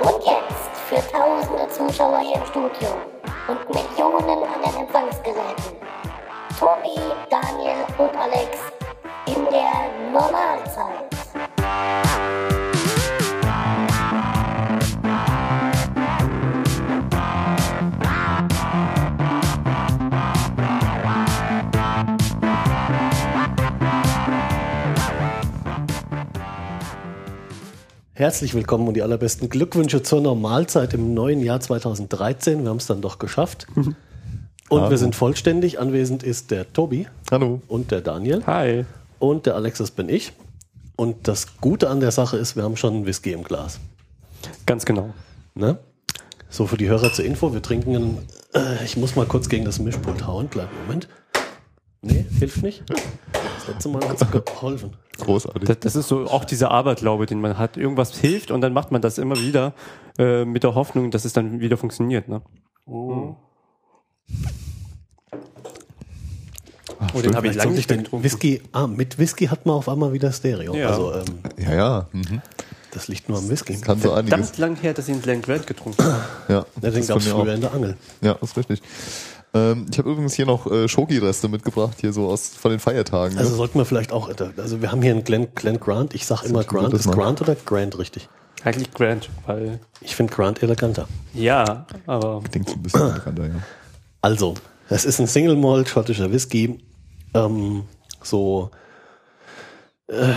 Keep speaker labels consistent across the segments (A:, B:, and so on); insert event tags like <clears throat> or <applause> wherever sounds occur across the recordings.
A: Und jetzt für tausende Zuschauer hier im Studio und Millionen an den Empfangsgeräten. Tobi, Daniel und Alex in der Normalzeit.
B: Herzlich willkommen und die allerbesten Glückwünsche zur Normalzeit im neuen Jahr 2013. Wir haben es dann doch
C: <laughs>
B: geschafft. Und wir sind vollständig. Anwesend ist der Tobi
D: Hallo.
B: und der Daniel
C: Hi.
B: und der Alex, das bin ich. Und das Gute an der Sache ist, wir haben schon einen Whisky im Glas.
C: Ganz genau.
B: Ne? So für die Hörer zur Info, wir trinken einen, äh, ich muss mal kurz gegen das Mischpult hauen, kleinen Moment. Nee, hilft nicht. Das letzte Mal hat es geholfen.
D: Großartig.
C: Das, das ist so auch dieser Aberglaube, den man hat. Irgendwas hilft und dann macht man das immer wieder äh, mit der Hoffnung, dass es dann wieder funktioniert. Ne? Oh, den habe ich lange nicht mehr
B: den
C: getrunken.
B: Whisky, ah, mit Whisky hat man auf einmal wieder Stereo.
C: Ja.
B: Also ähm,
D: ja, ja. Mhm.
B: das liegt nur am Whisky.
D: Kann so einiges.
C: Verdammt lang her, dass ich einen Glen Grant getrunken habe.
D: Ja,
B: Ja, den
D: das
B: gab es
D: von mir auch.
B: früher in der Angel.
D: Ja, das ist richtig. Ähm, ich habe übrigens hier noch äh, Schoki-Reste mitgebracht, hier so aus von den Feiertagen.
B: Also
D: ne?
B: sollten wir vielleicht auch, also wir haben hier einen Glenn, Glenn Grant, ich sag immer
D: ein
B: Grant,
D: gutes
B: ist
D: Mal.
B: Grant oder Grant richtig?
C: Eigentlich Grant, weil
B: Ich finde Grant eleganter.
C: ja, aber
D: Klingt so ein <clears throat> bisschen bekannter, ja.
B: Also, es ist ein Single Malt schottischer Whisky. Ähm, so äh,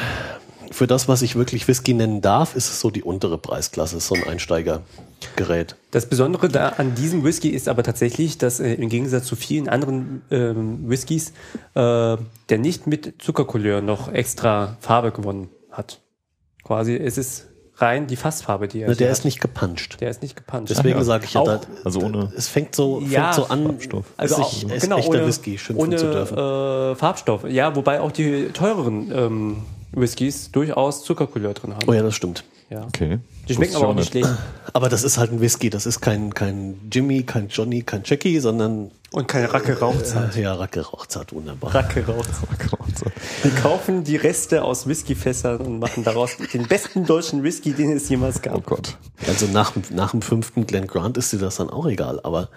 B: für das, was ich wirklich Whisky nennen darf, ist es so die untere Preisklasse, ist so ein Einsteigergerät.
C: Das Besondere da an diesem Whisky ist aber tatsächlich, dass äh, im Gegensatz zu vielen anderen ähm, Whiskys äh, der nicht mit Zuckercouleur noch extra Farbe gewonnen hat. Quasi, es ist rein die Fassfarbe, die er
B: Ne,
C: hier
B: der
C: hat.
B: ist nicht gepanscht.
C: der ist nicht gepanscht.
B: Deswegen
D: ja.
B: sage ich ja,
C: Auch.
B: da,
D: Also ohne-
B: es fängt so,
C: Ja.
B: fängt so an,
D: Farbstoff.
B: also
C: also
B: sich
C: auch,
B: als
C: genau,
B: echter
C: ohne,
B: Whisky schimpfen
C: ohne
B: zu dürfen.
C: Äh, Farbstoff. Ja, wobei auch die teureren ähm, Whiskys durchaus Zuckercouleur drin haben.
B: Oh ja, das stimmt.
C: Ja.
D: Okay.
C: Die schmecken aber auch nicht schlecht.
B: Aber das ist halt ein Whisky, das ist kein, kein Jimmy, kein Johnny, kein Jackie, sondern
C: Und keine Racke raucht's.
B: äh, ja, Racke rauchzart, wunderbar.
C: Racke raucht's. Die kaufen die Reste aus Whiskyfässern und machen daraus den besten deutschen Whisky, den es jemals
D: Oh
C: gab.
D: Gott.
B: Also nach, nach dem fünften Glenn Grant ist dir das dann auch egal, aber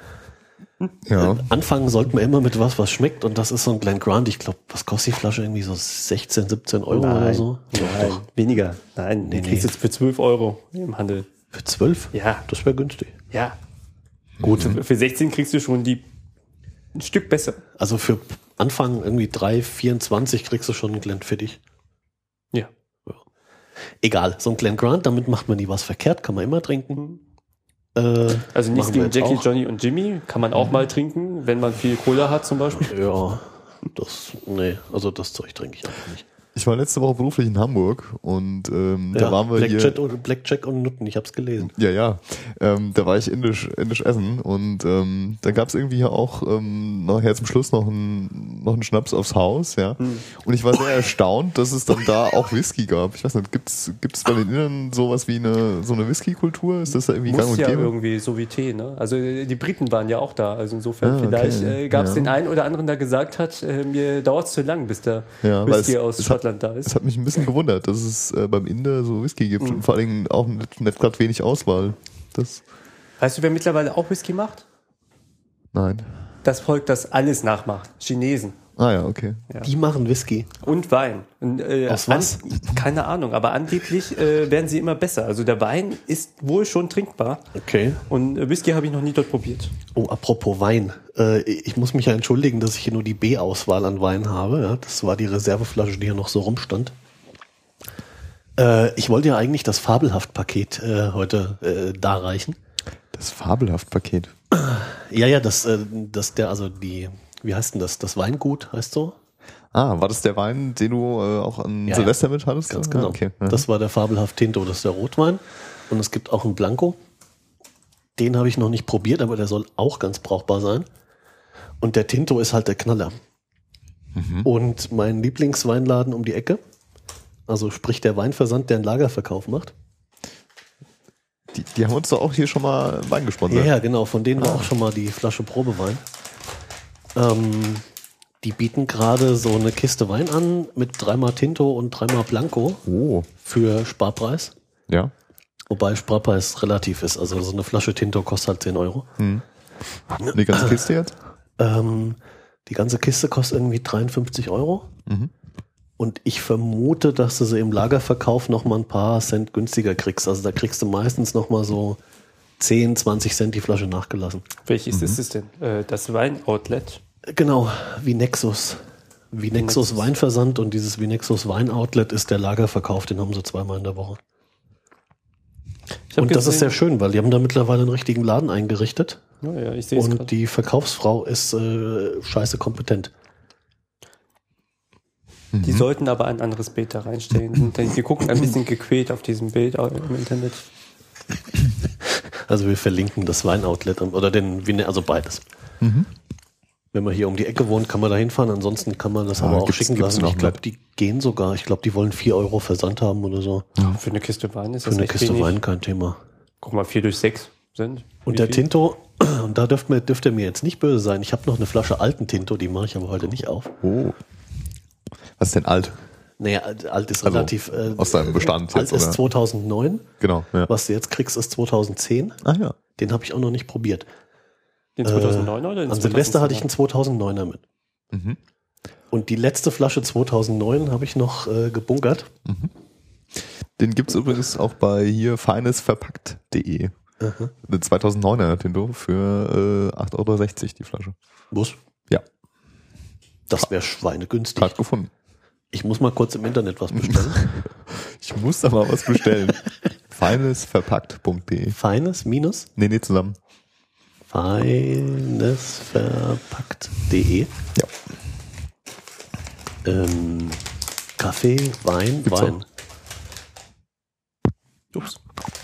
B: äh,
D: Ja.
B: anfangen sollte man immer mit was, was schmeckt und das ist so ein Glenn Grant. Ich glaube, was kostet die Flasche? Irgendwie so 16, 17 Euro oder
C: Nein.
B: so? Doch, doch.
C: Weniger. Nein, den kriegst du jetzt für 12 Euro im Handel.
B: Für 12?
C: Ja.
B: Das wäre günstig.
C: Ja. Gut. Für 16 kriegst du schon die ein Stück besser.
B: Also für Anfang irgendwie 3, 24 kriegst du schon einen Glenn Fittich.
C: Ja.
B: Egal, so ein Glenn Grant, damit macht man nie was verkehrt, kann man immer trinken. Äh,
C: Also nichts
B: machen wir
C: gegen
B: jetzt
C: Jackie,
B: auch. Mhm.
C: Johnny und Jimmy. Kann man auch mal trinken, wenn man viel Cola hat zum Beispiel.
B: Ja, das, nee, also das Zeug trinke ich einfach nicht.
D: Ich war letzte Woche beruflich in Hamburg und ähm,
B: Ja,
D: da waren wir hier.
B: Blackjack, und, Blackjack und Nutten, ich hab's gelesen.
D: Ja, ja. Ähm, da war ich indisch, indisch essen und ähm, da gab's irgendwie hier auch ähm, nachher zum Schluss noch einen noch einen Schnaps aufs Haus, ja.
B: Hm.
D: Und ich war sehr erstaunt, dass es dann da auch Whisky gab. Ich weiß nicht, gibt's gibt's bei den Indern sowas wie eine so eine Whisky-Kultur? Ist das da irgendwie gang
C: Muss
D: und
C: ja
D: gäbe?
C: irgendwie, so wie Tee, ne? Also äh, die Briten waren ja auch da. Also insofern,
D: Ah, okay.
C: vielleicht äh, gab es
D: Ja.
C: den einen oder anderen, der gesagt hat, äh, mir dauert es zu lang, bis der
D: Ja, weil
C: Whisky
D: es-
C: aus
D: es hat-
C: Schottland da
D: Es
C: ist.
D: hat mich ein bisschen gewundert, dass es äh, beim Inder so Whisky gibt
B: Hm.
D: und vor allen Dingen auch nicht, nicht gerade wenig Auswahl. Das
C: Weißt du, wer mittlerweile auch Whisky macht?
D: nein.
C: das Volk, das alles nachmacht. Chinesen
D: Ah ja, okay.
B: Die machen Whisky.
C: und Wein. Und, äh,
B: Aus was?
C: An, keine Ahnung, aber angeblich äh, werden sie immer besser. Also der Wein ist wohl schon trinkbar.
B: Okay.
C: Und äh, Whisky habe ich noch nie dort probiert.
B: Oh, apropos Wein. Äh, ich muss mich ja entschuldigen, dass ich hier nur die B-Auswahl an Wein habe. Ja, das war die Reserveflasche, die hier noch so rumstand. Äh, ich wollte ja eigentlich das Fabelhaft-Paket äh, heute äh, darreichen.
D: Das fabelhaft Paket.
B: Ja, ja, das, äh, das der, also die, wie heißt denn das? Das Weingut heißt so?
D: Ah, war das der Wein, den du äh, auch an
B: Ja,
D: Silvester mit hattest?
B: Ganz
D: Ah,
B: genau.
D: Okay.
B: Das war der fabelhaft Tinto, das ist der Rotwein. Und es gibt auch einen Blanco. Den habe ich noch nicht probiert, aber der soll auch ganz brauchbar sein. Und der Tinto ist halt der Knaller. Und mein Lieblingsweinladen um die Ecke Also sprich der Weinversand, der einen Lagerverkauf macht.
D: Die, die haben uns doch auch hier schon mal Wein
B: Ja,
D: gesponsert.
B: ja, genau. Von denen war auch schon mal die Flasche Probewein. Ähm, die bieten gerade so eine Kiste Wein an mit dreimal Tinto und dreimal Blanco
D: Oh,
B: für Sparpreis.
D: ja.
B: Wobei Sparpreis relativ ist. Also so eine Flasche Tinto kostet halt 10 Euro.
D: Die ganze Kiste jetzt?
B: Ähm, die ganze Kiste kostet irgendwie 53 Euro.
D: Mhm.
B: Und ich vermute, dass du sie im Lagerverkauf noch mal ein paar Cent günstiger kriegst. Also da kriegst du meistens noch mal so 10, 20 Cent die Flasche nachgelassen.
C: Welches
B: Mhm.
C: ist es denn? Äh, das Wein-Outlet.
B: Genau, wie Nexus. Wie Nexus Weinversand und dieses wie Nexus Weinoutlet ist der Lagerverkauf, den haben sie zweimal in der Woche.
C: Ich hab
B: Und das ist sehr
C: gesehen-
B: schön, weil die haben da mittlerweile einen richtigen Laden eingerichtet.
C: Ja, ja, ich sehe es
B: Und
C: gerade.
B: die Verkaufsfrau ist äh, scheiße kompetent.
C: Die sollten aber ein anderes Bild
B: <laughs>
C: da reinstellen. Denn die gucken ein bisschen gequält auf diesem Bild au- im Internet.
B: Also wir verlinken das Weinoutlet am- oder den, Wine- also beides.
D: Mhm.
B: Wenn man hier um die Ecke wohnt, kann man da hinfahren. Ansonsten kann man das
D: Ah,
B: aber auch
D: gibt's-
B: schicken
D: gibt's
B: lassen.
D: ein
B: Ich glaube,
D: Outlet?
B: die gehen sogar. Ich glaube, die wollen 4 Euro Versand haben oder so.
C: Für eine Kiste Wein ist
B: Für
C: das
B: eine
C: echt
B: Kiste
C: wenig.
B: Wein kein Thema.
C: Guck mal, 4 durch 6 sind.
B: Und
C: Wie
B: der
C: viel?
B: Tinto, <clears throat> und da dürft mir, dürft ihr mir jetzt nicht böse sein. Ich habe noch eine Flasche alten Tinto, die mache ich aber heute nicht auf.
D: Oh. Was ist denn alt?
B: Naja, alt alt ist
D: Also,
B: relativ. äh,
D: aus seinem Bestand
B: Alt
D: jetzt,
B: ist
D: oder?
B: 2009.
D: Genau. Ja.
B: Was du jetzt kriegst, ist 2010.
D: Ah ja.
B: Den habe ich auch noch nicht probiert.
C: Den 2009 oder den
B: äh, An Silvester hatte ich
C: 2009?
B: einen 2009er mit.
D: Mhm.
B: Und die letzte Flasche 2009 habe ich noch äh, gebunkert.
D: Den gibt's übrigens auch bei hier feinesverpackt.de. Den 2009er Tinto für äh, 8,60 Euro die Flasche.
B: Bus.
D: Ja,
B: Das wäre schweinegünstig.
D: gerade gefunden.
B: Ich muss mal kurz im Internet was
D: <laughs>
B: bestellen.
D: Ich muss da mal was bestellen. feinesverpackt.de.
B: Feines minus
D: Nee, nee, zusammen.
B: feinesverpackt.de.
D: Ja.
B: Ähm, Kaffee, Wein,
D: Gibt's
B: Wein.
D: auch.
C: Ups.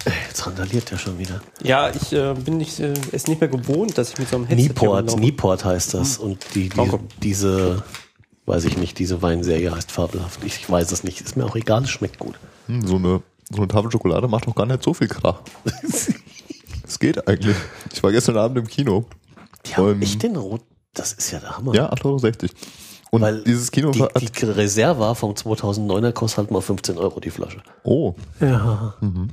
B: Äh, Jetzt randaliert der schon wieder.
C: Ja, ich äh, bin nicht, äh, es nicht mehr gewohnt, dass ich mit so einem Headset
B: Nieport,
C: hier rumlaufe.
B: Nieport heißt das. Und die, die,
C: Danke.
B: diese, weiß ich nicht, diese Weinserie heißt fabelhaft. Ich, ich weiß es nicht. Ist mir auch egal, es schmeckt gut.
D: Hm, so, eine, so eine Tafel Schokolade macht doch gar nicht so viel Krach. Es geht eigentlich. Ich war gestern Abend im Kino.
B: Die haben
D: Ähm,
B: echt den Rot. Das ist ja der Hammer.
D: Ja, 8,60 Euro. Und
B: Weil
D: dieses Kino
B: die,
D: hat.
B: die Reserva vom 2009er kostet halt mal 15 Euro die Flasche.
D: oh,
B: Ja.
D: Mhm.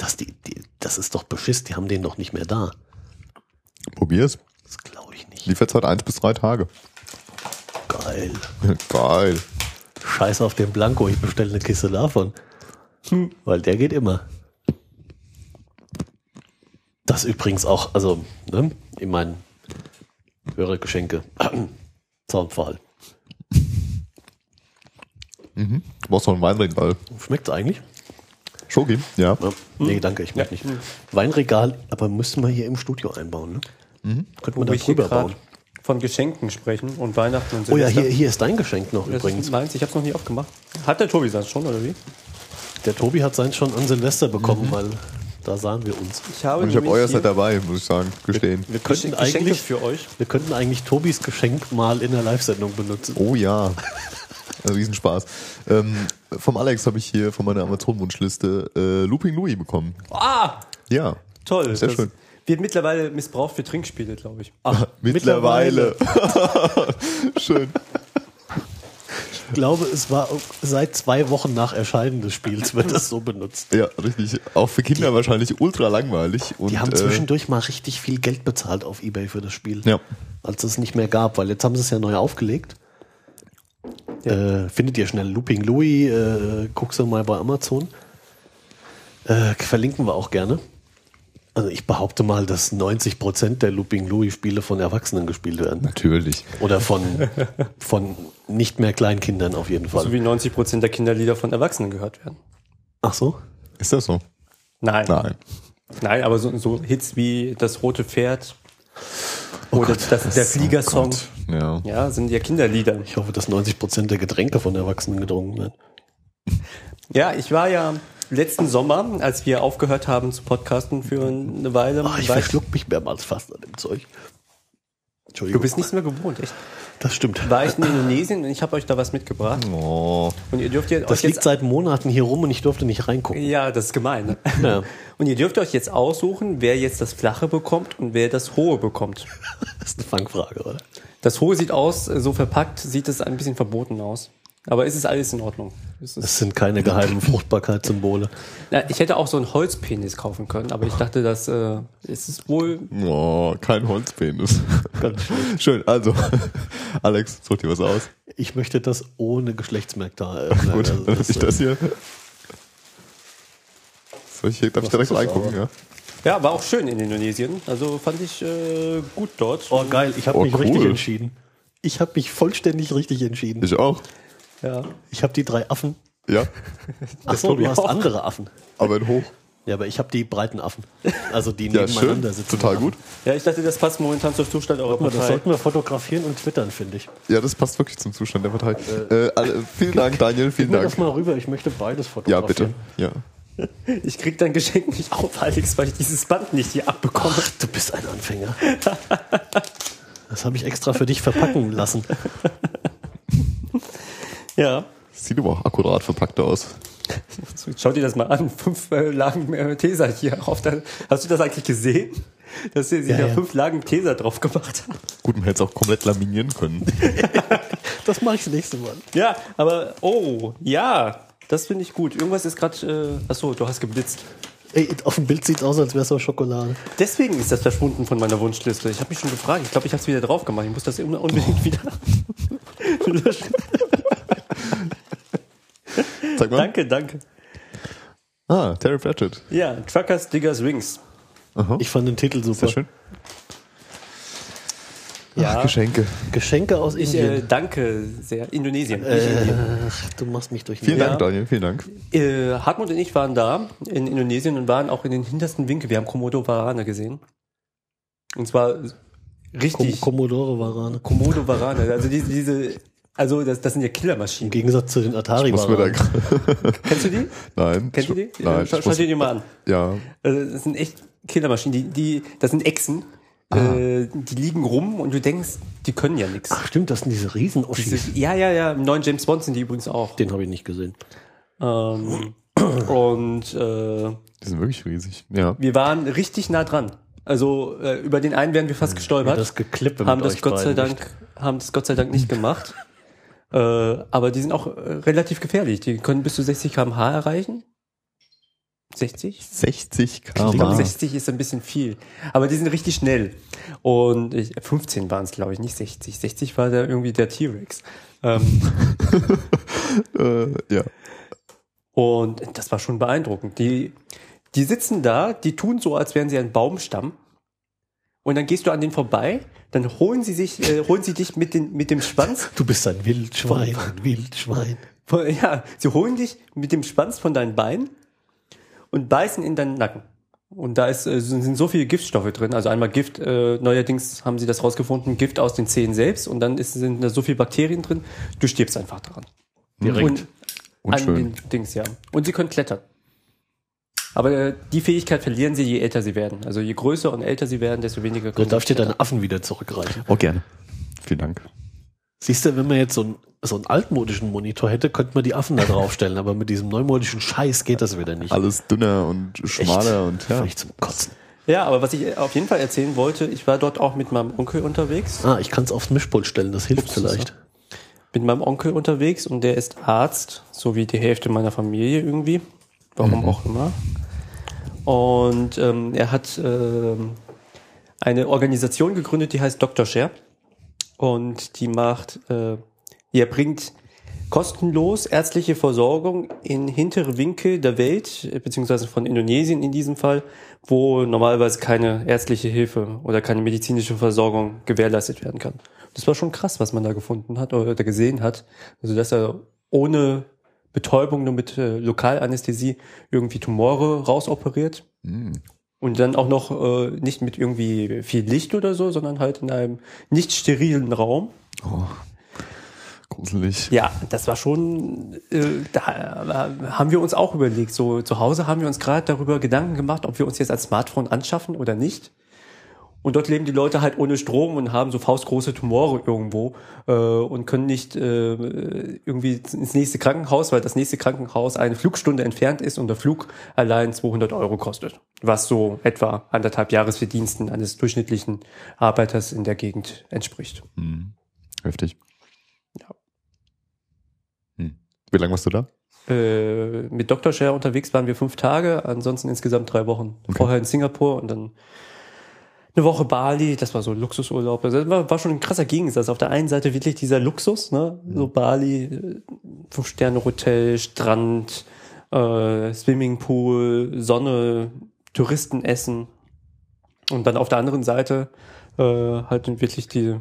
B: Das, die, die, das ist doch beschiss, die haben den doch nicht mehr da.
D: probier's.
B: Das glaube ich nicht.
D: Lieferzeit 1 bis 3 Tage. <laughs>
B: Geil.
D: Geil.
B: Scheiß auf den Blanco, ich bestelle eine Kiste davon. Weil der geht immer. Das übrigens auch, also, ne, ich meine, höhere Geschenke. <clears throat> Zaunpfahl.
D: Du brauchst noch einen Weinregal.
B: Schmeckt's eigentlich?
D: Schoki, ja.
B: Ja. Ne?
C: Hm?
B: Nee, danke, ich möchte nicht. Weinregal, aber müssten wir hier im Studio einbauen, ne? Könnten wir
C: Wo
B: da
C: ich hier
B: drüber
C: gerade
B: bauen.
C: von Geschenken sprechen und Weihnachten und
B: Oh ja,
C: Silvester.
B: hier, hier ist dein Geschenk noch
C: Das
B: übrigens.
C: ist meins, ich hab's noch nie aufgemacht. Hat der Tobi das schon, oder wie?
B: Der Tobi hat seins schon an Silvester bekommen, weil da sahen wir uns.
C: Ich habe
D: Und ich habe
C: nämlich
D: euer
C: hier
D: Set dabei, muss ich sagen, gestehen.
B: Wir könnten,
C: Geschenke Geschenke
B: eigentlich,
C: für euch.
B: wir könnten eigentlich Tobis Geschenk mal in der Live-Sendung benutzen.
D: Oh ja. Ein Riesenspaß. Ähm, vom Alex habe ich hier von meiner Amazon-Wunschliste äh, Looping Louis bekommen.
C: Ah,
D: Ja.
C: toll.
D: Sehr
C: das
D: schön.
C: Wird mittlerweile missbraucht für Trinkspiele, glaube ich. Ach,
B: Ah,
C: <laughs>
D: Mittlerweile. <laughs> schön.
B: Ich glaube, es war seit zwei Wochen nach Erscheinen des Spiels wird das so benutzt.
D: Ja, richtig. Auch für Kinder wahrscheinlich ultra langweilig. Und,
C: äh,
D: äh,
B: Die haben zwischendurch mal richtig viel Geld bezahlt auf Ebay für das Spiel.
D: Ja.
B: Als es nicht mehr gab, weil jetzt haben sie es ja neu aufgelegt. Äh, findet ihr schnell Looping Louis, äh, guckst du mal bei Amazon. Äh, verlinken wir auch gerne. Also ich behaupte mal, dass 90% der Looping Louis Spiele von Erwachsenen gespielt werden.
D: Natürlich.
B: Oder von,
C: <laughs>
B: von nicht mehr Kleinkindern auf jeden
C: So
B: Fall.
C: wie 90% der Kinderlieder von Erwachsenen gehört werden.
B: Ach so?
D: Ist das so?
C: Nein.
D: Nein.
C: Nein, aber so, so Hits wie Das rote Pferd
B: Oh
C: oder Oh, das, der Fliegersong.
D: Ja.
C: ja, sind ja Kinderlieder.
B: Ich hoffe, dass 90% der Getränke von Erwachsenen getrunken werden.
C: Ja, ich war ja letzten Sommer, als wir aufgehört haben zu podcasten für eine Weile.
B: Ah, ich
C: war
B: verschluck mich mehrmals fast an dem Zeug. Entschuldigung.
C: du bist nichts mehr gewohnt, echt.
B: Das stimmt.
C: war ich in Indonesien und ich habe euch da was mitgebracht.
D: Oh.
C: Und ihr dürft ihr
B: Das
C: euch
B: liegt
C: jetzt.
B: seit Monaten hier rum und ich durfte nicht reingucken.
C: Ja, das ist gemein. Ne?
B: Ja.
C: <laughs> Und ihr dürft euch jetzt aussuchen, wer jetzt das Flache bekommt und wer das Hohe bekommt.
B: <laughs> Das ist eine Fangfrage, oder?
C: Das Hohe sieht aus, so verpackt sieht es ein bisschen verboten aus. Aber es ist alles in Ordnung. Es ist,
B: Das sind keine geheimen Fruchtbarkeitssymbole.
C: na, ich hätte auch so einen Holzpenis kaufen können, aber ich dachte, das äh, es ist wohl
D: Oh, kein Holzpenis. <laughs> Schön, also, Alex, such dir was aus.
B: Ich möchte das ohne äh, Geschlechtsmerkmal.
D: Gut, dann ist ich das hier. Soll ich hier, darf ich direkt
B: ist das
D: reingucken, ja?
C: Ja, war auch schön in Indonesien. Also fand ich äh, gut dort.
B: Oh, geil, ich habe
D: Oh,
B: mich
D: cool.
B: richtig entschieden. Ich habe mich vollständig richtig entschieden.
D: Ich auch.
C: Ja.
B: Ich habe die drei Affen.
D: Ja,
B: Ach so,
C: Tobi
B: du hast
C: auch.
B: andere Affen.
D: aber in hoch.
B: Ja, aber ich habe die breiten Affen. Also die
D: <laughs> Ja, schön.
B: nebeneinander sitzen.
D: Total gut.
C: ja, ich dachte, das passt momentan zum Zustand eurer
B: Oh, Das
C: Partei.
B: sollten wir fotografieren und twittern, finde ich.
D: Ja, das passt wirklich zum Zustand der Partei. Äh, alle, vielen Dank, Daniel, vielen
B: Gib mir das
D: Dank.
B: mal rüber, ich möchte beides
D: Ja,
B: fotografieren.
D: bitte. Ja.
C: Ich krieg dein Geschenk nicht auf, Alex, weil ich dieses Band nicht hier abbekomme.
B: Ach, du bist ein Anfänger. <laughs> Das habe ich extra für dich verpacken lassen.
C: Ja.
D: Sieht aber auch akkurat verpackt aus.
C: So, Schau dir das mal an. Fünf äh, Lagen äh, Tesa hier auf der. Hast du das eigentlich gesehen? Dass sie sie
B: Ja,
C: da
B: ja.
C: fünf Lagen Tesa drauf gemacht haben.
D: Gut, man hätte es auch komplett laminieren können.
B: Das mache ich das nächste Mal.
C: Ja, aber oh, ja. Das finde ich gut. Irgendwas ist gerade. Äh, achso, du hast geblitzt.
B: Ey, auf dem Bild sieht es aus, als wäre es aus Schokolade.
C: Deswegen ist das verschwunden von meiner Wunschliste. Ich habe mich schon gefragt. Ich glaube, ich habe es wieder drauf gemacht. Ich muss das immer unbedingt wieder <laughs> löschen.
D: Sag mal.
C: danke, danke.
D: Ah, Terry Pratchett.
C: Ja, Truckers, Diggers, Wings.
B: Ich fand den Titel super.
D: Sehr schön.
C: Ah.
D: Ach, Geschenke.
B: Geschenke aus
C: Ich äh,
B: Indien.
C: danke sehr. Indonesien. nicht
B: Äh.
C: Indien.
B: Ach, du machst mich durch.
D: Vielen
C: Ja.
D: Dank, Daniel, vielen Dank.
C: Äh, Hartmut und ich waren da in Indonesien und waren auch in den hintersten Winkel. Wir haben Komodo Varane gesehen. Und zwar richtig
B: Kom Commodore Varane.
C: Komodo Varane. Also diese, diese also das, das sind ja Killermaschinen.
B: Im Gegensatz zu den Atari
D: Muss mir da
B: Varanen.
C: Kennst du die?
D: Nein.
C: Kennt ihr die?
D: Nein.
C: Schau,
D: ich
C: schau
D: muss-
C: dir die mal an.
D: Ja.
C: Also das sind echt Killermaschinen. Die, die, das sind Echsen. Äh, die liegen rum und du denkst, die können ja nichts.
B: Ach stimmt, das sind diese riesen -Oschis.
C: Ja, ja, ja. Im neuen James Bond sind die übrigens auch.
B: Den habe ich nicht gesehen.
C: Ähm, und äh,
D: Die sind wirklich riesig. Ja.
C: wir waren richtig nah dran. Also äh, über den einen wären wir fast gestolpert.
B: Hm. Das Geklippe
C: haben
B: mit
C: das
B: euch
C: Gott sei
B: beiden
C: Dank, haben das Gott sei Dank
B: <laughs>
C: nicht gemacht. äh, aber die sind auch äh, relativ gefährlich. Die können bis zu 60 km/h erreichen. 60?
D: 60
C: Ich glaube,
D: km.
C: 60 ist ein bisschen viel. Aber die sind richtig schnell. Und ich, 15 waren es, glaube ich, nicht 60. 60 war da irgendwie der T-Rex. Ähm,
D: Äh, ja.
C: und das war schon beeindruckend. Die, die sitzen da, die tun so, als wären sie ein Baumstamm. Und dann gehst du an denen vorbei, dann holen sie sich, äh, holen sie dich mit, den, mit dem Schwanz
B: Du bist ein Wildschwein, ein Wildschwein.
C: Voll- <laughs> Ja, sie holen dich mit dem Schwanz von deinen Beinen und beißen in deinen Nacken. Und da ist, äh, sind sind so viele Giftstoffe drin. Also einmal Gift, äh, neuerdings haben sie das rausgefunden, Gift aus den Zähnen selbst. Und dann ist, sind da so viele Bakterien drin, du stirbst einfach daran.
B: Direkt.
C: Und an
D: Unschön.
C: den Dings, ja. Und sie können klettern. Aber äh, die Fähigkeit verlieren sie, je älter sie werden. Also je größer und älter sie werden, desto weniger
B: Dann
C: können
B: darf ich
C: sie
B: dir deine Affen wieder zurückreichen.
D: Oh, gerne. Vielen Dank.
B: Siehst du, wenn man jetzt so einen, so einen altmodischen Monitor hätte, könnte man die Affen da draufstellen. Aber mit diesem neumodischen Scheiß geht das wieder nicht.
D: Alles dünner und schmaler und ja.
B: Völlig zum Kotzen.
C: Ja, aber was ich auf jeden Fall erzählen wollte, ich war dort auch mit meinem Onkel unterwegs.
B: Ah, ich kann es aufs Mischpult stellen, das hilft vielleicht.
C: mit meinem Onkel unterwegs und der ist Arzt, so wie die Hälfte meiner Familie irgendwie. Warum auch immer. Und ähm, er hat ähm, eine Organisation gegründet, die heißt Dr. Share. Und die macht, äh, die erbringt kostenlos ärztliche Versorgung in hintere Winkel der Welt, äh, beziehungsweise von Indonesien in diesem Fall, wo normalerweise keine ärztliche Hilfe oder keine medizinische Versorgung gewährleistet werden kann. Das war schon krass, was man da gefunden hat oder da gesehen hat. Also, dass er ohne Betäubung, nur mit äh, Lokalanästhesie irgendwie Tumore rausoperiert. Und dann auch noch äh, nicht mit irgendwie viel Licht oder so, sondern halt in einem nicht sterilen Raum.
D: Gruselig.
C: Ja, das war schon, äh, da äh, haben wir uns auch überlegt. So zu Hause haben wir uns gerade darüber Gedanken gemacht, ob wir uns jetzt ein Smartphone anschaffen oder nicht. Und dort leben die Leute halt ohne Strom und haben so faustgroße Tumore irgendwo äh, und können nicht äh, irgendwie ins nächste Krankenhaus, weil das nächste Krankenhaus eine Flugstunde entfernt ist und der Flug allein 200 Euro kostet, was so etwa anderthalb Jahresverdiensten eines durchschnittlichen Arbeiters in der Gegend entspricht.
D: Hm. Heftig.
C: Ja.
D: Hm. Wie lange warst du da?
C: Äh, mit Dr. Share unterwegs waren wir fünf Tage, ansonsten insgesamt drei Wochen.
D: Okay.
C: Vorher in Singapur und dann eine Woche Bali, das war so ein Luxusurlaub. Also Das war, war schon ein krasser Gegensatz. Auf der einen Seite wirklich dieser Luxus, ne? So Bali, äh, Fünf-Sterne-Hotel, Strand, äh, Swimmingpool, Sonne, Touristenessen. Und dann auf der anderen Seite äh, halt wirklich die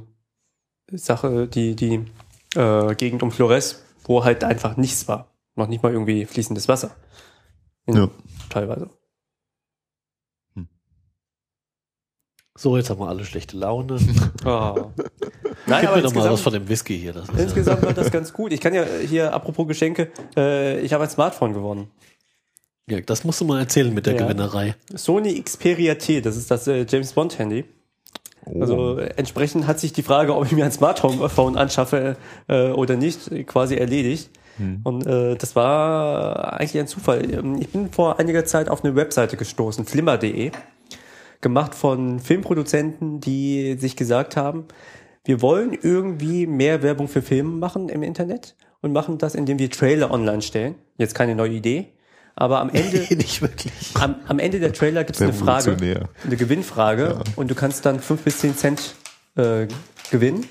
C: Sache, die, die äh, Gegend um Flores, wo halt einfach nichts war. Noch nicht mal irgendwie fließendes Wasser. In,
D: Ja.
C: Teilweise.
B: So, jetzt haben wir alle schlechte Laune.
C: <laughs> Nein,
B: Gib Ah. mir doch mal
C: insgesamt-
B: was von dem Whisky hier. Das ist ja-
C: Insgesamt war das ganz gut. Ich kann ja äh, hier, apropos Geschenke, äh, ich habe ein Smartphone gewonnen.
B: Ja, das musst du mal erzählen mit der
C: Ja.
B: Gewinnerei.
C: Sony Xperia T, das ist das äh, James Bond Handy.
D: Oh.
C: Also äh, entsprechend hat sich die Frage, ob ich mir ein Smartphone anschaffe äh, oder nicht, äh, quasi erledigt. Und äh, das war eigentlich ein Zufall. Ähm, Ich bin vor einiger Zeit auf eine Webseite gestoßen, flimmer.de, gemacht von Filmproduzenten, die sich gesagt haben, wir wollen irgendwie mehr Werbung für Filme machen im Internet und machen das, indem wir Trailer online stellen. Jetzt keine neue Idee, aber am Ende
B: Nicht wirklich.
C: am, am Ende der Trailer gibt es eine Frage,
D: Revolutionär.
C: eine Gewinnfrage und du kannst dann 5 bis 10 Cent äh, gewinnen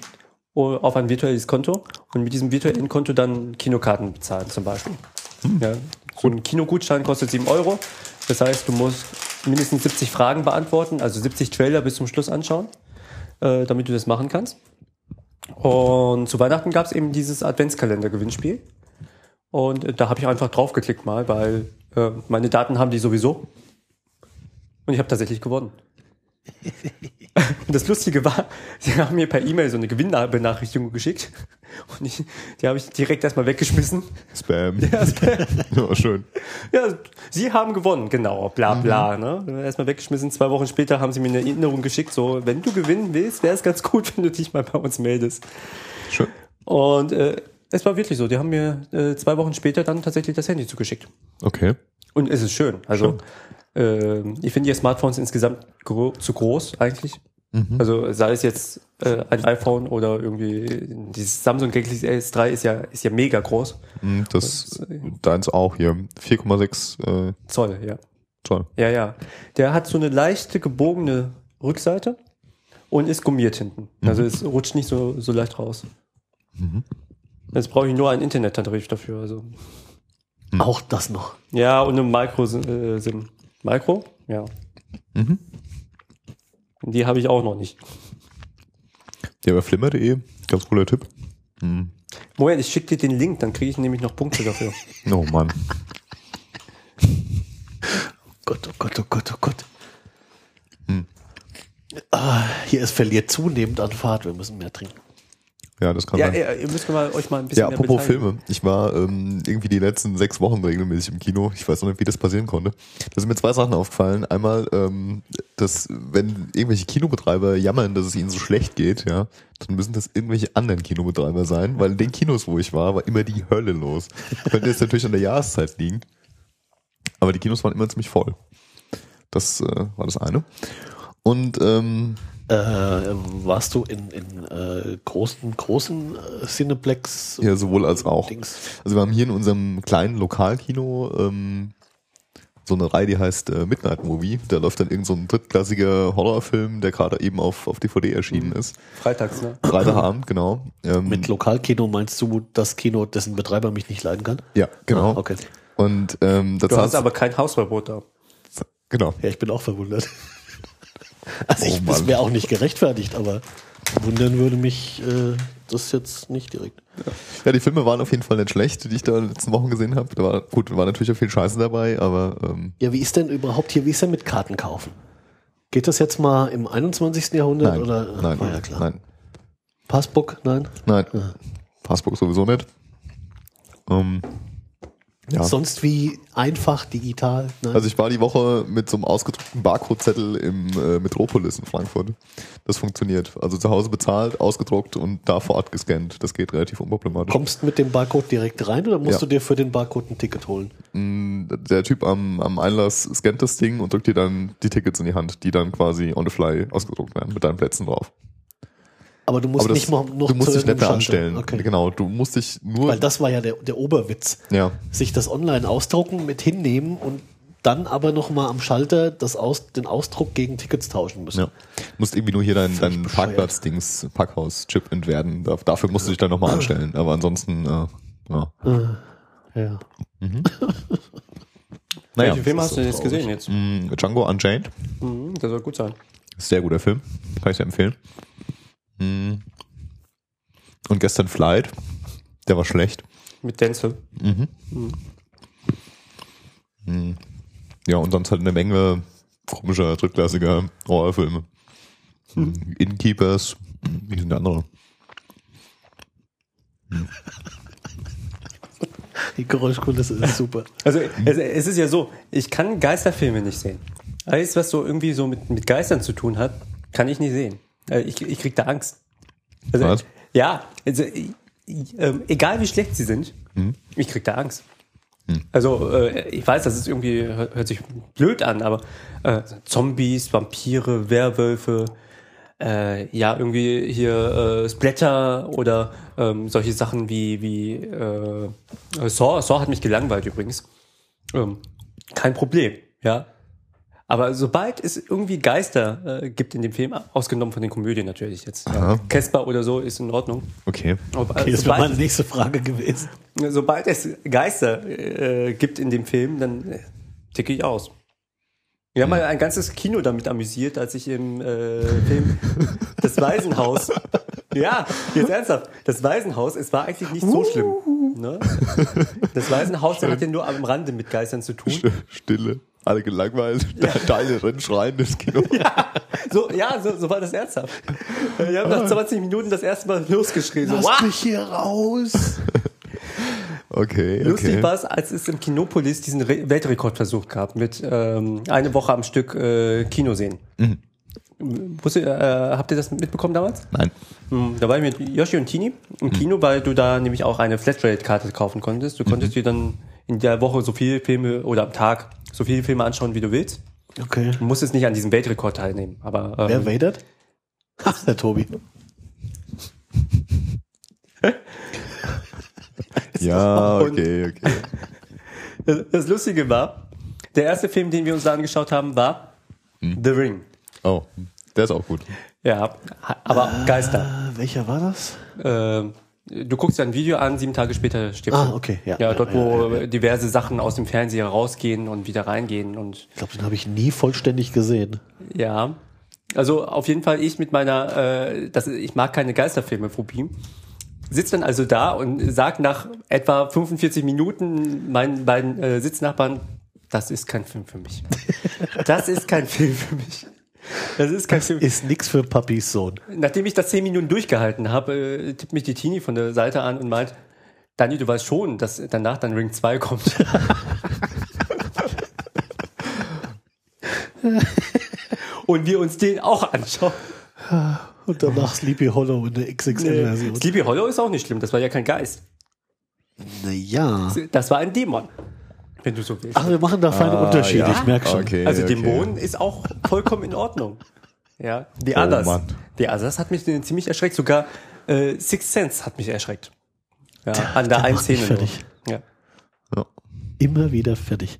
C: o- auf ein virtuelles Konto und mit diesem virtuellen Konto dann Kinokarten bezahlen zum Beispiel. Ja, so ein Kinogutschein kostet 7 Euro. Das heißt, du musst mindestens 70 Fragen beantworten, also 70 Trailer bis zum Schluss anschauen, äh, damit du das machen kannst. Und zu Weihnachten gab es eben dieses Adventskalender-Gewinnspiel. Und äh, da habe ich einfach draufgeklickt mal, weil äh, meine Daten haben die sowieso. Und ich habe tatsächlich gewonnen. Und das Lustige war, <laughs> sie haben mir per E-Mail so eine Gewinnbenachrichtigung geschickt. Und ich, die habe ich direkt erstmal weggeschmissen. <laughs>
D: Spam. <laughs> Ja, schön.
C: Ja, sie haben gewonnen, genau, bla bla. Ne? Erstmal weggeschmissen, zwei Wochen später haben sie mir eine Erinnerung geschickt, so, wenn du gewinnen willst, wäre es ganz gut, <laughs> wenn du dich mal bei uns meldest.
D: Schön.
C: Und äh, es war wirklich so, die haben mir äh, zwei Wochen später dann tatsächlich das Handy zugeschickt.
D: Okay.
C: Und es ist schön. Also ähm, ich finde ja Smartphones insgesamt gro zu groß eigentlich. Also sei es jetzt äh, ein iPhone oder irgendwie dieses Samsung Galaxy S3 ist ja ist ja mega groß.
D: Hm, Das, deins auch hier. 4,6 äh,
C: Zoll, ja.
D: Zoll.
C: Ja, ja. Der hat so eine leichte gebogene Rückseite und ist gummiert hinten. Also es rutscht nicht so, so leicht raus. Jetzt brauche ich nur einen Internettarif dafür. Also.
B: Auch das noch.
C: Ja, und eine Micro-SIM. Micro? Ja.
D: Mhm.
C: Die habe ich auch noch nicht.
D: Ja, bei flimmer.de. Ganz cooler Tipp.
C: Moment, ich schicke dir den Link, dann kriege ich nämlich noch Punkte
D: <laughs>
C: dafür.
D: Oh Mann.
B: Gott, oh Gott, oh Gott, oh Gott. Ah, hier, es verliert zunehmend an Fahrt. Wir müssen mehr trinken.
D: Ja, das kann
C: ja,
D: sein.
C: ja, ihr müsst mal, euch mal ein bisschen
D: Ja,
C: mehr
D: apropos
C: beteiligen.
D: Filme. Ich war ähm, irgendwie die letzten sechs Wochen regelmäßig im Kino. Ich weiß noch nicht, wie das passieren konnte. Da sind mir zwei Sachen aufgefallen. Einmal, ähm, dass wenn irgendwelche Kinobetreiber jammern, dass es ihnen so schlecht geht, ja, dann müssen das irgendwelche anderen Kinobetreiber sein, weil in den Kinos, wo ich war, war immer die Hölle los. Könnte jetzt natürlich an der Jahreszeit liegen. Aber die Kinos waren immer ziemlich voll. Das äh, war das eine. Und ähm,
B: Äh, warst du in, in äh, großen, großen äh, Cineplex?
D: Ja, sowohl als auch.
B: Dings?
D: Also wir haben hier in unserem kleinen Lokalkino ähm, so eine Reihe, die heißt äh, Midnight Movie. Da läuft dann irgend so ein drittklassiger Horrorfilm, der gerade eben auf, auf DVD erschienen ist.
C: Freitags, ne?
B: <laughs>
D: Freitagabend, genau. Ähm,
B: Mhm. Mit Lokalkino meinst du das Kino, dessen Betreiber mich nicht leiden kann?
D: ja, genau.
B: Ah, okay.
D: Und ähm, da
C: Du hast
D: zahlst
C: aber kein Hausverbot da.
D: genau.
B: Ja, ich bin auch
D: <laughs>
B: verwundert. Also
D: Oh
B: ich
D: Mann.
B: ist mir auch nicht gerechtfertigt, aber wundern würde mich äh, das jetzt nicht direkt.
D: Ja, die Filme waren auf jeden Fall nicht schlecht, die ich da in den letzten Wochen gesehen habe. Da war gut, war natürlich auch viel Scheiße dabei, aber ähm,
B: Ja, wie ist denn überhaupt hier, wie ist denn mit Karten kaufen? Geht das jetzt mal im 21. Jahrhundert
D: nein,
B: oder
D: nein,
B: Ah, ja, klar.
D: nein,
B: Passbook? Nein.
D: nein, Passburg sowieso nicht. Ähm, Ja.
B: Sonst wie einfach digital. Ne?
D: Also ich war die Woche mit so einem ausgedruckten Barcode-Zettel im äh, Metropolis in Frankfurt. Das funktioniert. Also zu Hause bezahlt, ausgedruckt und da vor Ort gescannt. Das geht relativ unproblematisch.
B: Kommst mit dem Barcode direkt rein oder musst
D: Ja.
B: du dir für den Barcode ein Ticket holen?
D: Der Typ am, am Einlass scannt das Ding und drückt dir dann die Tickets in die Hand, die dann quasi on the fly ausgedruckt werden mit deinen Plätzen drauf.
B: Aber du musst
D: Aber das,
B: nicht mal noch
D: du musst
B: zu
D: dich
B: irgendeinem
D: netter
B: Schalter.
D: anstellen.
B: Okay.
D: Genau, du musst dich nur...
B: Weil das war ja der, der Oberwitz.
D: ja.
B: Sich das online ausdrucken, mit hinnehmen und dann aber nochmal am Schalter das aus, den Ausdruck gegen Tickets tauschen müssen.
D: Ja. Du musst irgendwie nur hier deinen dein
B: bescheuert.
D: Parkplatz-Dings, Parkhaus-Chip entwerten. Da- Dafür musst du dich dann nochmal anstellen. Aber ansonsten, äh, ja.
B: Ja.
D: Naja,
C: Welchen Film
D: das
C: hast du denn
D: ist so
C: jetzt
D: traurig.
C: gesehen jetzt?
D: Mm, Django Unchained.
C: Mhm, das soll gut sein.
D: Sehr guter Film. Kann ich dir empfehlen. Mm. Und gestern Flight. Der war schlecht.
C: Mit Denzel.
D: Ja, und sonst halt eine Menge komischer, drittklassiger Horrorfilme.
B: Hm.
D: Mm, Innkeepers. mm, Wie sind die anderen?
B: Die Geräuschkulisse ist super. <laughs>
C: Also es, es ist ja so, ich kann Geisterfilme nicht sehen. Alles, was so irgendwie so mit, mit Geistern zu tun hat, kann ich nicht sehen. Äh, Ich, ich krieg da Angst. Also,
D: Was?
C: Ja, also, i- i- ähm, egal wie schlecht sie sind, ich krieg da Angst. Also äh, ich weiß, das ist irgendwie, hört hört sich blöd an, aber äh, Zombies, Vampire, Werwölfe, äh, ja, irgendwie hier äh, Splatter oder ähm, solche Sachen wie, wie äh, Saw. Saw hat mich gelangweilt übrigens. Ähm, kein Problem, ja. Aber sobald es irgendwie Geister äh, gibt in dem Film, ausgenommen von den Komödien natürlich jetzt. Ja.
D: Aha.
C: Casper oder so ist in Ordnung.
D: Okay.
C: Aber
B: Okay, das wäre
C: sobald-
B: meine nächste Frage gewesen.
C: Sobald es Geister äh, gibt in dem Film, dann äh, ticke ich aus. Wir haben mal ein ganzes Kino damit amüsiert, als ich im äh, Film Das Waisenhaus. Ja, jetzt ernsthaft. Das Waisenhaus, es war eigentlich nicht so schlimm. Ne? Das Waisenhaus hat ja nur am Rande mit Geistern zu tun.
D: <laughs> Stille.
B: <laughs>
D: Alle gelangweilt. <laughs> Teile rennen schreien ins Kino.
C: So, ja, so, so war das ernsthaft. Wir haben nach 20 Minuten das erste Mal losgeschrien. So, wow.
B: hier raus!
D: <laughs> Okay, okay.
C: Lustig war es, als es im Kinopolis diesen Re Weltrekordversuch gab mit ähm, eine Woche am Stück äh, Kino sehen. Wusst ihr, äh, habt ihr das mitbekommen damals?
D: Nein.
C: Mhm. Da war ich mit Yoshi und Tini im Kino, weil du da nämlich auch eine Flatrate-Karte kaufen konntest. Du konntest dir dann in der Woche so viele Filme oder am Tag so viele Filme anschauen, wie du willst.
B: Okay.
C: Du musstest nicht an diesem Weltrekord teilnehmen, aber ähm,
B: Wer wadert? Ach, der Tobi.
D: Ja,
C: Und-
D: okay,
B: <laughs>
D: okay.
C: das Lustige war, der erste Film, den wir uns da angeschaut haben, war The Ring.
D: Oh, der ist auch gut.
C: Ja, aber Geister.
B: Äh, welcher war das?
C: Ähm, du guckst dir ein Video an, sieben Tage später stirbst
B: Ah,
C: du.
B: okay, ja.
C: Ja,
B: Ja, ja,
C: dort, wo diverse Sachen aus dem Fernseher rausgehen und wieder reingehen und
B: Ich glaube, den habe ich nie vollständig gesehen.
C: ja. Also auf jeden Fall ich mit meiner, äh, das, ich mag keine Geisterfilme, Phobie. Sitzt dann also da und sagt nach etwa 45 Minuten meinen beiden äh, Sitznachbarn, das ist kein Film für mich. Das ist kein Film für mich. Das ist kein Film.
B: Ist nix für Papis Sohn.
C: Nachdem ich das zehn Minuten durchgehalten habe, äh, tippt mich die Tini von der Seite an und meint, Dani, du weißt schon, dass danach dann Ring 2
D: <laughs>
C: kommt. und wir uns den auch anschauen.
B: Und danach Sleepy Hollow in der XXL-Version.
C: Äh, Sleepy Hollow ist auch nicht schlimm, das war ja kein Geist.
B: Naja.
C: Das war ein Dämon, wenn du so willst.
B: Ach, wir machen da feine Unterschiede, ich merke schon.
D: Ah, Okay,
C: also
D: okay.
C: Dämonen ist auch vollkommen in Ordnung. Ja, The
D: Oh
C: Others.
D: Mann.
C: The Others hat mich ziemlich erschreckt. Sogar äh, Sixth Sense hat mich erschreckt. Ja, an der einen
B: macht mich
C: Szene. nur.
B: fertig.
C: Ja.
D: Ja.
B: Immer wieder fertig.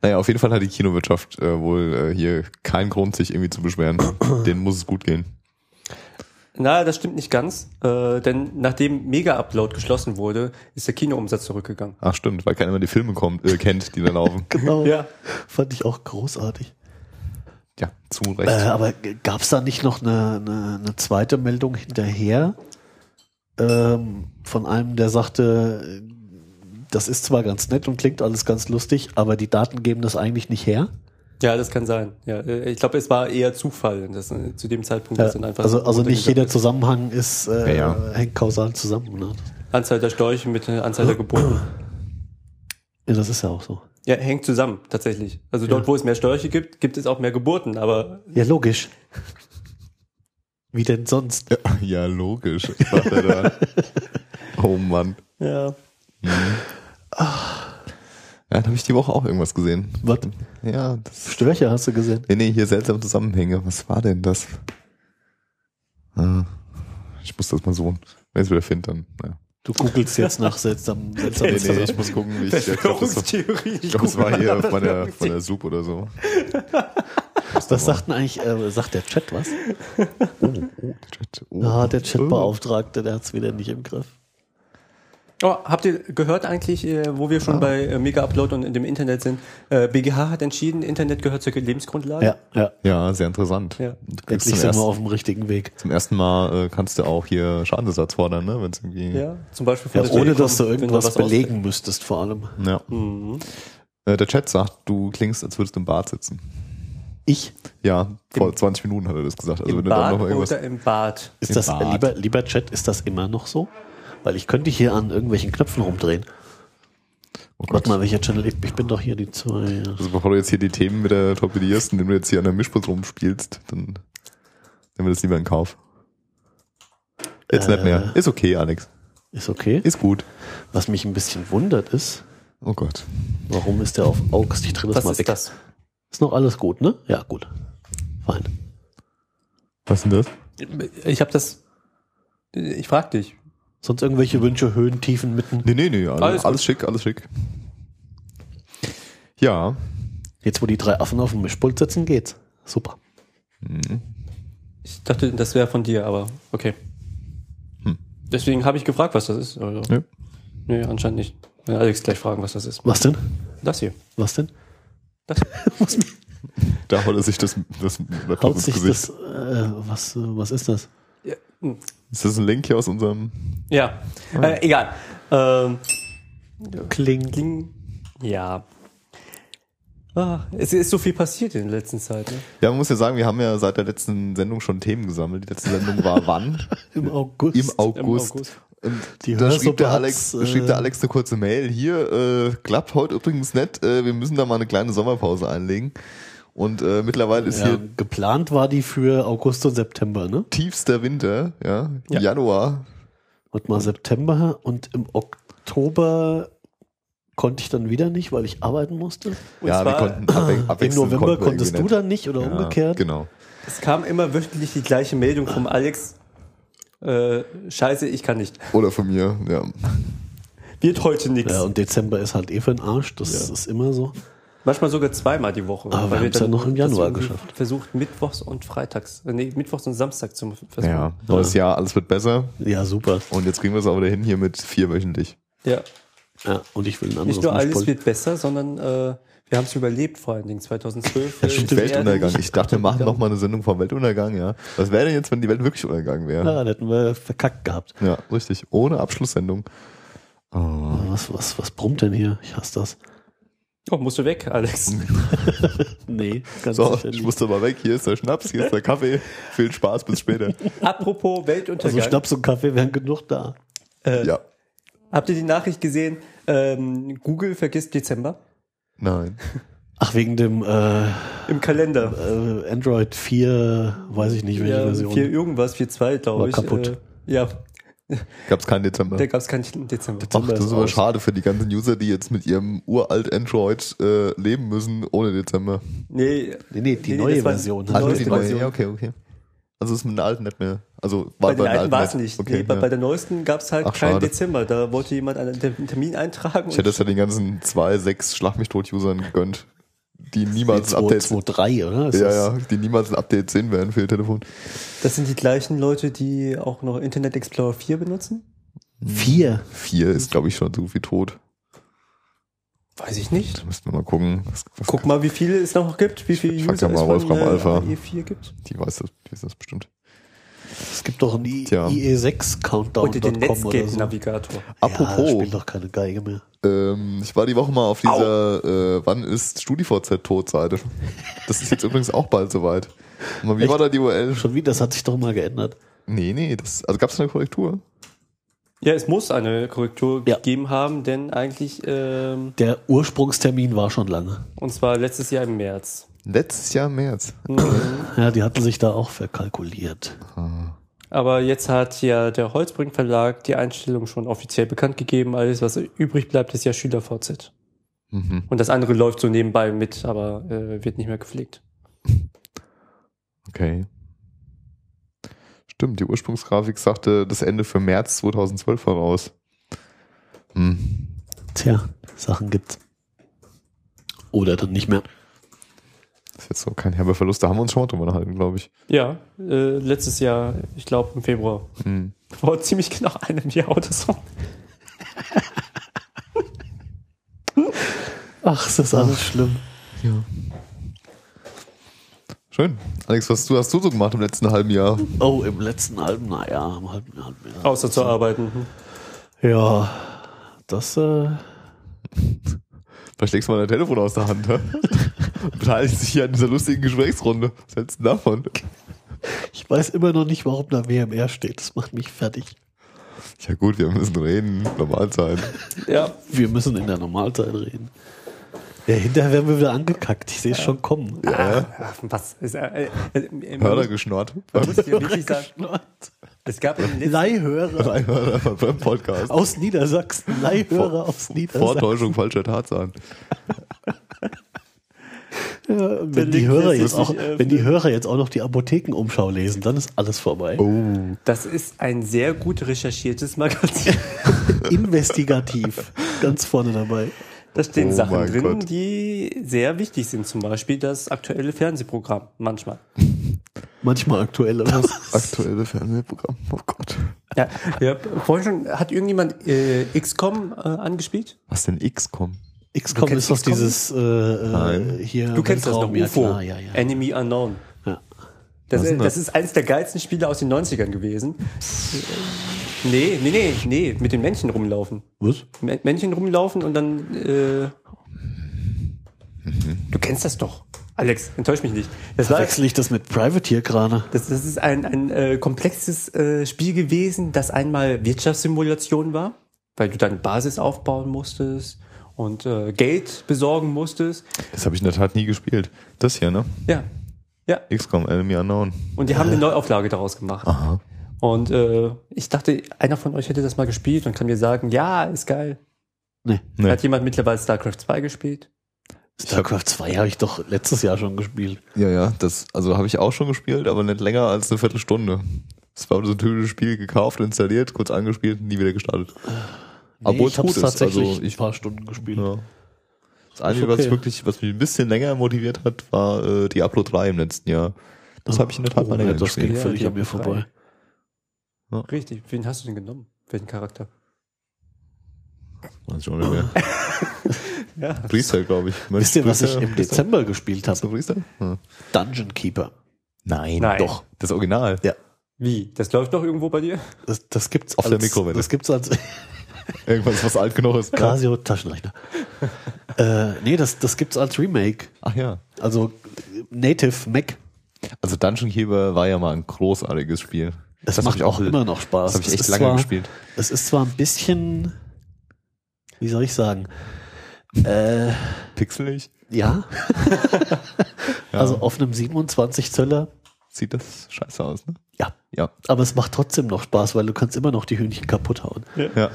D: Naja, auf jeden Fall hat die Kinowirtschaft äh, wohl äh, hier keinen Grund, sich irgendwie zu <clears throat> beschweren. Denen muss es gut gehen.
C: Na, das stimmt nicht ganz, äh, denn nachdem Mega Upload geschlossen wurde, ist der Kinoumsatz zurückgegangen.
D: Ach stimmt, weil keiner mehr die Filme kommt, äh, kennt, die da laufen.
B: Genau.
C: Ja.
B: Fand ich auch großartig.
D: ja, zu
B: Äh,
D: Recht.
B: aber gab es da nicht noch eine, eine, eine zweite Meldung hinterher ähm, von einem, der sagte, das ist zwar ganz nett und klingt alles ganz lustig, aber die Daten geben das eigentlich nicht her?
C: Ja, das kann sein. Ja, äh, ich glaube, es war eher Zufall, dass äh, zu dem Zeitpunkt
B: Ja,
C: das dann einfach
B: also, also nicht
C: runtergegangen
B: jeder Zusammenhang ist, äh,
D: Ja, ja.
B: hängt kausal zusammen. Ne? <clears throat>
C: ist. Anzahl der Schläuche mit der Anzahl der Geburten.
B: Ja, das ist ja auch so.
C: Ja, hängt zusammen, tatsächlich. Also dort, wo es mehr Störche gibt, gibt es auch mehr
B: <laughs>
C: Geburten, aber
B: Ja, logisch. Wie denn sonst?
D: Ja, Äh, ja logisch. sagt er <laughs> da. oh Mann. Mhm.
C: ja.
D: Ja, da habe ich die Woche auch irgendwas gesehen.
B: Was?
D: Ja, das. äh,
B: Störche hast du gesehen?
D: Nee, nee, hier seltsame Zusammenhänge. Was war denn das? Ah, ich muss das mal suchen. Wenn ich es wieder finde, dann. Ja.
B: Du googelst jetzt nach seltsamen, seltsamen
D: <laughs> Nee, nee, ich muss gucken, wie ich. Ich glaube, das,
C: Verschwörungstheorie.
D: ich glaub, das war hier
C: <laughs>
D: von der, von der Sub oder so.
B: Was sagt denn eigentlich, äh, sagt der Chat was?
D: Chat. Oh.
B: Ah, der Chatbeauftragte, der hat's wieder nicht im Griff.
C: Oh, habt ihr gehört eigentlich, äh, wo wir
B: Ah.
C: schon bei äh, Mega Upload und in dem Internet sind? Äh, BGH hat entschieden, Internet gehört zur Lebensgrundlage.
B: Ja, ja.
D: Ja, sehr interessant.
C: Ja.
D: Du kriegst
B: Endlich
D: zum,
B: sind wir
D: ersten,
B: auf dem richtigen Weg.
D: zum ersten Mal äh, kannst du auch hier Schadensersatz fordern, ne? Wenn es irgendwie.
C: Ja, zum Beispiel
B: Ja,
C: von der
B: ohne
C: Telekom,
B: dass du
C: wenn
B: irgendwas
C: was
B: belegen müsstest, vor allem.
D: Ja.
C: Mhm.
D: Äh, der Chat sagt, du klingst, als würdest du im Bad sitzen.
B: Ich?
D: Ja, vor 20 Minuten hat er das gesagt. Also
C: Im
D: wenn du dann
C: Bad
D: noch irgendwas.
C: oder im Bad.
B: Ist
D: Im
B: das, äh,
D: Bad.
B: lieber, lieber Chat, ist das immer noch so? Weil ich könnte hier an irgendwelchen Knöpfen rumdrehen.
D: Oh Gott.
B: Warte mal, welcher Channel? Ich ich bin doch hier die zwei.
D: Also bevor du jetzt hier die Themen wieder torpedierst, indem du jetzt hier an der Mischputz rumspielst, dann nehmen wir das lieber in Kauf. Jetzt nicht
C: Äh.
D: mehr. Ist okay, Alex.
B: Ist okay.
D: Ist gut.
B: Was mich ein bisschen wundert ist,
D: Oh Gott.
B: warum ist der auf August? Ich drehe das
C: Was
B: mal
C: ist
B: weg.
C: das?
B: Ist noch alles gut, ne? Ja, gut. Fein.
D: Was denn das?
C: Ich habe das. Ich frag dich.
B: Sonst irgendwelche Wünsche, Höhen, Tiefen, Mitten.
D: Nee, nee, nee. Alles,
C: Alles
D: alles,
C: gut.
D: schick, alles schick. Ja.
B: Jetzt, wo die drei Affen auf dem Mischpult sitzen, geht's. Super.
C: Ich dachte, das wäre von dir, aber okay. Deswegen habe ich gefragt, was das ist. Also,
D: Ja.
C: Nee, anscheinend nicht. Wenn Alex gleich fragen, was das ist.
B: Was denn?
C: Das hier.
B: Was denn?
C: Das
D: Da holt er sich das, das Laptop
B: Haut
D: ins
B: sich das,
D: Gesicht.
B: äh, was, äh, was ist das?
C: hier. Ja.
D: Ist das ein Link hier aus unserem.
C: Ja, äh, egal. Ähm,
B: Klingt.
C: Ding. Ja. Ah, es ist so viel passiert in der letzten Zeit. Ne?
D: Ja, man muss ja sagen, wir haben ja seit der letzten Sendung schon Themen gesammelt. Die letzte
B: <laughs>
D: Sendung war wann?
B: Im August.
D: Im August.
C: August.
D: Und
B: Die
D: da schrieb
B: Hörsuppe
D: der,
B: hat's,
D: Alex,
B: äh,
D: schrieb der Alex eine kurze Mail. Hier, äh, klappt heute übrigens nicht. Äh, wir müssen da mal eine kleine Sommerpause einlegen. Und äh, mittlerweile ist
B: ja,
D: hier
B: geplant war die für August und September, ne?
D: tiefster Winter, ja, Januar.
B: Warte mal, September und im Oktober konnte ich dann wieder nicht, weil ich arbeiten musste.
C: Und
D: ja, wir
C: zwar,
D: konnten abwe
B: Im
D: abwechselnd
B: November
D: konnten wir
B: konntest du
D: irgendwie
B: dann nicht oder
D: nicht. ja,
B: umgekehrt.
D: Genau.
C: Es kam immer wöchentlich die gleiche Meldung vom Alex. Äh, scheiße, ich kann nicht.
D: Oder von mir, ja.
C: Wird heute nichts.
B: Ja, und Dezember ist halt eh für den Arsch, das ist immer so.
C: Manchmal sogar zweimal die Woche.
B: Aber wir
C: weil
B: haben's
C: dann
B: ja noch im
C: das
B: Januar
C: irgendwie
B: geschafft.
C: Versucht, mittwochs und freitags, äh, nee, mittwochs und Samstag zu versuchen.
D: Ja, neues Jahr, alles wird besser.
B: Ja, super.
D: Und jetzt kriegen wir es auch wieder hin hier mit vierwöchentlich.
C: ja.
B: Ja, und ich will ein anderes
C: Nicht nur alles
B: Mischpult.
C: wird besser, sondern äh, wir haben es überlebt, vor allen Dingen 2012. äh,
D: Stimmt,
C: die Erde
D: Weltuntergang.
C: nicht.
D: Ich dachte, wir machen nochmal eine Sendung vom Weltuntergang, ja. Was wäre denn jetzt, wenn die Welt wirklich untergegangen wäre?
B: Ja, das hätten wir verkackt gehabt.
D: Ja, richtig. Ohne Abschlusssendung.
B: Was, was, was brummt denn hier? Ich hasse das.
C: Oh, musst du weg,
B: <laughs>
C: Alex.
B: Nee, ganz
D: So,
B: sicher
D: ich
B: nicht.
D: musste mal weg. Hier ist der Schnaps, hier ist der Kaffee. Viel Spaß,
C: <laughs>
D: bis später.
C: Apropos Weltuntergang. Äh,
B: Also Schnaps und Kaffee wären genug da.
D: Ja.
C: Habt ihr die Nachricht gesehen? Ähm, Google vergisst Dezember
D: Nein.
B: Ach, wegen dem äh,
C: im Kalender.
B: äh, Android 4, weiß ich nicht, welche
C: Ja,
B: Version.
C: vier irgendwas, vier zwei,
B: War
C: glaube ich.
B: kaputt.
C: Äh, ja,
D: Gab es keinen Dezember.
C: da gab es keinen Dezember.
D: Ach, das
B: ist
D: ist aber
B: aus.
D: schade für die ganzen User, die jetzt mit ihrem uralt Android äh, leben müssen ohne Dezember.
C: Nee,
B: Nee, nee, die neue
C: das war
B: Version.
C: Die
B: Also
C: neueste
B: die
C: Version.
D: Ja, okay, okay. Also ist mit den alten nicht mehr. Also
C: Bei den alten war es nicht.
D: Okay,
C: nee, bei,
D: ja.
C: bei der neuesten gab es halt
D: Ach,
C: keinen
D: schade.
C: Dezember. Da wollte jemand einen Tem- Termin eintragen.
D: ich hätte es ja den ganzen zwei, sechs Schlag mich tot Usern gegönnt, die niemals ein Update
B: 2.3, oder? Ist
D: ja,
B: das-
D: ja, die niemals ein Update sehen werden für ihr Telefon.
C: das sind die gleichen Leute, die auch noch Internet Explorer 4 benutzen?
B: Vier.
D: Vier ist, glaube ich, schon so viel tot.
C: Weiß ich nicht.
D: Da müssten wir mal gucken. Was, was
C: Guck mal, wie viele es noch gibt, wie viele
D: Ich frag ja mal
C: es äh,
D: Wolfram Alpha.
C: E4 E gibt.
D: Die weiß das, die weiß das bestimmt.
B: Es gibt doch einen I- E
D: Tja.
C: Und den
B: IE6-Countdown.com oder so.
C: Netscape-Navigator.
B: Ja,
D: Apropos,
B: spielt doch keine Geige mehr.
D: ähm, ich war die Woche mal auf dieser äh, Wann ist StudiVZ tot Seite. Das ist jetzt übrigens auch bald soweit. Mal, wie war da die URL?
B: Schon wieder, das hat sich doch mal geändert.
D: Nee, nee, das, also gab es eine Korrektur?
C: Ja, es muss eine Korrektur
B: Ja.
C: gegeben haben, denn eigentlich, ähm,
B: Der Ursprungstermin war schon lange.
C: und zwar letztes Jahr im März.
D: Letztes Jahr im März.
B: Ja, die hatten sich da auch verkalkuliert.
C: Aber jetzt hat ja der Holzbrink Verlag die Einstellung schon offiziell bekannt gegeben. Alles, was übrig bleibt, ist ja Schüler-VZ.
D: Mhm.
C: Und das andere läuft so nebenbei mit, aber äh, wird nicht mehr gepflegt.
D: Okay. Stimmt, die Ursprungsgrafik sagte das Ende für März 2012 voraus. Hm.
B: Tja, Sachen gibt's. Oder dann nicht mehr.
D: Das ist jetzt so kein herber Verlust. Da haben wir uns schon mal drüber unterhalten, glaube ich.
C: Ja, äh, letztes Jahr, ich glaube im Februar,
D: Hm.
C: vor ziemlich genau <laughs> einem Jahr oder so.
B: Ach, ist das alles schlimm.
D: Schön. Alex, was du, hast du so gemacht im letzten halben Jahr?
B: Oh, im letzten halben, naja, im halben, halben Jahr.
C: Außer zu arbeiten.
B: Ja, das, äh,
D: Vielleicht legst du mal dein Telefon aus der <laughs> Hand. hä? Beteiligst dich hier an dieser lustigen Gesprächsrunde. Was hältst du denn davon?
B: ich weiß immer noch nicht, warum da WMR steht. Das macht mich fertig.
D: Ja gut, wir müssen reden. Normal sein.
C: Ja,
B: Wir müssen in der Normalzeit reden. Ja, hinterher werden wir wieder angekackt. Ich sehe es schon kommen.
C: Ach, was? Ist, äh, äh, äh, man
D: Hörner
C: muss-
D: geschnurrt.
C: man muss ja wirklich sagen, es gab im
B: <laughs>
C: letzten
B: Leihhörer
D: Drei Hörner <laughs> beim Podcast.
B: aus Niedersachsen. Leihhörer aus Niedersachsen.
D: Vortäuschung falscher Tatsachen.
B: Wenn die,
C: Link
B: Hörer
C: lässt
B: jetzt
C: sich
B: auch,
C: nicht öffnen.
B: wenn die Hörer jetzt auch noch die Apothekenumschau lesen, dann ist alles vorbei.
C: Das ist ein sehr gut recherchiertes Magazin.
B: Investigativ. Ganz vorne dabei.
C: Da stehen
D: Oh
C: Sachen
D: mein
C: drin,
D: Gott.
C: die sehr wichtig sind. Zum Beispiel das aktuelle Fernsehprogramm manchmal.
B: Manchmal aktuell. oder <laughs> was?
D: Aktuelle Fernsehprogramm. Oh Gott.
C: Ja, ja, vorhin schon, hat irgendjemand äh, XCOM äh, angespielt?
D: Was denn XCOM?
B: XCOM
C: Du
B: ist doch
C: kennst XCOM?
B: dieses äh, äh,
D: Nein.
B: hier.
C: Du kennst das
B: Weltraum.
C: noch, UFO.
B: ja, klar, ja, ja.
C: Enemy Unknown.
B: ja.
C: Das,
D: Was
C: ist,
D: ist das?
C: das ist eines der geilsten Spiele aus den 90ern gewesen. Nee, nee, nee, nee, mit den Männchen rumlaufen.
B: Was?
C: Mä- Männchen rumlaufen und dann. Äh, du kennst das doch. Alex, enttäusch mich nicht. Das, war,
B: Wechsle ich das mit Privateer gerade?
C: das, das ist ein, ein äh, komplexes äh, Spiel gewesen, das einmal Wirtschaftssimulation war, weil du deine Basis aufbauen musstest und äh, Geld besorgen musstest.
D: Das habe ich in der Tat nie gespielt. Das hier, ne?
C: Ja. Ja,
D: XCOM, Enemy Unknown.
C: Und die haben eine Neuauflage daraus gemacht. Und äh, ich dachte, einer von euch hätte das mal gespielt und kann mir sagen, ja, ist geil.
B: Nee.
D: Nee.
C: Hat jemand mittlerweile StarCraft 2 gespielt?
B: StarCraft 2 habe ich doch letztes Jahr schon gespielt.
D: Ja, ja, das, also habe ich auch schon gespielt, aber nicht länger als eine Viertelstunde. Es war so ein typisches Spiel gekauft, installiert, kurz angespielt und nie wieder gestartet. Obwohl
B: ich
D: es
B: habe
D: gut
B: es
D: ist,
B: tatsächlich
D: also ich-
B: ein paar Stunden gespielt.
D: Ja. Das Einzige,
B: okay.
D: was, wirklich, was mich ein bisschen länger motiviert hat, war äh, Diablo 3 im letzten Jahr. Das habe ich in der Tat
B: Oh,
D: mal länger
B: ja, das
D: gespielt.
B: ging
C: Ja,
B: völlig
C: die
B: an mir
C: haben drei.
B: vorbei.
C: Richtig. Wen hast du denn genommen? Welchen Charakter?
D: Weiß ich auch nicht mehr.
C: Ja.
D: Priester, glaube ich. Mensch,
B: Wisst ihr, was ich
D: Priester-
B: im Dezember gespielt
D: Priester-
B: habe?
D: Priester? Hm.
B: Dungeon Keeper.
D: Nein,
C: Nein.
D: doch. Das Original.
B: Ja.
C: Wie? Das läuft doch irgendwo bei dir?
B: Das, das gibt's
D: Auf der Mikrowelle.
B: Das gibt's als
D: Irgendwas, was alt genug
B: <laughs>
D: ist.
B: Casio
D: <laughs>
B: Taschenrechner. äh, nee, das, das gibt's als Remake.
D: Ach ja.
B: Also äh, Native Mac.
D: Also Dungeon Keeper war ja mal ein großartiges Spiel.
B: Das,
D: hab
B: macht
D: ich
B: auch immer noch Spaß.
D: Das habe ich
B: Es
D: echt
B: ist
D: lange
B: zwar,
D: gespielt.
B: Es ist zwar ein bisschen, wie soll ich sagen, äh,
D: Pixelig. <laughs>
B: ja. Also auf einem 27 Zöller,
D: Sieht das scheiße aus, ne?
B: ja.
D: Ja.
B: Aber es macht trotzdem noch Spaß, weil du kannst immer noch die Hühnchen kaputt hauen.
D: Ja.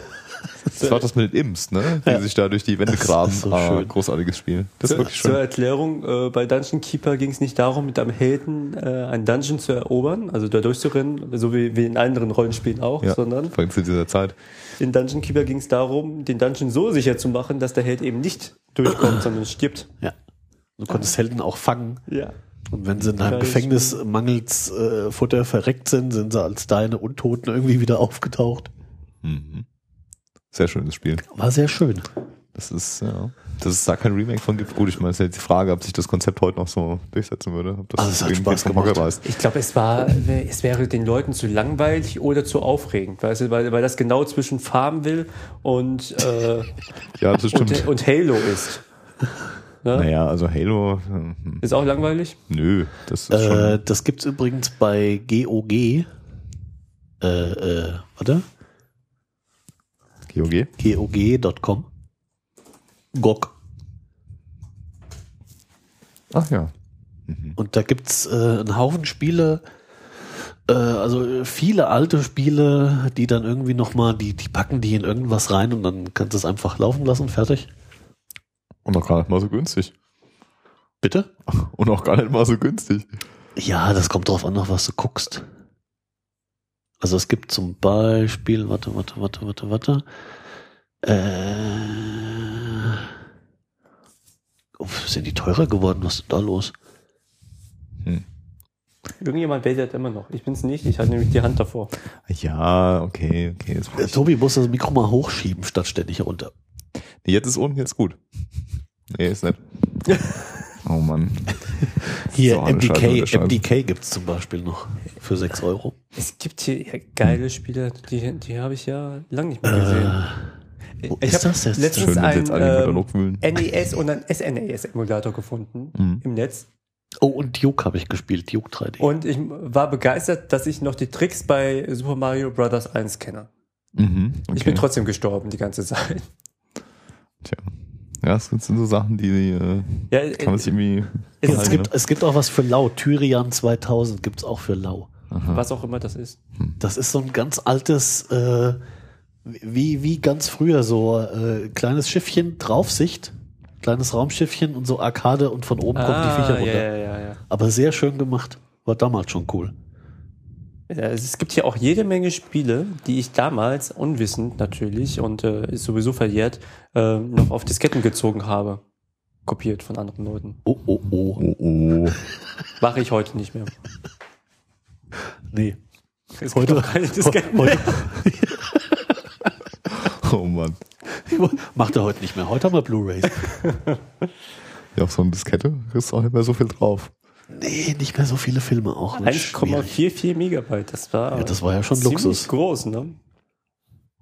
D: Das war das mit den Imps, ne? Die sich da durch die Wände graben.
B: ist so
D: ah,
B: schön.
D: großartiges Spiel. Das ist
C: Zur,
D: wirklich schön.
C: zur Erklärung, äh, bei Dungeon Keeper ging es nicht darum, mit einem Helden äh, einen Dungeon zu erobern, also da durchzurennen, so wie, wie in anderen Rollenspielen auch,
D: ja.
C: sondern
D: Vor allem zu dieser Zeit.
C: in Dungeon Keeper ging es darum, den Dungeon so sicher zu machen, dass der Held eben nicht durchkommt, sondern stirbt.
B: Ja. Du konntest Helden auch fangen.
C: Ja.
B: Und wenn sie in einem
C: Geiles
B: Gefängnis mangels äh, Futter verreckt sind, sind sie als deine Untoten irgendwie wieder aufgetaucht.
D: Sehr schönes Spiel.
B: War sehr schön.
D: Das ist, ja. Dass es da kein Remake von gibt. Gut, ich meine, es ist jetzt die Frage, ob sich das Konzept heute noch so durchsetzen würde. Ob das
B: Also es hat
D: irgendwie
B: Spaß
D: vom Hocker
B: gemacht.
D: reißt.
C: Ich glaube, es war, es wäre den Leuten zu langweilig oder zu aufregend, weißt du, weil, weil das genau zwischen Farm will und, <laughs> äh,
D: Ja, das stimmt.
C: und, und Halo ist. Ne?
D: Naja, also Halo, hm,
C: Ist auch langweilig?
D: nö, das ist schon.
B: Äh, das gibt's übrigens bei GOG. Äh, äh, warte.
D: GOG.
B: GOG.com. GOG.
D: Ach ja.
B: Und da gibt's äh, einen Haufen Spiele, äh, also äh, viele alte Spiele, die dann irgendwie nochmal, die, die packen die in irgendwas rein und dann kannst du es einfach laufen lassen, fertig.
D: Und auch gar nicht mal so günstig.
B: Bitte?
D: Und auch gar nicht mal so günstig.
B: Ja, das kommt drauf an, nach was du guckst. Also es gibt zum Beispiel, warte, warte, warte, warte, warte. Äh, uff, sind die teurer geworden? Was ist denn da los?
C: Irgendjemand wählt das immer noch. Ich bin's nicht, ich hatte nämlich die Hand davor.
D: Ja, okay, okay. Jetzt,
B: Äh, Tobi muss das Mikro mal hochschieben, statt ständig runter.
D: nee, jetzt ist unten, jetzt gut. Nee, ist nicht. oh Mann.
B: Hier,
D: So eine Scheiße,
B: MDK,
D: eine Scheiße.
B: MDK gibt's zum Beispiel noch für 6 Euro.
C: Es gibt hier ja geile Spiele, die, die habe ich ja lange nicht mehr gesehen.
D: Ah.
B: Äh, wo
C: ich
B: ist
C: habe
B: das jetzt?
D: Schön,
C: letztens
D: wenn sie jetzt alle im
C: einen
D: Katalog wühlen.
C: ähm, NES und einen SNES-Emulator E gefunden
D: Mhm.
C: im Netz.
B: oh, und Duke habe ich gespielt, Duke 3D.
C: Und ich war begeistert, dass ich noch die Tricks bei Super Mario Bros. 1 kenne.
D: Mhm, okay.
C: Ich bin trotzdem gestorben die ganze Zeit.
D: Tja. Ja, das sind so Sachen, die, die äh,
C: <laughs> Ja,
D: kann man
C: äh,
D: sich irgendwie.
B: es,
C: es ist,
D: Nein,
B: gibt,
D: ne?
B: es gibt auch was für Lau. Tyrian 2000 gibt's auch für Lau.
C: was auch immer das ist.
B: Das ist so ein ganz altes, äh, wie, wie ganz früher, so äh, kleines Schiffchen, Draufsicht, kleines Raumschiffchen und so Arkade und von oben
D: Ah,
B: kommen die Viecher runter.
C: Ah, Ja, ja, ja, ja.
B: Aber sehr schön gemacht. War damals schon cool.
C: Ja, also Es gibt hier auch jede Menge Spiele, die ich damals, unwissend natürlich und äh, ist sowieso verjährt, äh, noch auf Disketten gezogen habe. Kopiert von anderen Leuten.
B: Oh, oh, oh.
D: Oh, oh.
C: Mache ich heute nicht mehr.
B: Nee.
C: Es
B: <laughs>
C: gibt
B: Heute-
C: doch keine Disketten
B: Heute,
C: mehr.
D: Oh Mann.
B: <laughs> macht er heute nicht mehr. Heute haben wir Blu-Rays.
D: Ja, auf so eine Diskette kriegst du auch nicht mehr so viel drauf.
B: Nee, nicht mehr so viele Filme auch. ne? Mensch, schwierig.
C: 1,44 Megabyte. Das war,
B: Ja, das war ja schon
C: ziemlich
B: Luxus.
C: groß, ne?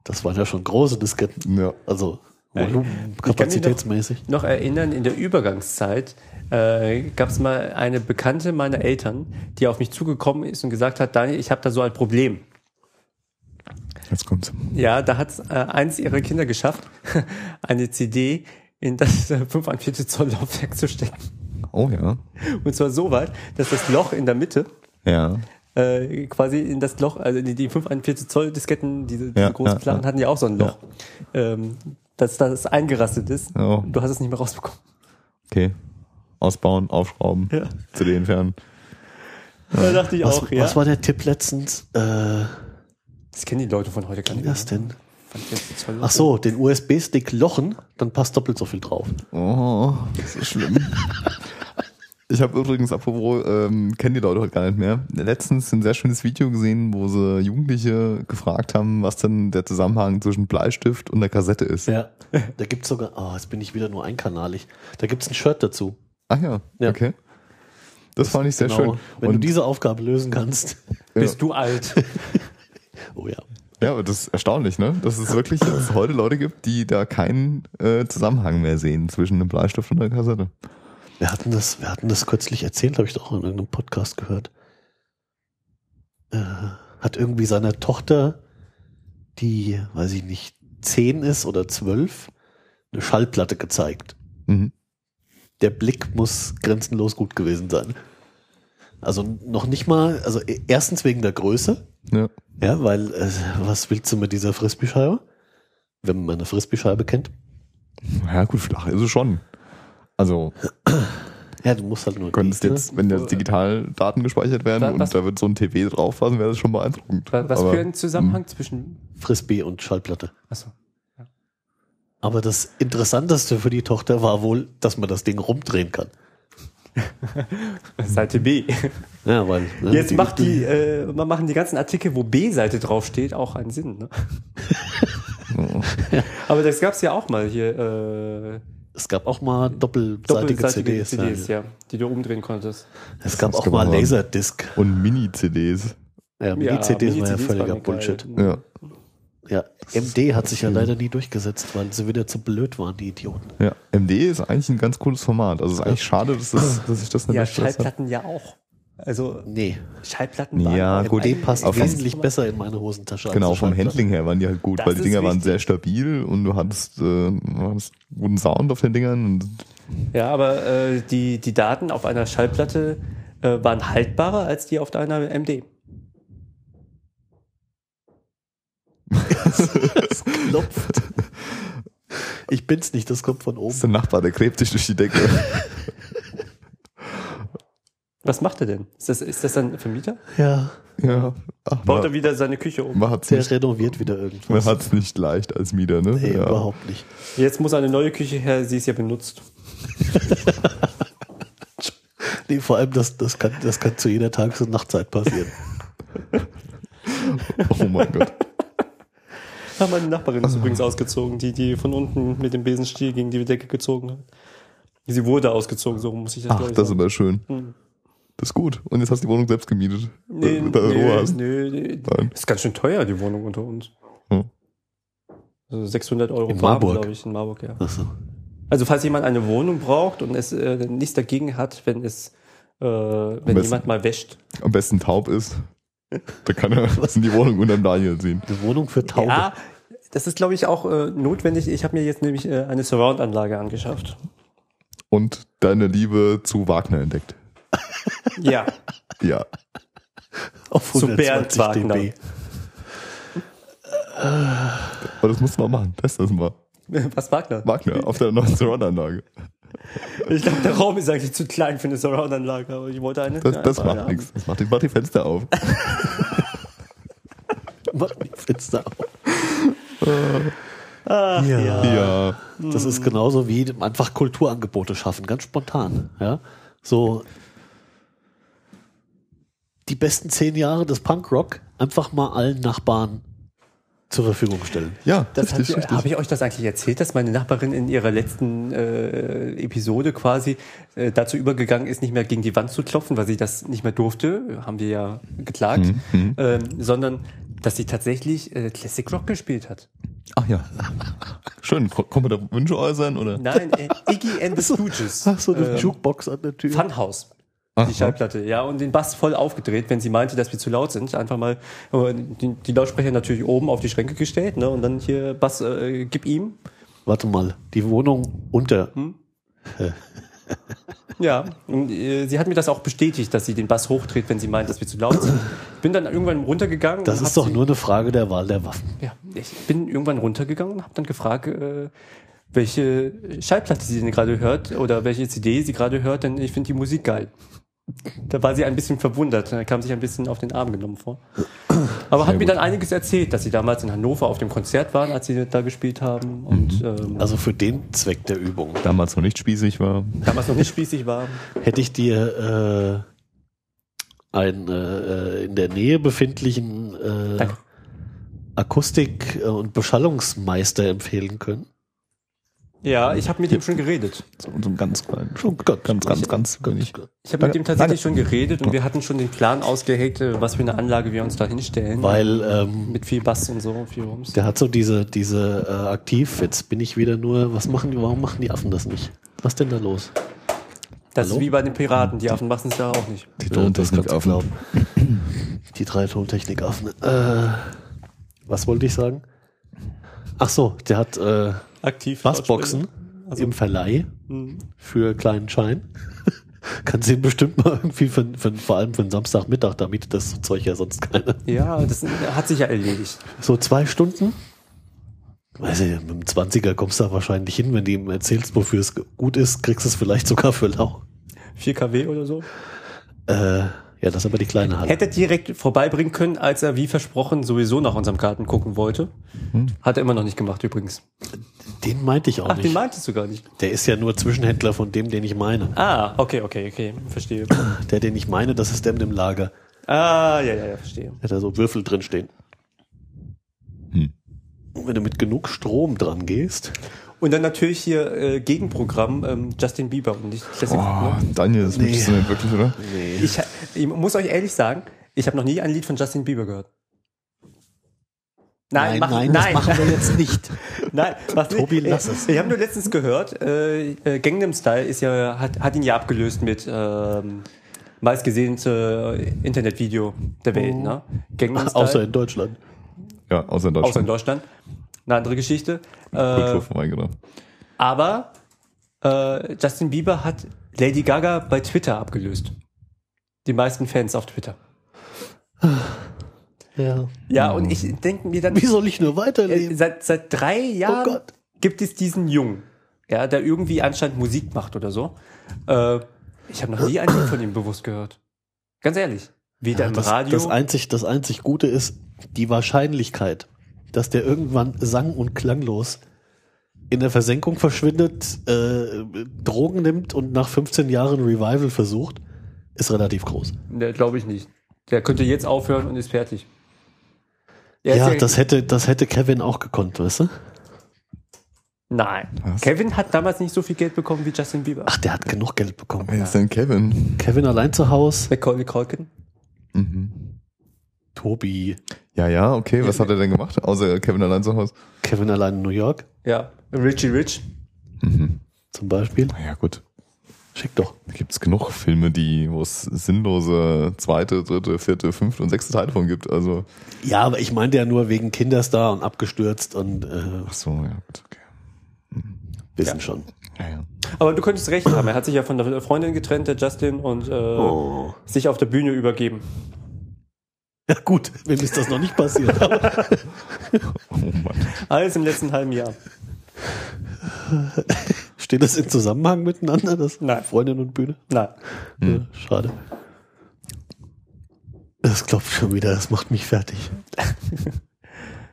B: Das waren ja schon große Disketten.
D: Ja.
B: Also
C: Ja, ich-
B: Volumen,
C: kann mich noch-
B: kapazitätsmäßig.
C: noch erinnern, in der Übergangszeit äh, gab es mal eine Bekannte meiner Eltern, die auf mich zugekommen ist und gesagt hat, Daniel, ich habe da so ein Problem.
D: Jetzt kommt's.
C: Ja, da hat äh, eins ihrer Kinder geschafft, <laughs> eine CD in das äh, 5,25 Zoll Laufwerk zu stecken.
D: Oh ja.
C: Und zwar so weit, dass das Loch in der Mitte
D: Ja.
C: äh, quasi in das Loch, also die, die 5,41 Zoll Disketten, diese, diese
D: Ja,
C: großen
D: ja,
C: Platten
D: ja.
C: hatten ja auch so ein Loch, ähm, dass das eingerastet ist.
D: Ja.
C: Du hast es nicht mehr rausbekommen.
D: Okay. Ausbauen, aufschrauben,
C: Ja.
D: CD entfernen.
C: Da dachte ich
B: Was,
C: auch, ja.
B: was war der Tipp letztens? Äh,
C: das kennen die Leute von heute gar nicht
B: wie das denn?
C: 5,41 Zoll.
B: Ach so, den USB-Stick lochen, dann passt doppelt so viel drauf.
D: Oh, das ist schlimm. <laughs> Ich habe übrigens, apropos, ähm, kennen die Leute heute gar nicht mehr. Letztens ein sehr schönes Video gesehen, wo sie Jugendliche gefragt haben, was denn der Zusammenhang zwischen Bleistift und der Kassette ist.
B: Ja. <laughs> Da gibt's sogar, oh, jetzt bin ich wieder nur einkanalig. Da gibt's ein Shirt dazu.
D: Ach ja,
B: Ja. genau.
D: okay. Das, fand ich sehr schön.
B: Wenn du
D: und
B: diese Aufgabe lösen kannst. <laughs>
C: Bist du alt?
B: Oh ja.
D: ja, aber das ist erstaunlich, ne? Dass es wirklich dass es heute Leute gibt, die da keinen äh, Zusammenhang mehr sehen zwischen dem Bleistift und der Kassette.
B: Wir hatten das, wir hatten das kürzlich erzählt, habe ich doch auch in irgendeinem Podcast gehört. Äh, hat irgendwie seiner Tochter, die, weiß ich nicht, zehn ist oder zwölf, eine Schallplatte gezeigt.
D: Mhm.
B: Der Blick muss grenzenlos gut gewesen sein. Also noch nicht mal, also e- erstens wegen der Größe,
D: Ja.
B: ja, weil äh, was willst du mit dieser Frisbee-Scheibe? Wenn man eine Frisbee-Scheibe kennt.
D: Ja, gut, flach ist es schon. Also,
B: Ja, du musst halt nur.
D: könntest
B: die-
D: jetzt, wenn jetzt digital Daten gespeichert werden
C: Wa- was-
D: und da wird so ein TB draufpassen, wäre das schon beeindruckend.
C: Wa- Was
D: Aber-
C: für ein Zusammenhang zwischen.
B: Frisbee und Schallplatte.
C: Achso.
B: Aber das Interessanteste für die Tochter war wohl, dass man das Ding rumdrehen kann.
C: Seite B.
B: Ja, weil, ne,
C: Jetzt macht die, äh, man machen die ganzen Artikel, wo B-Seite draufsteht, auch einen Sinn. Ne? <laughs> Aber das gab's ja auch mal hier. Äh,
B: Es gab auch mal doppelseitige,
C: doppelseitige
B: CDs.
C: CDs,
B: ja.
C: ja. die du umdrehen konntest.
B: Es gab
D: Das
B: auch
D: kann
B: mal
D: man-
B: Laserdisc.
D: Und Mini-CDs.
B: Ja, Mini-CDs war ja
C: Mini-CDs
B: völliger
C: waren geil.
B: Bullshit.
D: Ja.
B: Ja, MD hat sich ja leider nie durchgesetzt, weil sie wieder zu blöd waren, die Idioten.
D: ja. MD ist eigentlich ein ganz cooles Format. Also, es ist eigentlich schade, dass, das, dass ich das nicht
C: Ja,
D: mehr Stress hab.
C: Schallplatten ja auch. Also
B: Nee.
C: Schallplatten
D: Ja,
C: waren
D: gut,
B: Die eh, passt
D: Auf-
B: wesentlich besser in meine Hosentasche. als
D: Genau,
B: eine
D: vom
B: Schallplatte.
D: Handling her waren die halt gut,
C: Das
D: weil die
C: ist
D: Dinger waren
C: wichtig.
D: sehr stabil und du hattest, äh, du hattest guten Sound auf den Dingern. Und
C: Ja, aber äh, die, die Daten auf einer Schallplatte äh, waren haltbarer als die auf einer MD.
B: <laughs> Klopft. Ich bin's nicht, das kommt von
D: das
B: oben.
D: ist der Nachbar, der gräbt dich durch die Decke.
C: <laughs> Was macht er denn? Ist das, ist das ein Vermieter?
B: Ja,
D: ja. Ach,
C: Baut er
D: man,
C: wieder seine Küche um?
D: man hat's
B: der
D: nicht,
B: renoviert wieder irgendwas.
D: man hat's nicht leicht als Mieter, ne?
B: Nee,
D: ja.
B: überhaupt nicht.
C: Jetzt muss eine neue Küche her, sie ist ja benutzt.
B: Nee, vor allem, das, das, kann, das kann zu jeder Tages- und Nachtzeit passieren.
D: Oh mein Gott.
C: Ah, meine Nachbarin ist übrigens ausgezogen, die, die von unten mit dem Besenstiel gegen die Decke gezogen hat. Sie wurde ausgezogen, so muss ich das
D: Ach,
C: glaub ich,
D: das ist
C: sagen.
D: aber schön.
C: Hm.
D: Das ist gut. Und jetzt hast du die Wohnung selbst gemietet. äh,
C: Nee,
D: Mit der Ruhe hast.
C: nee, nee,
D: Nein.
C: Ist ganz schön teuer, die Wohnung unter uns.
D: Hm.
C: Also 600 Euro
B: In
C: warm,
B: Marburg.
C: glaube ich, in Marburg, ja.
B: Achso.
C: Also falls jemand eine Wohnung braucht und es äh, nichts dagegen hat, wenn es äh, wenn
D: besten-
C: jemand mal wäscht.
D: Am besten taub ist. Da kann er
C: <laughs>
D: was in die Wohnung unterm Daniel ziehen.
B: Eine Wohnung für Taube.
C: Ja, das ist glaube ich auch äh, notwendig. Ich habe mir jetzt nämlich äh, eine Surround-Anlage angeschafft.
D: Und deine Liebe zu Wagner entdeckt.
C: Ja,
D: Ja.
B: auf
C: zu Bernd
B: 120 dB.
C: Wagner.
B: <laughs>
D: Aber das muss man machen. Test das mal.
C: <laughs> Was Wagner?
D: Wagner auf der neuen Surround-Anlage.
C: Ich glaube, der Raum ist eigentlich zu klein für eine Surround-Anlage, aber ich wollte eine.
D: Das, das
C: eine
D: macht
C: haben.
D: nichts. Das macht, macht die Fenster auf.
B: Mach die Fenster auf.
C: Ach, ja. Hm.
B: Ja.
D: Ja.
B: Das ist genauso wie einfach Kulturangebote schaffen, ganz spontan. Ja? So die besten zehn Jahre des Punkrock einfach mal allen Nachbarn zur Verfügung stellen.
D: Ja,
C: Das hat-
D: richtig, richtig.
C: Habe ich euch das eigentlich erzählt, dass meine Nachbarin in ihrer letzten äh, Episode quasi äh, dazu übergegangen ist, nicht mehr gegen die Wand zu klopfen, weil sie das nicht mehr durfte, haben wir ja geklagt,
D: Mhm,
C: ähm, sondern dass sie tatsächlich äh, Classic Rock gespielt hat.
D: Ach ja. Schön. Ko- Kommen wir da Wünsche äußern oder?
C: Nein, äh, Iggy and the Stooges.
B: Ach, so eine
C: Ähm,
B: Jukebox an der Tür.
C: Funhouse.
D: Aha.
C: Die Schallplatte, ja, und den Bass voll aufgedreht, wenn sie meinte, dass wir zu laut sind. Einfach mal äh, die, die Lautsprecher natürlich oben auf die Schränke gestellt, ne? Und dann hier Bass, äh, gib ihm.
B: Warte mal, die Wohnung unter.
C: Hm? Ja, und äh, sie hat mir das auch bestätigt, dass sie den Bass hochdreht, wenn sie meint, dass wir zu laut sind. Ich bin dann irgendwann runtergegangen.
B: Das
C: und
B: ist
C: hab
B: doch
C: sie,
B: nur eine Frage der Wahl der Waffen.
C: Ja, ich bin irgendwann runtergegangen und habe dann gefragt, äh, welche Schallplatte sie denn gerade hört oder welche CD sie gerade hört, denn ich finde die Musik geil. Da war sie ein bisschen verwundert, da kam sich ein bisschen auf den Arm genommen vor. Aber hat mir dann einiges erzählt, dass sie damals in Hannover auf dem Konzert waren, als sie da gespielt haben und ähm,
B: Also für den Zweck der Übung.
D: Damals noch nicht spießig war.
C: damals noch nicht spießig war.
B: Hätte ich dir äh, einen äh, äh, in der Nähe befindlichen äh,
C: Danke.
B: Akustik- und Beschallungsmeister empfehlen können?
C: Ja, ich habe mit ihm schon geredet.
D: So, so ein ganz kleinen.
B: Oh Gott.
D: Ganz, ganz, ganz wenig.
C: Ich habe mit
D: Danke.
C: ihm tatsächlich
D: Danke.
C: schon geredet und wir hatten schon den Plan ausgeheckt, äh, was für eine Anlage wir uns da hinstellen.
B: Weil ähm,
C: mit viel Bass und so, viel Rums.
B: der hat so diese, diese äh, Aktiv, jetzt bin ich wieder nur, was machen die, warum machen die Affen das nicht? Was denn da los?
C: Das ist
B: Hallo?
C: wie bei den Piraten, die Affen machen es da auch nicht.
D: Die
B: Ja, das kannst du
D: Tontechnik-Affen.
B: glauben. Die drei Tontechnikaffen. Äh, was wollte ich sagen? Ach so, der hat äh,
C: Aktiv.
B: Bassboxen
C: Also-
B: im Verleih
C: Mhm.
B: für kleinen Schein. <laughs> Kannst du ihm bestimmt mal irgendwie, für, für, vor allem für den Samstagmittag, da mietet das Zeug ja sonst keiner.
C: Ja, das hat sich ja erledigt.
B: So zwei Stunden? Weiß ich, mit dem 20er kommst du da wahrscheinlich hin, wenn du ihm erzählst, wofür es gut ist, kriegst du es vielleicht sogar für lau.
C: 4 kW oder so.
B: Äh, ja, das ist aber die kleine Halle.
C: Hätte direkt vorbeibringen können, als er wie versprochen sowieso nach unserem Garten gucken wollte. Hat er immer noch nicht gemacht übrigens.
B: Den meinte ich auch
C: Ach, den
B: nicht.
C: meintest du gar nicht.
B: Der ist ja nur Zwischenhändler von dem, den ich meine.
C: Ah, okay, okay, okay. Verstehe.
B: Der, den ich meine, das ist der mit dem Lager.
C: ah, ja, ja, ja, verstehe.
B: Der hat da so Würfel drin stehen.
D: Hm.
B: Und wenn du mit genug Strom dran gehst,
C: Und dann natürlich hier äh, Gegenprogramm ähm, Justin Bieber und nicht Classic Rock, ne?
D: Oh, Daniel, das möchtest du nicht wirklich, oder?
C: Ich, ha- ich muss euch ehrlich sagen, ich habe noch nie ein Lied von Justin Bieber gehört. Nein, mach, nein, nein,
B: das machen wir <laughs> jetzt nicht.
C: nein, mach nicht.
B: Tobi, lass es.
C: Ich, ich habe nur letztens gehört, äh, äh, Gangnam Style ist ja, hat, hat ihn ja abgelöst mit ähm, meistgesehnte Internetvideo der Welt. Ne? Gangnam Style,
B: Mhm. Außer in Deutschland.
D: Ja, außer in
C: außer in
D: Deutschland.
C: Deutschland. Eine andere Geschichte. Äh,
D: Kultur vorbei, genau.
C: aber äh, Justin Bieber hat Lady Gaga bei Twitter abgelöst. Die meisten Fans auf Twitter.
B: Ja.
C: Ja,
B: Mhm.
C: und ich denke mir dann,
B: Wie soll ich nur
C: Äh,
B: weiterleben?
C: Seit, seit drei Jahren
B: Oh Gott.
C: gibt es diesen Jungen, ja, der irgendwie anscheinend Musik macht oder so. Äh, ich habe noch nie ein Lied von ihm bewusst gehört. Ganz ehrlich. Weder
B: Ja,
C: im
B: das,
C: Radio.
B: das, einzig, das einzig Gute ist die Wahrscheinlichkeit, dass der irgendwann sang- und klanglos in der Versenkung verschwindet, äh, Drogen nimmt und nach 15 Jahren Revival versucht, ist relativ groß.
C: ne, glaube ich nicht. Der könnte jetzt aufhören und ist fertig. Er
B: Ja,
C: ist
B: das hätte, das hätte Kevin auch gekonnt, weißt du?
C: Nein.
D: Was?
C: Kevin hat damals nicht so viel Geld bekommen wie Justin Bieber.
B: Ach, der hat genug Geld bekommen.
D: Wer ist denn Kevin?
B: Kevin allein zu Hause,
C: Macaulay Culkin?
D: Mhm.
B: Tobi,
D: Ja, ja, okay. Was hat er denn gemacht? Außer Kevin allein zu Hause.
B: Kevin allein in New York
C: Ja. Richie Rich?
B: zum Beispiel.
D: Mhm. Na Ja, gut.
B: Schick doch.
D: Da gibt's genug Filme, die, wo es sinnlose zweite, dritte, vierte, fünfte und sechste Teile von gibt. Also,
B: Ja, aber ich meinte ja nur wegen Kinderstar und abgestürzt und äh,
D: ach so, ja, gut, okay.
B: wissen schon.
D: Ja, ja.
C: Aber du könntest recht haben. Er hat sich ja von der Freundin getrennt, der Justin, und äh,
B: Oh.
C: sich auf der Bühne übergeben.
B: Ja gut, wem ist das noch nicht passiert?
D: Oh Mann.
C: Alles im letzten halben Jahr.
B: <laughs> Steht das in Zusammenhang miteinander, das
C: Nein.
B: Freundin und Bühne?
C: Nein.
B: Ja, schade. Hm. Das klopft schon wieder, das macht mich fertig.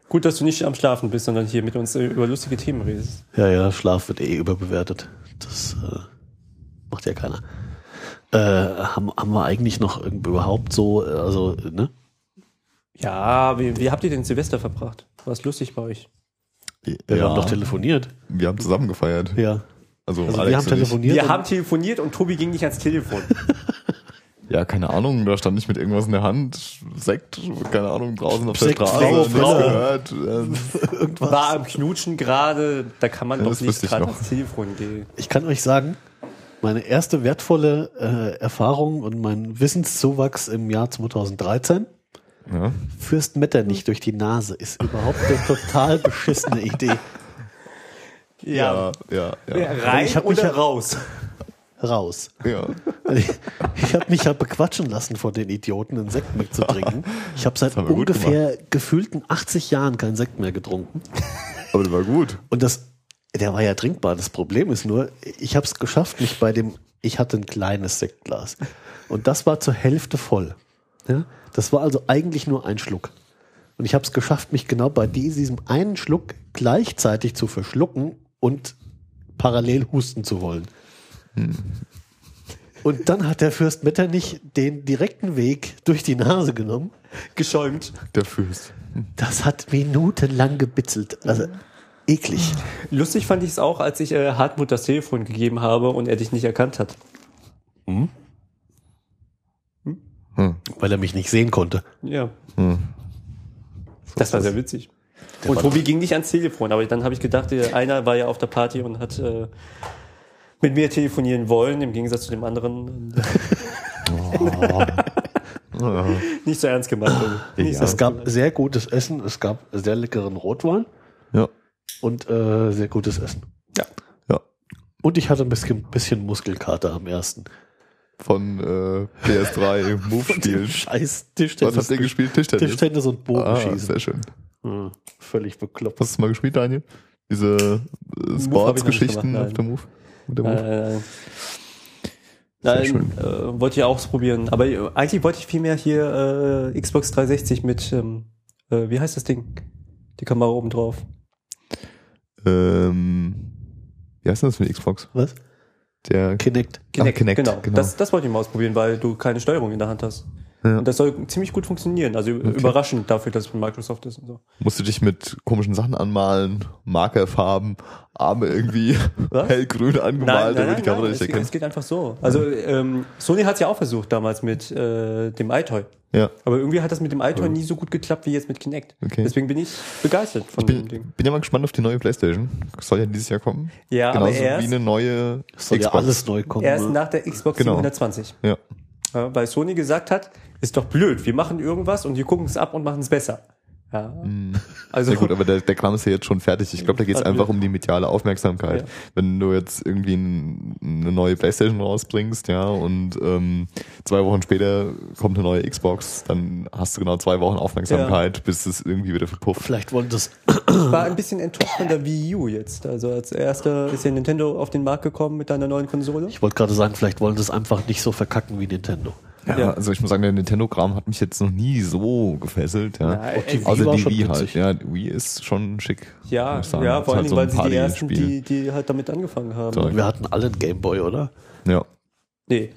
C: Gut, dass du nicht am Schlafen bist, sondern hier mit uns äh, über lustige Themen redest.
B: Ja, ja, Schlaf wird eh überbewertet. Das äh, macht ja keiner. Äh, haben, haben wir eigentlich noch irgend- überhaupt so, äh, also, äh, ne?
C: Ja, wie, wie habt ihr den Silvester verbracht? War es lustig bei euch?
B: Wir
D: ja.
B: haben doch telefoniert.
D: wir haben zusammen gefeiert.
B: Ja.
D: Also,
B: Also
D: Alex
B: wir haben
D: und ich.
B: telefoniert.
C: Wir
B: und-
C: haben telefoniert und Tobi ging nicht ans
D: <laughs>
C: Telefon.
D: Ja, keine Ahnung, da stand ich mit irgendwas in der Hand, Sekt, keine Ahnung, draußen auf
B: Sekt,
D: der
B: Frau,
D: Straße, nichts
B: Frau.
D: gehört. Ähm,
C: War am Knutschen gerade, da kann man
D: Ja,
C: doch
D: das
C: nicht
D: wüsste ich
C: gerade
D: noch.
C: ans Telefon gehen.
B: Ich kann euch sagen, meine erste wertvolle äh, Erfahrung und mein Wissenszuwachs im Jahr 2013
D: ja.
B: Fürst Metternich durch die Nase ist überhaupt eine total beschissene Idee.
D: Ja, ja, ja. ja.
C: Rein
B: Ich hab mich
C: oder
B: ja-
C: raus?
B: Raus.
D: ja.
B: Ich, ich habe mich ja bequatschen lassen von den Idioten, einen Sekt mitzutrinken. Ich habe seit
D: haben wir gut
B: ungefähr gefühlten 80 Jahren keinen Sekt mehr getrunken.
D: Aber das war gut.
B: Und das, der war ja trinkbar. Das Problem ist nur, ich habe es geschafft, mich bei dem, ich hatte ein kleines Sektglas. Und das war zur Hälfte voll. Ja? Das war also eigentlich nur ein Schluck. Und ich habe es geschafft, mich genau bei die- diesem einen Schluck gleichzeitig zu verschlucken und parallel husten zu wollen. Und dann hat der Fürst Metternich den direkten Weg durch die Nase genommen.
C: Geschäumt.
D: Der Fürst.
B: Das hat minutenlang gebitzelt. Also eklig.
C: <laughs> Lustig fand ich es auch, als ich äh, Hartmut das Telefon gegeben habe und er dich nicht erkannt hat.
D: Hm,
B: Weil er mich nicht sehen konnte.
C: Ja. Das war sehr witzig. und
B: war-
C: Tobi ging nicht ans Telefon, aber dann habe ich gedacht, der einer war ja auf der Party und hat äh, mit mir telefonieren wollen, im Gegensatz zu dem anderen. <laughs> nicht so ernst gemeint. Tobi. Nicht so
B: Es gab sehr gutes Essen, es gab sehr leckeren Rotwein
D: Ja,
B: und äh, sehr gutes Essen.
C: Ja.
D: ja.
B: Und ich hatte ein bisschen, bisschen Muskelkater am ersten.
D: Von
C: <laughs>
D: äh, PS3
B: <laughs>
D: Move-Spielen.
B: Scheiß
D: Was
B: Tischtennis.
D: habt ihr gespielt? Tischtennis.
B: Tischtennis und
D: Ah,
B: Bogenschießen.
D: sehr schön.
B: Hm, völlig bekloppt.
D: Hast du es mal gespielt, Daniel? Diese äh,
C: hab ich noch nicht
D: Sports-Geschichten
C: gemacht,
D: auf der Move? Mit der Move?
C: Äh,
D: Sehr
C: nein,
D: schön.
C: äh, wollte ich auch probieren. Aber äh, eigentlich wollte ich vielmehr hier äh, Xbox 360 mit, ähm, äh, wie heißt das Ding? Die Kamera oben drauf. Äh.
D: Ähm, wie heißt denn das für die Xbox?
B: Was?
D: Der
B: Kinect.
D: Kinect,
C: genau.
D: genau.
C: Das, das wollte ich mal ausprobieren, weil du keine Steuerung in der Hand hast.
D: Ja.
C: Und das soll ziemlich gut funktionieren. Also überraschend dafür, dass es von Microsoft ist und so.
D: Musst du dich mit komischen Sachen anmalen, Markerfarben, Arme irgendwie
C: Was?
D: <laughs> hellgrün angemalt, damit die Kamera
C: es,
D: nicht
C: geht- es
D: erkennt.
C: geht einfach so. Also ähm, Sony hat es ja auch versucht damals mit äh, dem iToy.
D: Ja.
C: Aber irgendwie hat das mit dem iToy nie so gut geklappt wie jetzt mit Kinect.
D: Okay.
C: Deswegen bin ich begeistert von dem Ding.
D: Bin, bin ja mal gespannt auf die neue Playstation. Soll ja dieses Jahr kommen.
C: Ja, aber
D: Genauso
C: erst-
D: wie eine neue
B: Soll ja
D: Xbox.
B: alles neu kommen.
C: Erst
B: ne?
C: nach der Xbox
D: Genau.
C: 720.
D: Ja.
C: Ja, weil Sony gesagt hat, ist doch blöd, wir machen irgendwas und wir gucken es ab und machen es besser. Ja. Also
D: Ja Hm. gut, aber der, der Kram ist ja jetzt schon fertig. Ich glaube, da geht es
C: Hat mir-
D: einfach um die mediale Aufmerksamkeit.
C: Ja.
D: Wenn du jetzt irgendwie ein, eine neue Playstation rausbringst, ja, und ähm, zwei Wochen später kommt eine neue Xbox, dann hast du genau zwei Wochen Aufmerksamkeit, bis es irgendwie wieder verpufft.
B: Vielleicht wollte das
C: ich war ein bisschen enttäuscht von der Wii U jetzt. Also als erster ist ja Nintendo auf den Markt gekommen mit einer neuen Konsole.
B: Ich wollte gerade sagen, vielleicht wollen sie es einfach nicht so verkacken wie Nintendo.
D: Ja,
C: Ja.
D: also ich muss sagen, der Nintendo-Kram hat mich jetzt noch nie so gefesselt. Ja.
C: Ja, ey, die
D: Außer
B: war
D: die
B: schon
D: Wii halt.
B: witzig.
D: Ja, die Wii ist schon schick.
C: Ja,
D: muss ich sagen.
C: ja,
D: Ist
C: vor allen
D: halt
C: Dingen,
D: so
C: weil
D: ein
C: sie die ersten,
D: Partyspiel.
C: die, die halt damit angefangen haben.
D: So.
B: Und wir hatten alle einen Gameboy, oder?
D: Ja,
C: Nee,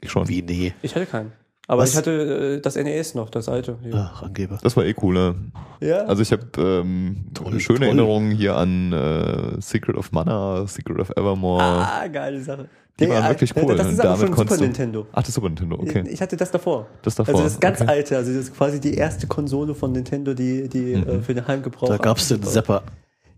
D: ich schon.
B: Wie nee.
C: ich hatte keinen. Aber
B: Was?
C: ich hatte äh, das NES noch, das alte. Ja.
B: Ach, Angeber.
D: Das war eh cooler.
C: ja?
D: Also ich habe ähm,
B: Toll,
D: schöne
B: toll.
D: Erinnerungen hier an äh, Secret of Mana, Secret of Evermore.
C: ah, geile Sache.
D: die
C: Der-
D: waren wirklich cool.
C: Das ist
D: Und
C: aber schon Super
D: konntest du-
C: Nintendo.
D: Ach, das Super Nintendo, okay.
C: Ich hatte das davor.
D: Das davor,
C: Also das ganz
D: okay.
C: alte, also das ist quasi die erste Konsole von Nintendo, die, die äh,
D: Mhm.
C: für den Heimgebrauch.
B: Da gab es den Zapper.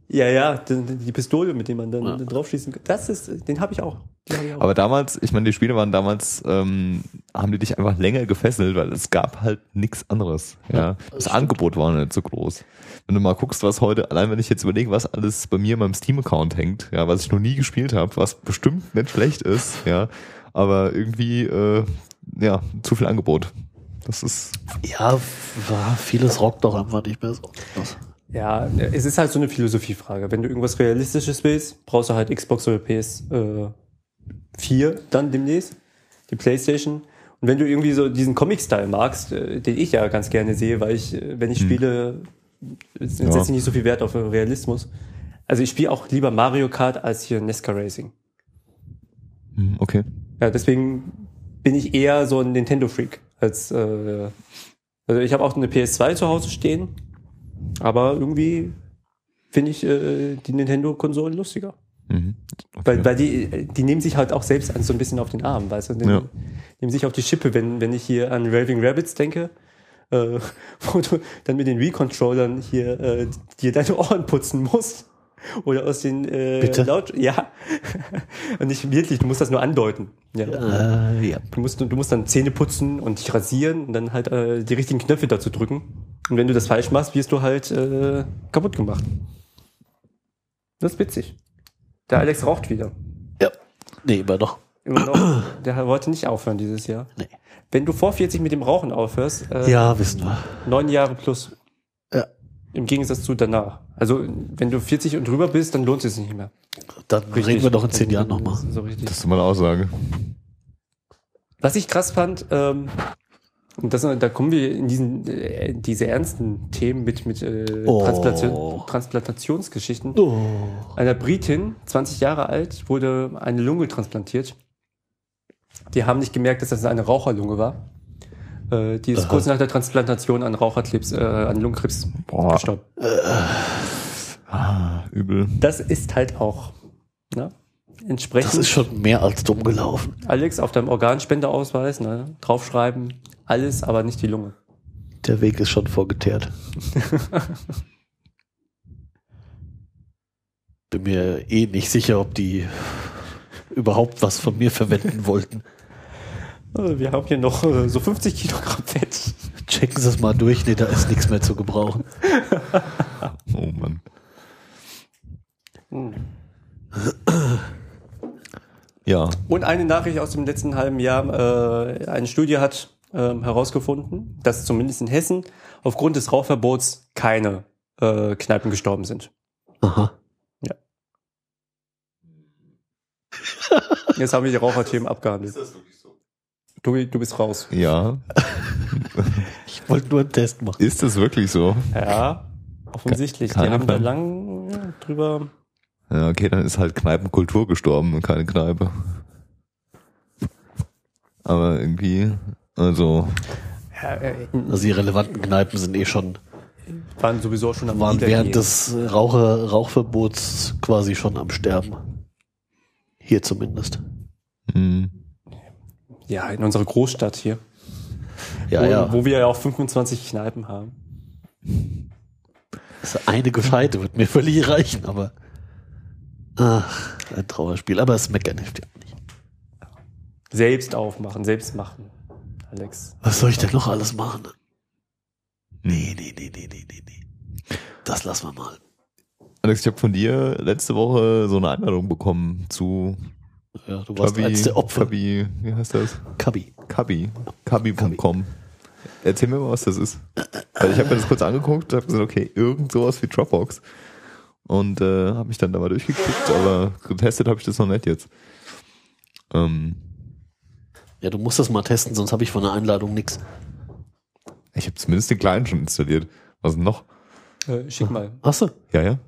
C: Ja, ja, die, die Pistole, mit der man dann
B: Ja.
C: draufschießen kann. Das ist, den habe ich auch. Den hab ich auch.
D: Aber damals, ich meine, die Spiele waren damals, ähm, haben die dich einfach länger gefesselt, weil es gab halt nichts anderes. Ja, das Angebot war nicht so groß. Wenn du mal guckst, was heute, allein wenn ich jetzt überlege, was alles bei mir in meinem Steam-Account hängt, ja, was ich noch nie gespielt habe, was bestimmt nicht schlecht ist, ja, aber irgendwie, äh, ja, zu viel Angebot. Das ist
B: Ja, war vieles rockt doch einfach nicht mehr so. Das-
C: ja, es ist halt so eine Philosophiefrage. Wenn du irgendwas Realistisches willst, brauchst du halt Xbox oder PS4 dann demnächst, die Playstation. Und wenn du irgendwie so diesen Comic-Style magst, äh, den ich ja ganz gerne sehe, weil ich, äh, wenn ich spiele, äh, setze ich nicht so viel Wert auf Realismus. Also ich spiele auch lieber Mario Kart als hier Nesca Racing.
D: hm, okay.
C: Ja, deswegen bin ich eher so ein Nintendo-Freak. Als, äh, also ich habe auch eine PS2 zu Hause stehen, aber irgendwie finde ich äh, die Nintendo-Konsolen lustiger.
D: Mhm. okay.
C: Weil, weil die, die nehmen sich halt auch selbst an, so ein bisschen auf den Arm, weißt du? Die
D: Ja.
C: Nehmen sich auf die Schippe, wenn, wenn ich hier an Raving Rabbits denke, äh, <laughs> wo du dann mit den Wii-Controllern hier äh, dir deine Ohren putzen musst. Oder aus den äh,
B: Bitte?
C: Laut ja. Nicht wirklich, du musst das nur andeuten. Ja.
B: Äh, ja.
C: Du musst, du musst dann Zähne putzen und dich rasieren und dann halt äh, die richtigen Knöpfe dazu drücken. Und wenn du das falsch machst, wirst du halt äh, kaputt gemacht. Das ist witzig. Der Alex raucht wieder.
B: ja. Nee, immer noch.
C: Immer
B: <clears throat>
C: noch. Der wollte nicht aufhören dieses Jahr.
B: Nee.
C: Wenn du vor 40 mit dem Rauchen aufhörst, äh,
B: Ja, wissen wir.
C: neun Jahre plus.
B: Ja.
C: Im Gegensatz zu danach. Also wenn du 40 und drüber bist, dann lohnt es sich nicht mehr.
B: Dann reden wir doch in zehn Jahren nochmal.
C: So richtig.
D: Das ist meine Aussage.
C: Was ich krass fand, ähm, und das, da kommen wir in diesen, äh, diese ernsten Themen mit, mit äh,
B: Oh.
C: Transplantation, Transplantationsgeschichten.
B: Oh.
C: Einer Britin, 20 Jahre alt, wurde eine Lunge transplantiert. Die haben nicht gemerkt, dass das eine Raucherlunge war. Äh, die ist
B: Aha.
C: kurz nach der Transplantation an Raucherkrebs, äh, an Lungenkrebs
D: Boah.
C: gestorben.
D: Ah, übel.
C: Das ist halt auch. Ne? Entsprechend.
B: Das ist schon mehr als dumm gelaufen.
C: Alex, auf deinem Organspendeausweis, ne? draufschreiben, alles, aber nicht die Lunge.
B: Der Weg ist schon <laughs> vorgeteert. Bin mir eh nicht sicher, ob die überhaupt was von mir verwenden wollten.
C: Äh, Wir haben hier noch äh, so 50 Kilogramm Fett.
B: Checken Sie es mal durch, nee, da ist nichts mehr zu gebrauchen.
D: Oh Mann. Ja.
C: Und eine Nachricht aus dem letzten halben Jahr. Äh, eine Studie hat ähm, herausgefunden, dass zumindest in Hessen aufgrund des Rauchverbots keine äh, Kneipen gestorben sind.
B: Aha.
C: Jetzt haben wir die Raucherthemen abgehandelt. Du, du bist raus.
D: Ja.
B: Ich wollte nur einen Test machen.
D: Ist das wirklich so?
C: Ja, offensichtlich. Die
D: Keine
C: haben da
D: Kneipen.
C: lang ja, drüber.
D: Ja, okay, dann ist halt Kneipenkultur gestorben und keine Kneipe. Aber irgendwie, also,
C: Ja, äh,
B: Also die relevanten Kneipen sind eh schon,
C: waren sowieso schon am
B: waren
C: Niedergehen.
B: während des Raucher, Rauchverbots quasi schon am Sterben. Hier zumindest.
D: hm,
C: Ja, in unserer Großstadt hier.
B: Ja,
C: wo,
B: ja.
C: wo wir ja auch 25 Kneipen haben.
B: Das eine Gescheite wird mir völlig reichen, aber. Ach, ein Trauerspiel. Aber es meckern hilft ja auch nicht.
C: Selbst aufmachen, selbst machen. Alex.
B: Was soll ich denn noch alles machen? Nee, nee, nee, nee, nee, nee, nee. Das lassen wir mal.
D: Alex, ich habe von dir letzte Woche so eine Einladung bekommen zu
B: Ja, du warst eins der Opfer.
D: Kabi, wie heißt das?
B: Kabi.
D: Kabi. Kabi.com. Erzähl mir mal, was das ist. Weil ich habe mir das kurz angeguckt und habe gesagt, okay, irgend sowas wie Dropbox. Und äh, habe mich dann da mal durchgeklickt, aber getestet habe ich das noch nicht jetzt. Ähm,
B: Ja, du musst das mal testen, sonst habe ich von der Einladung nichts.
D: ich habe zumindest den kleinen schon installiert. Was denn noch?
B: <laughs>
C: Äh, schick mal.
B: Achso,
D: Ja, ja.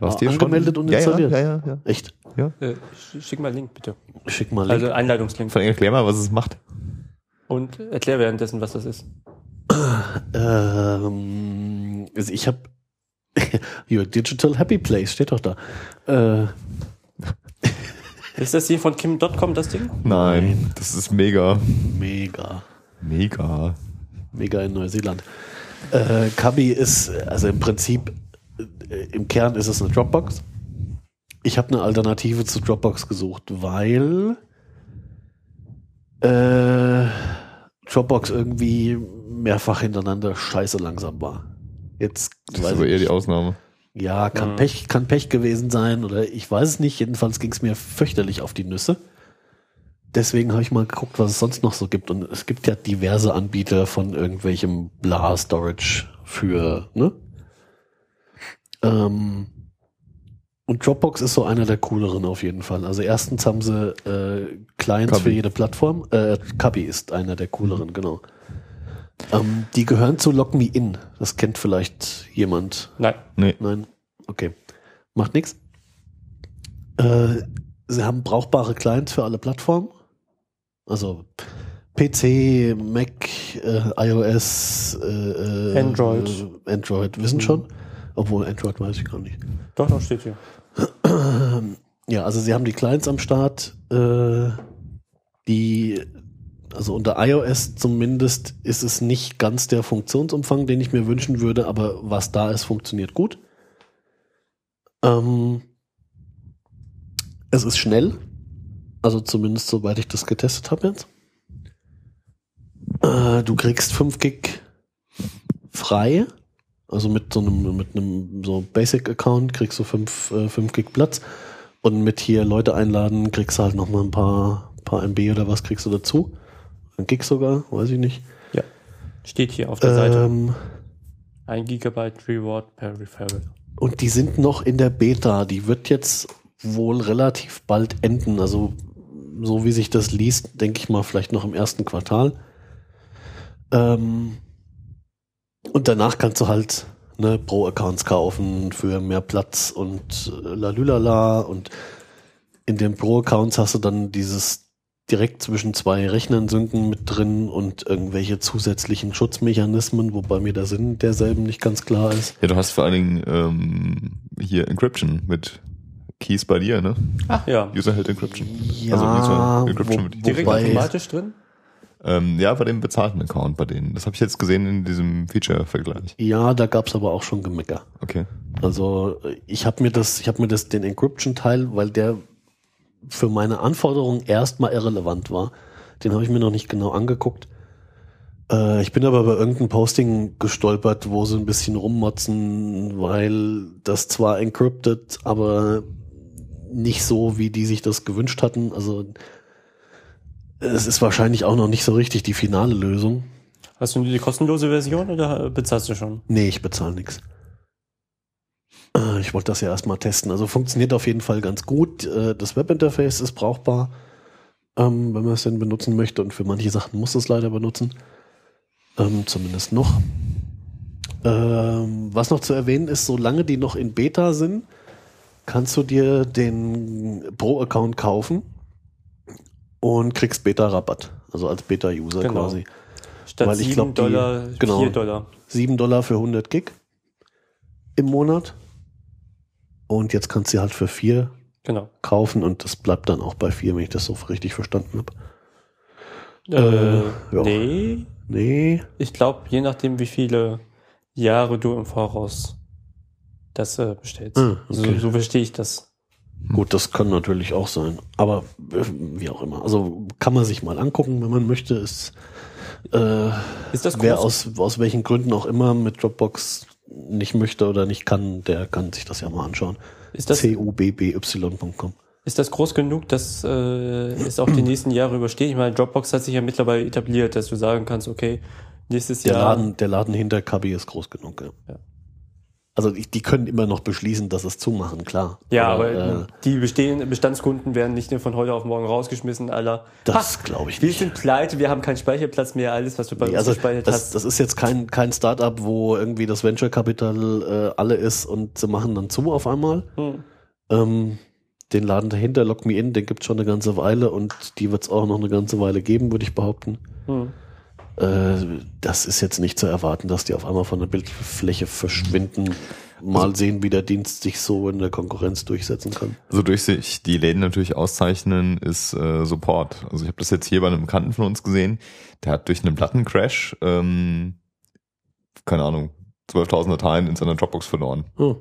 D: Du hast
B: Ah,
D: dir schon
B: angemeldet und installiert.
D: Ja, ja, ja. ja.
B: echt.
C: Äh, sch- schick mal Link, bitte.
B: Schick mal Link.
C: Also Einladungslink.
D: Vor allem erklär mal, was es macht.
C: Und erklär währenddessen, was das ist.
B: Ähm, also ich habe <laughs> Your Digital Happy Place steht doch da. Äh,
C: Ist das hier von Kim.com, das Ding?
D: Nein, das ist mega.
B: mega,
D: Mega.
B: mega in Neuseeland. Äh, Kabi ist also im Prinzip äh, im Kern ist es eine Dropbox. Ich habe eine Alternative zu Dropbox gesucht, weil äh, Dropbox irgendwie mehrfach hintereinander scheiße langsam war. Jetzt
D: Das
B: weiß
D: ist aber
B: ich
D: eher die
B: nicht.
D: Ausnahme.
B: Ja, kann,
C: Mhm.
B: Pech, kann Pech gewesen sein oder ich weiß es nicht. Jedenfalls ging es mir fürchterlich auf die Nüsse. Deswegen habe ich mal geguckt, was es sonst noch so gibt. Und es gibt ja diverse Anbieter von irgendwelchem Bla-Storage für, ne? Ähm, und Dropbox ist so einer der cooleren auf jeden Fall. Also erstens haben sie äh, Clients
D: Kabi.
B: für jede Plattform. Äh, Kabi ist einer der cooleren, genau. Ähm, die gehören zu Lock Me In. Das kennt vielleicht jemand.
C: Nein.
D: Nee.
B: Nein, okay. Macht nichts. Äh, sie haben brauchbare Clients für alle Plattformen. Also PC, Mac, äh, iOS, äh, äh,
C: Android.
B: äh, Android, wissen schon. Obwohl Android weiß ich gar nicht.
C: Doch, doch, steht hier.
B: Ja, also sie haben die Clients am Start, äh, die, also unter iOS zumindest ist es nicht ganz der Funktionsumfang, den ich mir wünschen würde, aber was da ist, funktioniert gut. Ähm, es ist schnell, also zumindest soweit ich das getestet habe jetzt. Äh, du kriegst 5 Gig frei, also mit so einem, mit einem so Basic-Account kriegst du 5 äh, fünf Gig Platz. Und mit hier Leute einladen, kriegst du halt nochmal ein paar, paar MB oder was kriegst du dazu. Ein Gig sogar, weiß ich nicht.
C: Steht hier auf der Seite.
B: Ähm,
C: Ein Gigabyte Reward per Referral.
B: und die sind noch in der Beta. Die wird jetzt wohl relativ bald enden. Also, so wie sich das liest, denke ich mal, vielleicht noch im ersten Quartal. Ähm, und danach kannst du halt ne, Pro-Accounts kaufen für mehr Platz und äh, lalülala. Und in den Pro-Accounts hast du dann dieses direkt zwischen zwei Rechnern synken mit drin und irgendwelche zusätzlichen Schutzmechanismen, wobei mir der Sinn derselben nicht ganz klar ist.
D: Ja, du hast vor allen Dingen ähm, hier Encryption mit Keys bei dir, ne?
C: Ja.
D: User Held Encryption.
B: Ja,
D: Also, User Encryption
B: wo,
D: mit-
C: Direkt
B: wobei,
C: automatisch drin?
D: Ähm, ja, bei dem bezahlten Account, bei denen. Das habe ich jetzt gesehen in diesem Feature-Vergleich.
B: ja, da gab's aber auch schon Gemecker.
D: Okay.
B: Also ich habe mir das, ich habe mir das den Encryption-Teil, weil der für meine Anforderungen erstmal irrelevant war. Den habe ich mir noch nicht genau angeguckt. Äh, ich bin aber über irgendein Posting gestolpert, wo sie ein bisschen rummotzen, weil das zwar encrypted, aber nicht so, wie die sich das gewünscht hatten. Also es ist wahrscheinlich auch noch nicht so richtig die finale Lösung.
C: Hast du nur die kostenlose Version oder äh, bezahlst du schon?
B: Nee, ich bezahle nichts. Ich wollte das ja erstmal testen. Also funktioniert auf jeden Fall ganz gut. Äh, Das Webinterface ist brauchbar, ähm, wenn man es denn benutzen möchte. Und für manche Sachen muss es leider benutzen. Ähm, Zumindest noch. Ähm, Was noch zu erwähnen ist, solange die noch in Beta sind, kannst du dir den Pro-Account kaufen und kriegst Beta-Rabatt. Also als Beta-User
C: Genau.
B: quasi.
C: Statt
B: Weil ich
C: 7
B: glaub, die-
C: Dollar,
B: genau.
C: 4 Dollar.
B: 7 Dollar für 100 Gig im Monat. Und jetzt kannst du sie halt für 4
C: Genau.
B: kaufen und das bleibt dann auch bei 4, wenn ich das so richtig verstanden habe.
C: Äh,
B: ja.
C: Nee,
B: Nee,
C: ich glaube, je nachdem, wie viele Jahre du im Voraus das äh, bestellst.
B: Ah, okay.
C: so, so verstehe ich das.
B: Gut, das kann natürlich auch sein. Aber äh, wie auch immer. Also kann man sich mal angucken, wenn man möchte. Ist, äh,
C: Ist das
B: wer
C: groß?
B: aus, aus welchen Gründen auch immer mit Dropbox nicht möchte oder nicht kann, der kann sich das ja mal anschauen.
C: Ist das,
B: cubby.com.
C: ist das groß genug, dass äh, es auch die nächsten Jahre übersteht? Ich meine, Dropbox hat sich ja mittlerweile etabliert, dass du sagen kannst, okay, nächstes
B: Der,
C: Jahr.
B: Laden, der Laden hinter Cubby ist groß genug. Ja.
C: Ja.
B: Also ich, die können immer noch beschließen, dass sie es zumachen, klar.
C: Ja,
B: Aber,
C: aber hm.
B: äh,
C: die bestehenden Bestandskunden werden nicht nur von heute auf morgen rausgeschmissen, aller.
B: Das glaube ich
C: Wir
B: nicht.
C: sind pleite, wir haben keinen Speicherplatz mehr, alles, was du bei
B: Nee,
C: uns
B: also
C: gespeichert
B: das,
C: hast.
B: das ist jetzt kein, kein Startup, wo irgendwie das Venture Capital äh, alle ist und sie machen dann zu auf einmal.
C: Hm.
B: Ähm, den Laden dahinter, Lock Me In, den gibt es schon eine ganze Weile und die wird es auch noch eine ganze Weile geben, würde ich behaupten.
C: Hm.
B: Äh, das ist jetzt nicht zu erwarten, dass die auf einmal von der Bildfläche verschwinden. Mal sehen, wie der Dienst sich so in der Konkurrenz durchsetzen kann.
D: Also durch sich die Läden natürlich auszeichnen, ist äh, Support. Also ich habe das jetzt hier bei einem Bekannten von uns gesehen, der hat durch einen Plattencrash, ähm, keine Ahnung, 12.000 Dateien in seiner Dropbox verloren,
B: Hm.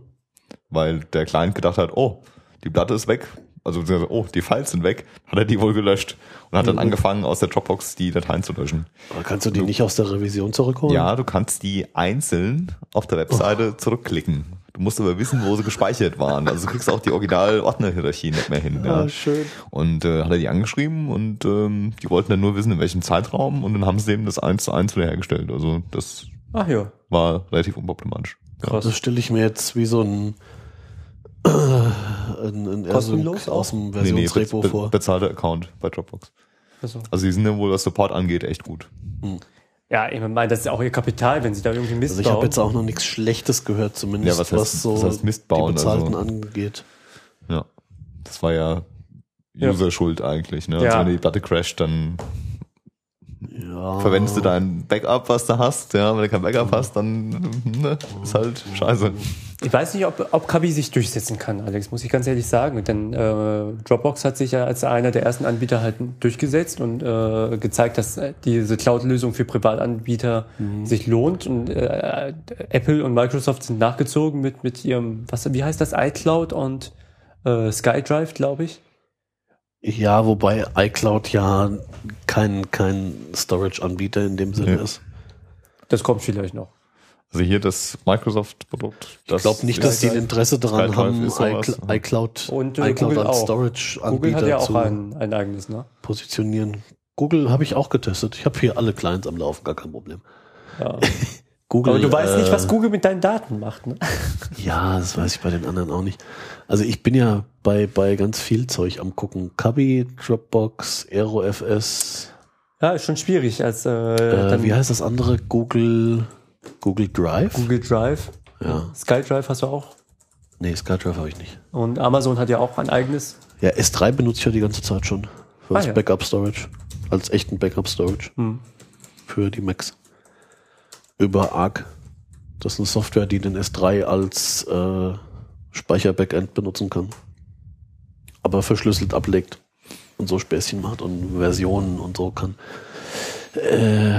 D: weil der Client gedacht hat, oh, die Platte ist weg, also beziehungsweise, oh, die Files sind weg, hat er die wohl gelöscht und hat dann angefangen, aus der Dropbox die Dateien zu löschen.
B: Aber kannst du die nicht aus der Revision zurückholen?
D: Ja, du kannst die einzeln auf der Webseite zurückklicken. Du musst aber wissen, wo sie gespeichert waren. Also du kriegst auch die Original-Ordner-Hierarchie nicht mehr hin. Ja.
B: Ah, schön.
D: Und äh, hat er die angeschrieben und ähm, die wollten dann nur wissen, in welchem Zeitraum und dann haben sie eben das eins zu eins wieder hergestellt. Also das
C: Ach ja,
D: war relativ unproblematisch.
C: krass.
B: Das stelle ich mir jetzt wie so ein, äh, ein, ein eher so ein
C: Kostenlos auch?
B: aus dem
D: Nee, nee,
B: Versionsrepo
D: be- be-
B: vor.
D: bezahlter Account bei Dropbox.
C: Also,
D: Also die sind dann wohl, was Support angeht, echt gut.
C: ja, ich meine, das ist auch ihr Kapital, wenn sie da irgendwie Mist
B: Also ich habe
C: bauen.
B: jetzt auch noch nichts Schlechtes gehört, zumindest
D: Ja, was
B: was,
D: heißt-
B: so
D: was heißt Mistbauen,
B: die Bezahlten
D: also-
B: angeht.
D: Ja. Das war ja
C: Ja.
D: User-Schuld eigentlich. Ne? Also
C: Ja.
D: wenn die Platte crasht, dann
B: Ja,
D: verwendest du dein Backup, was du hast. Ja, wenn du kein Backup hast, dann ne, ist halt scheiße.
C: Ich weiß nicht, ob, ob Kabi sich durchsetzen kann, Alex, muss ich ganz ehrlich sagen. Denn äh, Dropbox hat sich ja als einer der ersten Anbieter halt durchgesetzt und äh, gezeigt, dass äh, diese Cloud-Lösung für Privatanbieter
B: Mhm.
C: sich lohnt. Und äh, Apple und Microsoft sind nachgezogen mit, mit ihrem, was, wie heißt das, iCloud und äh, SkyDrive, glaube ich.
B: Ja, wobei iCloud ja kein, kein Storage-Anbieter in dem Sinne
D: Ja.
B: ist.
C: Das kommt vielleicht noch.
D: Also hier das Microsoft-Produkt.
B: Ich glaube nicht, dass die ein Interesse daran
D: SkyDrive
B: haben,
D: ist sowas.
B: iCl- iCloud,
C: Und, äh,
B: iCloud
C: Google
B: als
C: auch. Google hat
B: Storage-Anbieter
C: ja auch
B: zu
C: ein, ein eigenes, ne?
B: positionieren. Google habe ich auch getestet. Ich habe hier alle Clients am Laufen, gar kein Problem.
C: Ja.
B: Google,
C: Aber du weißt nicht,
B: äh,
C: was Google mit deinen Daten macht, ne?
B: Ja, das weiß ich bei den anderen auch nicht. Also ich bin ja bei, bei ganz viel Zeug am gucken. Cubby, Dropbox, AeroFS,
C: Ja, ist schon schwierig als äh,
B: äh,
C: dann
B: wie heißt das andere? Google, Google Drive?
C: Google Drive.
B: Ja.
C: SkyDrive hast du auch.
B: Nee, SkyDrive habe ich nicht.
C: Und Amazon hat ja auch ein eigenes.
B: Ja, S3 benutze ich ja die ganze Zeit schon.
C: Ah,
B: Als
C: ja. Mhm.
B: Backup Storage. Als echten Backup Storage. Für die Macs. Über ARC. Das ist eine Software, die den S3 als äh, Speicher-Backend benutzen kann. Aber verschlüsselt ablegt. Und so Späßchen macht und Versionen und so kann. Äh,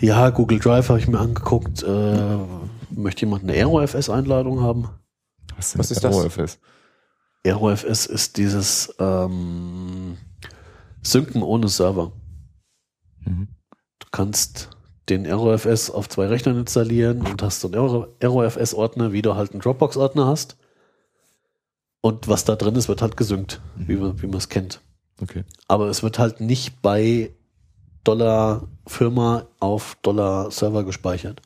B: ja, Google Drive habe ich mir angeguckt. Äh, möchte jemand eine AeroFS-Einladung haben?
C: Was ist das?
D: OFS?
B: AeroFS ist dieses ähm, Synken ohne Server.
D: Mhm.
B: Du kannst den AeroFS auf zwei Rechnern installieren und hast so einen Aero- AeroFS-Ordner, wie du halt einen Dropbox-Ordner hast. Und was da drin ist, wird halt gesynkt, wie man wie man es kennt.
D: Okay.
B: Aber es wird halt nicht bei Dollar Firma auf Dollar Server gespeichert.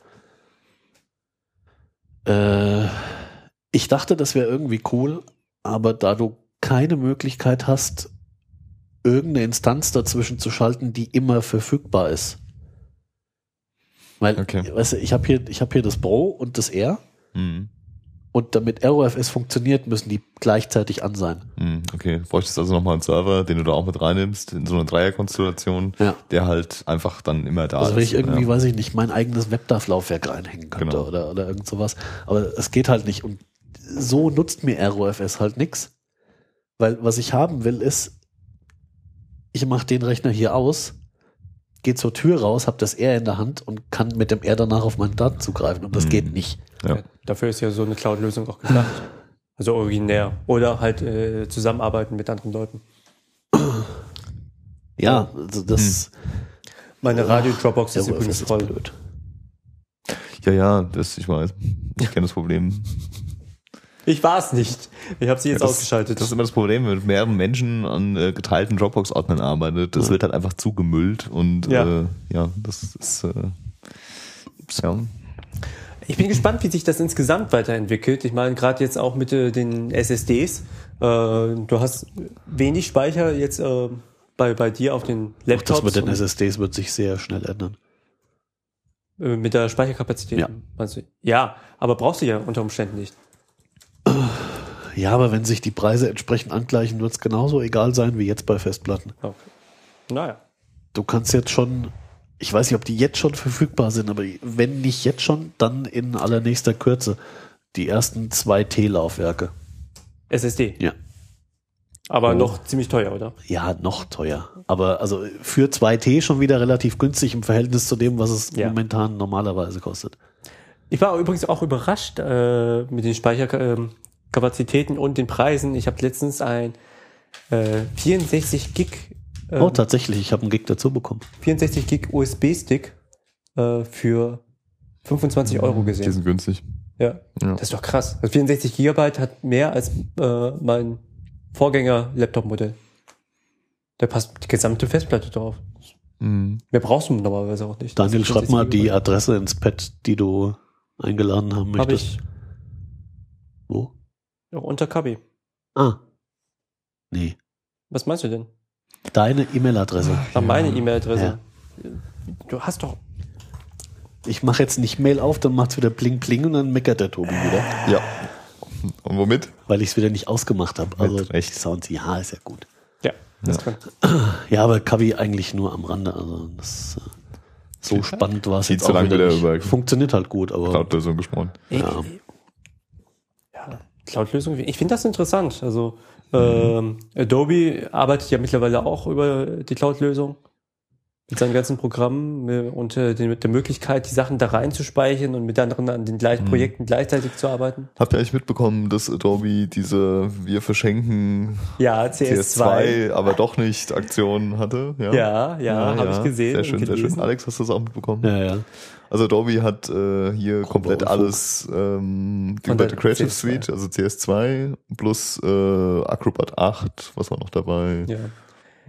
B: Äh, ich dachte, das wäre irgendwie cool, aber da du keine Möglichkeit hast, irgendeine Instanz dazwischen zu schalten, die immer verfügbar ist. Weil,
D: Okay.
B: weißt du, ich habe hier, ich hab hier das Pro und das R
D: Mhm.
B: und damit ROFS funktioniert, müssen die gleichzeitig an sein.
D: Mhm. Okay. Du bräuchtest also nochmal einen Server, den du da auch mit reinnimmst, in so eine Dreierkonstellation,
B: Ja.
D: der halt einfach dann immer da
B: Also wenn ich irgendwie,
D: ja.
B: weiß ich nicht, mein eigenes WebDAV-Laufwerk reinhängen könnte
D: Genau.
B: oder, oder irgend sowas. Aber es geht halt nicht. Und so nutzt mir ROFS halt nichts. Weil was ich haben will, ist, ich mache den Rechner hier aus, gehe zur Tür raus, habe das R in der Hand und kann mit dem R danach auf meine Daten zugreifen. Und das
D: Mhm.
B: geht nicht.
D: Ja.
C: Dafür ist ja so eine Cloud-Lösung auch gedacht. Also originär. Oder halt äh, zusammenarbeiten mit anderen Leuten.
B: Ja, also
D: Hm.
B: das,
C: Meine Radio-Dropbox
B: der
C: ist
B: Wolf,
C: übrigens
B: das ist
C: voll.
B: blöd.
D: Ja, ja, das, ich weiß. Ich kenne das Problem.
C: Ich war es nicht. Ich habe sie jetzt
D: das,
C: ausgeschaltet.
D: Das ist immer das Problem, wenn mit mehreren Menschen an äh, geteilten Dropbox-Ordnern arbeitet. Das wird halt einfach zugemüllt und
C: Ja.
D: Äh, ja das ist äh, ja.
C: Ich bin gespannt, wie sich das insgesamt weiterentwickelt. Ich meine, gerade jetzt auch mit äh, den SSDs. Äh, du hast wenig Speicher jetzt äh, bei, bei dir auf den
B: Auch das
C: Laptops
B: mit den
C: und,
B: SSDs wird sich sehr schnell ändern.
C: äh, mit der Speicherkapazität.
B: Ja.
C: meinst du? ja, aber brauchst du ja unter Umständen nicht.
B: Ja, aber wenn sich die Preise entsprechend angleichen, wird es genauso egal sein wie jetzt bei Festplatten.
C: Okay. Naja.
B: Du kannst jetzt schon, ich weiß nicht, ob die jetzt schon verfügbar sind, aber wenn nicht jetzt schon, dann in allernächster Kürze. Die ersten zwei T-Laufwerke.
C: SSD.
B: Ja.
C: Aber noch ziemlich teuer, oder?
B: Ja, noch teuer. Aber also für 2T schon wieder relativ günstig im Verhältnis zu dem, was es
C: Ja.
B: momentan normalerweise kostet.
C: Ich war übrigens auch überrascht äh, mit den Speicherkapazitäten ähm, und den Preisen. Ich habe letztens ein äh, 64 Gig ähm,
B: oh, tatsächlich, ich habe einen Gig dazu bekommen.
C: 64 Gig USB-Stick äh, für 25 Euro
D: Die
C: gesehen.
D: sind günstig.
C: Ja.
D: Ja.
C: Das ist doch krass. Also 64 Gigabyte hat mehr als äh, mein Vorgänger-Laptop-Modell. Da passt die gesamte Festplatte drauf.
D: Mhm.
C: Mehr brauchst du normalerweise auch nicht.
B: Daniel,
C: Das ist
B: schreib mal
C: 64
B: die
C: Gigabyte.
B: Adresse ins Pad, die du eingeladen haben
C: Hab
B: möchtest.
C: ich
B: Wo?
C: noch unter Kabi.
B: Ah. Nee.
C: Was meinst du denn?
B: Deine E-Mail-Adresse.
C: An meine E-Mail-Adresse. Du hast doch.
B: Ich mache jetzt nicht Mail auf, dann macht's wieder Bling Bling und dann meckert der
C: Äh.
B: Tobi wieder,
D: Ja. Und womit?
B: weil ich es wieder nicht ausgemacht habe. Also
D: Mit Recht.
B: die Sounds, ja, ist ja gut.
C: Ja, das kann.
B: Ja, aber Kavi eigentlich nur am Rande. Also das, äh, so spannend war es
D: Viel
B: jetzt
D: zu
B: auch
D: lang
B: wieder
D: wieder
B: nicht.
D: über-
B: Funktioniert halt gut, aber
D: Cloud-Lösung gesprochen.
B: Ja.
C: Ja, Cloud-Lösung. Ich finde das interessant. Also ähm, Adobe arbeitet ja mittlerweile auch über die Cloud-Lösung mit seinen ganzen Programmen äh, und äh, den, mit der Möglichkeit, die Sachen da reinzuspeichern und mit anderen an den gleichen Projekten gleichzeitig zu arbeiten.
D: Habt ihr eigentlich mitbekommen, dass Adobe diese Wir verschenken
C: Ja, CS2.
D: CS2, aber doch nicht Aktion hatte?
C: Ja, ja, habe ich gesehen.
D: Sehr
C: und
D: schön, sehr
C: gelesen.
D: schön. Alex, hast du das auch mitbekommen?
B: ja, ja.
D: Also Adobe hat äh, hier komplett
B: Unfug.
D: alles ähm, die
C: Von
D: komplette
C: der
D: Creative
C: CS2.
D: Suite, also CS2 plus äh, Acrobat 8, was war noch dabei?
C: Ja.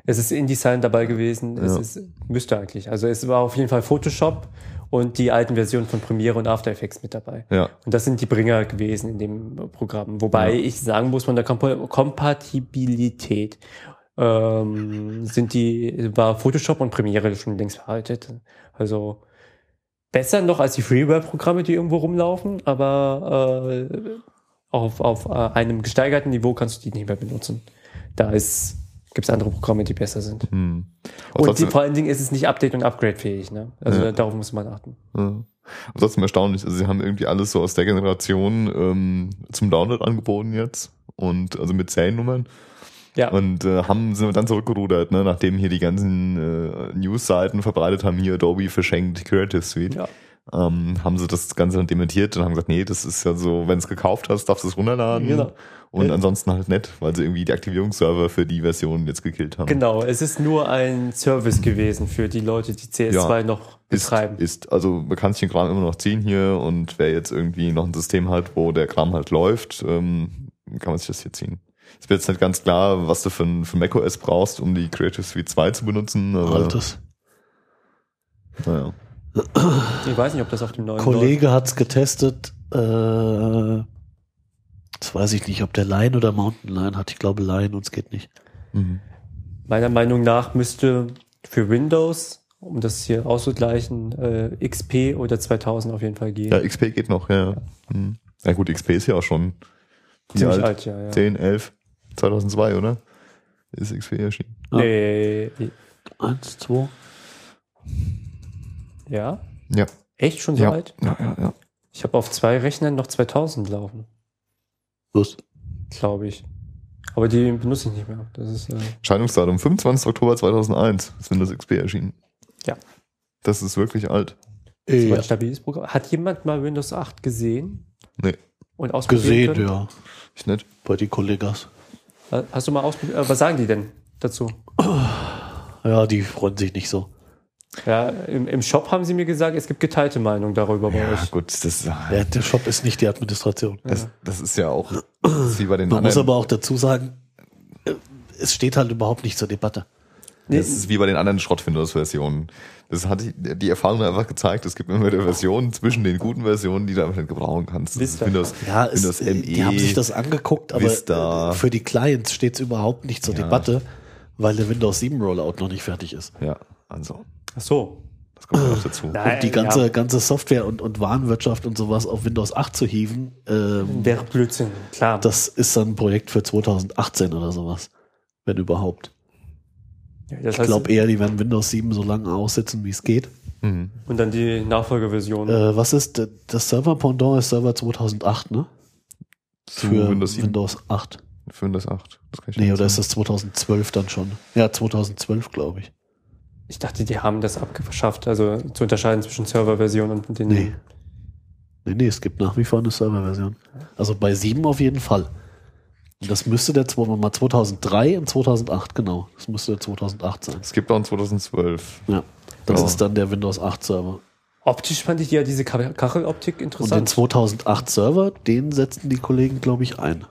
C: Es ist InDesign dabei gewesen. Es
D: Ja.
C: ist, müsste eigentlich. Also es war auf jeden Fall Photoshop und die alten Versionen von Premiere und After Effects mit dabei.
D: Ja.
C: Und das sind die Bringer gewesen in dem Programm. Wobei ich sagen muss, von der Komp Kompatibilität ähm, sind die, war Photoshop und Premiere schon längst veraltet. Also besser noch als die Freeware-Programme, die irgendwo rumlaufen, aber äh, auf, auf äh, einem gesteigerten Niveau kannst du die nicht mehr benutzen. Da ist gibt es andere Programme, die besser sind.
D: Hm. Aber
C: Und die,
D: trotzdem,
C: vor allen Dingen ist es nicht update- und upgrade-fähig. Ne? Also darauf muss man achten.
D: ja. äh, aber trotzdem erstaunlich. Also sie haben irgendwie alles so aus der Generation ähm, zum Download angeboten jetzt und also mit Seriennummern
C: Ja.
D: und äh, haben sind wir dann zurückgerudert, ne, nachdem hier die ganzen äh, News-Seiten verbreitet haben, hier Adobe verschenkt Creative Suite.
C: ja.
D: ähm, haben sie das Ganze dann dementiert und haben gesagt, nee, das ist ja so, wenn du es gekauft hast, darfst du es runterladen.
C: Genau.
D: Und
C: Ja.
D: ansonsten halt nicht, weil sie irgendwie die Aktivierungsserver für die Version jetzt gekillt haben.
C: Genau, es ist nur ein Service gewesen für die Leute, die CS2
D: Ja.
C: noch
D: Ist,
C: betreiben.
D: ist, also man kann sich den Kram immer noch ziehen hier und wer jetzt irgendwie noch ein System hat, wo der Kram halt läuft, ähm, kann man sich das hier ziehen. Es wird jetzt nicht ganz klar, was du für ein, für ein macOS brauchst, um die Creative Suite 2 zu benutzen. Aber,
B: Altes.
D: Naja.
C: ich weiß nicht, ob das auf dem neuen
B: Kollege hat's getestet. Äh, jetzt weiß ich nicht, ob der Lion oder Mountain Lion hat. Ich glaube Lion und es geht nicht.
D: Mhm.
C: läuft. Meiner Meinung nach müsste für Windows, um das hier auszugleichen, äh, XP oder 2000 auf jeden Fall gehen.
D: Ja, XP geht noch, ja. ja. Mhm. Na gut, XP ist ja auch schon wie
C: Ziemlich alt, ja. ja.
D: 10, 11, 2002, oder? Ist XP erschienen.
C: Nee,
B: Ah. Eins, zwei.
C: ja,
D: Ja.
C: echt schon so
D: Ja.
C: alt?
D: Ja, ja, ja.
C: Ich habe auf zwei Rechnern noch 2000 laufen,
B: Los.
C: glaube ich. Aber die benutze ich nicht mehr. Das ist äh,
D: Erscheinungsdatum 25. Oktober 2001 ist Windows XP erschienen.
C: Ja.
D: Das ist wirklich alt.
C: das war
B: Ja.
C: ein stabiles Programm. Hat jemand mal Windows 8 gesehen?
D: Nee.
C: Und
B: Gesehen,
C: ausprobiert? können?
B: ja.
D: Ich nicht.
B: bei den Kollegas.
C: Äh, Hast du mal ausprobiert? Äh, was sagen die denn dazu?
B: Ja, die freuen sich nicht so.
C: Ja, im, im Shop haben sie mir gesagt, es gibt geteilte Meinung darüber bei euch.
D: gut, das ist,
B: Ja, der Shop ist nicht die Administration.
D: das, das ist ja auch das ist wie bei den
B: Man muss
D: anderen.
B: aber auch dazu sagen, äh, es steht halt überhaupt nicht zur Debatte.
C: Nee,
D: Das ist wie bei den anderen Schrottfinders-Versionen. Das hat die, die Erfahrung hat einfach gezeigt. Es gibt immer wieder Versionen zwischen den guten Versionen, die du einfach nicht gebrauchen kannst. Das ist
C: Vista.
D: Windows,
B: Ja, es,
D: Windows E
B: äh,
D: ME.
B: die haben sich das angeguckt, aber
D: Vista.
B: äh, für die Clients steht es überhaupt nicht zur
D: Ja.
B: Debatte, weil der Windows 7 Rollout noch nicht fertig ist.
D: ja, also,
C: ach so.
D: das kommt noch dazu.
C: Nein.
B: Und die
C: Äh, ja.
B: ganze, ganze Software und, und Warenwirtschaft und sowas auf Windows 8 zu hieven, ähm,
C: Wäre Blödsinn, klar.
B: das ist dann ein Projekt für 2018 oder sowas. Wenn überhaupt.
C: Ja, das
B: Ich glaube eher, die werden Windows 7 so lange aussitzen, wie es geht.
D: Mhm.
C: und dann die Nachfolgeversion.
B: eh- Äh, was ist d- das Server-Pendant? Ist Server 2008, ne? Für
D: Windows
B: Windows,
D: 7?
B: 8.
D: Für Windows 8. Das kann ich
B: Nee,
D: nicht
B: oder ist
D: sagen.
B: das 2012 dann schon? Ja, 2012, glaube ich.
C: Ich dachte, die haben das abgeschafft, also zu unterscheiden zwischen Serverversion und den.
B: Nee. Nee, nee, es gibt nach wie vor eine Server-Version. Also bei 7 auf jeden Fall. Und das müsste der zwei- mal 2003 und 2008, genau. Das müsste der 2008 sein.
D: Es gibt auch ein 2012.
B: Ja. Das
D: Ja.
B: ist dann der Windows 8 Server.
C: Optisch fand ich ja diese Ka- Kacheloptik
B: Und den
C: interessant.
B: 2008 Server, den setzten die Kollegen, glaube ich, ein.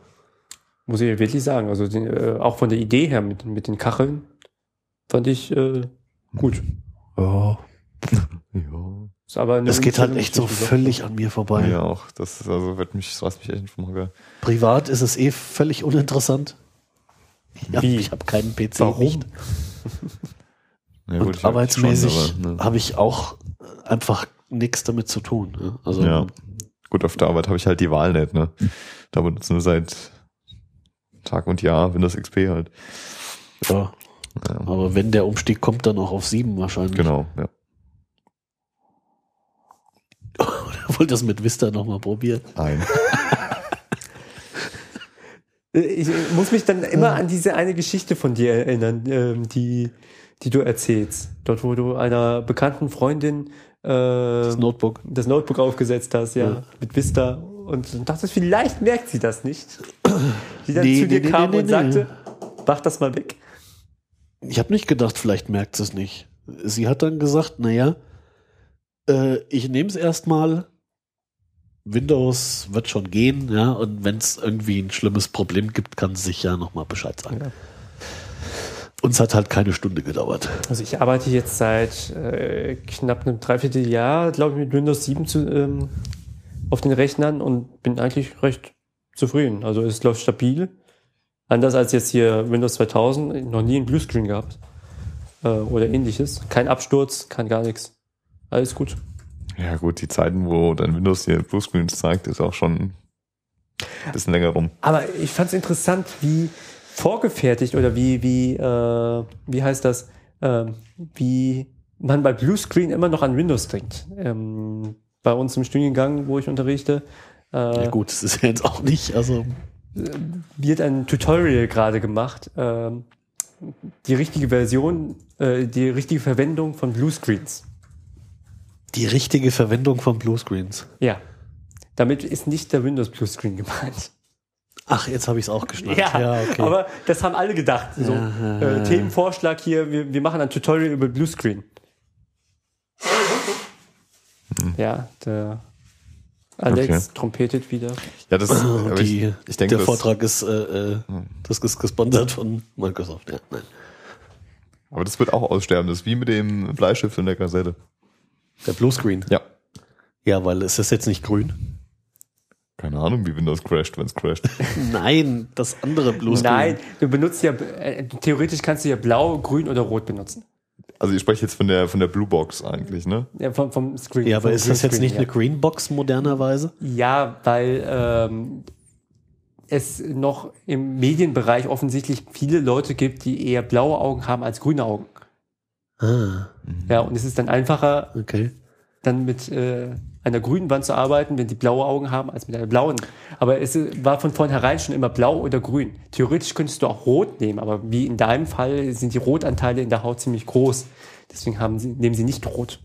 C: Muss ich wirklich sagen. Also die, äh, auch von der Idee her mit, mit den Kacheln fand ich äh, gut.
B: Ja.
D: <laughs> Ja.
C: Ist aber eine
B: Das geht halt echt so
C: Umstellung.
B: völlig an mir vorbei.
D: Ja, auch. Das ist also wird mich, das reißt mich echt vom Hocker.
B: Privat ist es eh völlig uninteressant. Ja,
C: Wie?
B: ich habe keinen PC.
C: Warum?
B: Nicht.
D: Ja,
B: Und
D: ich hab
B: arbeitsmäßig
D: schon, aber, ne.
B: habe ich auch äh, einfach nichts damit zu tun. ne? Also
D: Ja. Gut, auf der Arbeit habe ich halt die Wahl nicht, ne? Da benutzen wir seit Tag und Jahr Windows XP halt.
B: ja.
D: Ja.
B: Aber wenn der Umstieg kommt, dann auch auf sieben wahrscheinlich.
D: Genau, ja.
B: <laughs> Wollte das mit Vista nochmal probieren.
D: Ein.
C: Äh, Ich äh, muss mich dann immer an diese eine Geschichte von dir erinnern, ähm, die, die du erzählst. Dort, wo du einer bekannten Freundin äh, das,
B: Das Notebook.
C: Notebook aufgesetzt hast, ja,
B: Ja.
C: mit Vista. Und du dachtest, vielleicht merkt sie das nicht. Die dann
B: Nee,
C: zu dir
B: nee, nee,
C: kam
B: nee,
C: und
B: nee.
C: sagte, mach das mal weg.
B: Ich habe nicht gedacht, vielleicht merkt sie es nicht. Sie hat dann gesagt, naja, äh, ich nehme es erstmal. Windows wird schon gehen, ja, und wenn es irgendwie ein schlimmes Problem gibt, kann sie sich ja nochmal Bescheid sagen.
C: Ja.
B: Uns hat halt keine Stunde gedauert.
C: Also ich arbeite jetzt seit äh, knapp einem Dreivierteljahr, glaube ich, mit Windows 7 zu, ähm, auf den Rechnern und bin eigentlich recht zufrieden. Also es läuft stabil. Anders als jetzt hier Windows 2000, noch nie einen Bluescreen gehabt äh, oder ähnliches. Kein Absturz, kein gar nichts. Alles gut.
D: Ja, gut, die Zeiten, wo dein Windows dir Bluescreens zeigt, ist auch schon ein bisschen länger rum.
C: Aber ich fand es interessant, wie vorgefertigt oder wie, wie, äh, wie heißt das, ähm, wie man bei Bluescreen immer noch an Windows denkt. Ähm, bei uns im Studiengang, wo ich unterrichte, äh,
B: Ja, gut, das ist ja jetzt auch nicht, also
C: wird ein Tutorial gerade gemacht, ähm, die richtige Version, äh, die richtige Verwendung von Bluescreens.
B: die richtige Verwendung von Bluescreens.
C: Ja. Damit ist nicht der Windows Bluescreen gemeint.
B: Ach, jetzt habe ich es auch geschnallt.
C: Ja,
B: okay.
C: aber das haben alle gedacht. So,
B: Ja,
C: äh,
B: ja.
C: Themenvorschlag hier, wir, wir machen ein Tutorial über Bluescreen.
B: Hm.
C: Ja, der Alex trompetet wieder.
D: Ja, das
B: Und
D: aber
B: Oh, die,
D: ich, ich denke,
B: der
D: das, Hm.
B: Vortrag ist, äh, äh, das ist gesponsert von Microsoft. Ja, nein.
D: aber das wird auch aussterben. Das ist wie mit dem Bleistift und der Kassette.
B: Der Bluescreen.
D: Ja.
B: Ja, weil es ist jetzt nicht grün.
D: Keine Ahnung, wie Windows crasht, wenn es crasht. <laughs>
B: Nein, das andere Bluescreen.
C: Nein, du benutzt ja, äh, theoretisch kannst du ja blau, grün oder rot benutzen.
D: Also ich spreche jetzt von der von der Blue Box eigentlich, ne?
C: Ja, vom, vom Screen.
B: Ja, aber
C: vom
B: ist das jetzt
C: Greenscreen,
B: nicht
C: ja.
B: eine Greenbox modernerweise?
C: Ja, weil ähm, es noch im Medienbereich offensichtlich viele Leute gibt, die eher blaue Augen haben als grüne Augen.
B: Ah,
C: Ja, und es ist dann einfacher,
B: okay.
C: dann mit äh, einer grünen Wand zu arbeiten, wenn die blaue Augen haben, als mit einer blauen. Aber es äh, war von vornherein schon immer blau oder grün. Theoretisch könntest du auch rot nehmen, aber wie in deinem
B: Hm.
C: Fall sind die Rotanteile in der Haut ziemlich groß. Deswegen haben sie, nehmen sie nicht rot.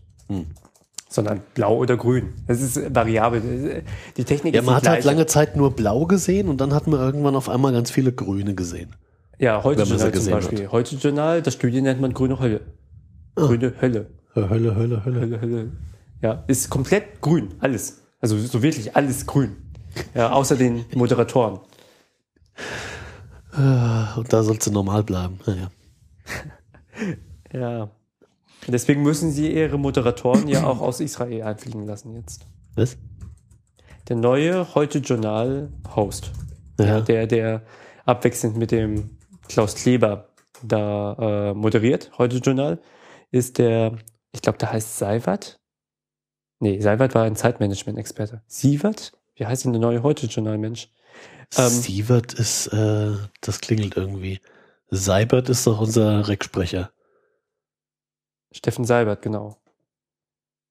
C: sondern blau oder grün. Das ist variabel. Die Technik
B: Ja,
C: ist
B: man
C: die
B: hat halt
C: gleiche.
B: lange Zeit nur blau gesehen und dann hat man irgendwann auf einmal ganz viele grüne gesehen.
C: Ja,
B: Wenn man sie
C: Heute-Journal zum
B: gesehen
C: Beispiel. Heute-Journal, das Studium nennt man grüne Hölle.
B: Ah.
C: Grüne Hölle.
B: Hölle, Hölle, Hölle.
C: Hölle, Hölle. Ja, ist komplett grün, alles. Also so wirklich alles grün. Ja, außer den Moderatoren.
B: Und da sollst du normal bleiben. Ja, ja.
C: Ja. Deswegen müssen sie ihre Moderatoren ja auch aus Israel einfliegen lassen jetzt.
B: Was?
C: Der neue Heute-Journal-Host,
B: Ja.
C: der, der abwechselnd mit dem Klaus Kleber da äh, moderiert, Heute-Journal, ist der, ich glaube, der heißt Seiwert. Nee, Seiwert war ein Zeitmanagement-Experte. Sievert? Wie heißt denn der neue Heute-Journal-Mensch? Ähm,
B: Sievert ist, äh, das klingelt irgendwie. Seibert ist doch unser Recksprecher.
C: Steffen Seibert, genau.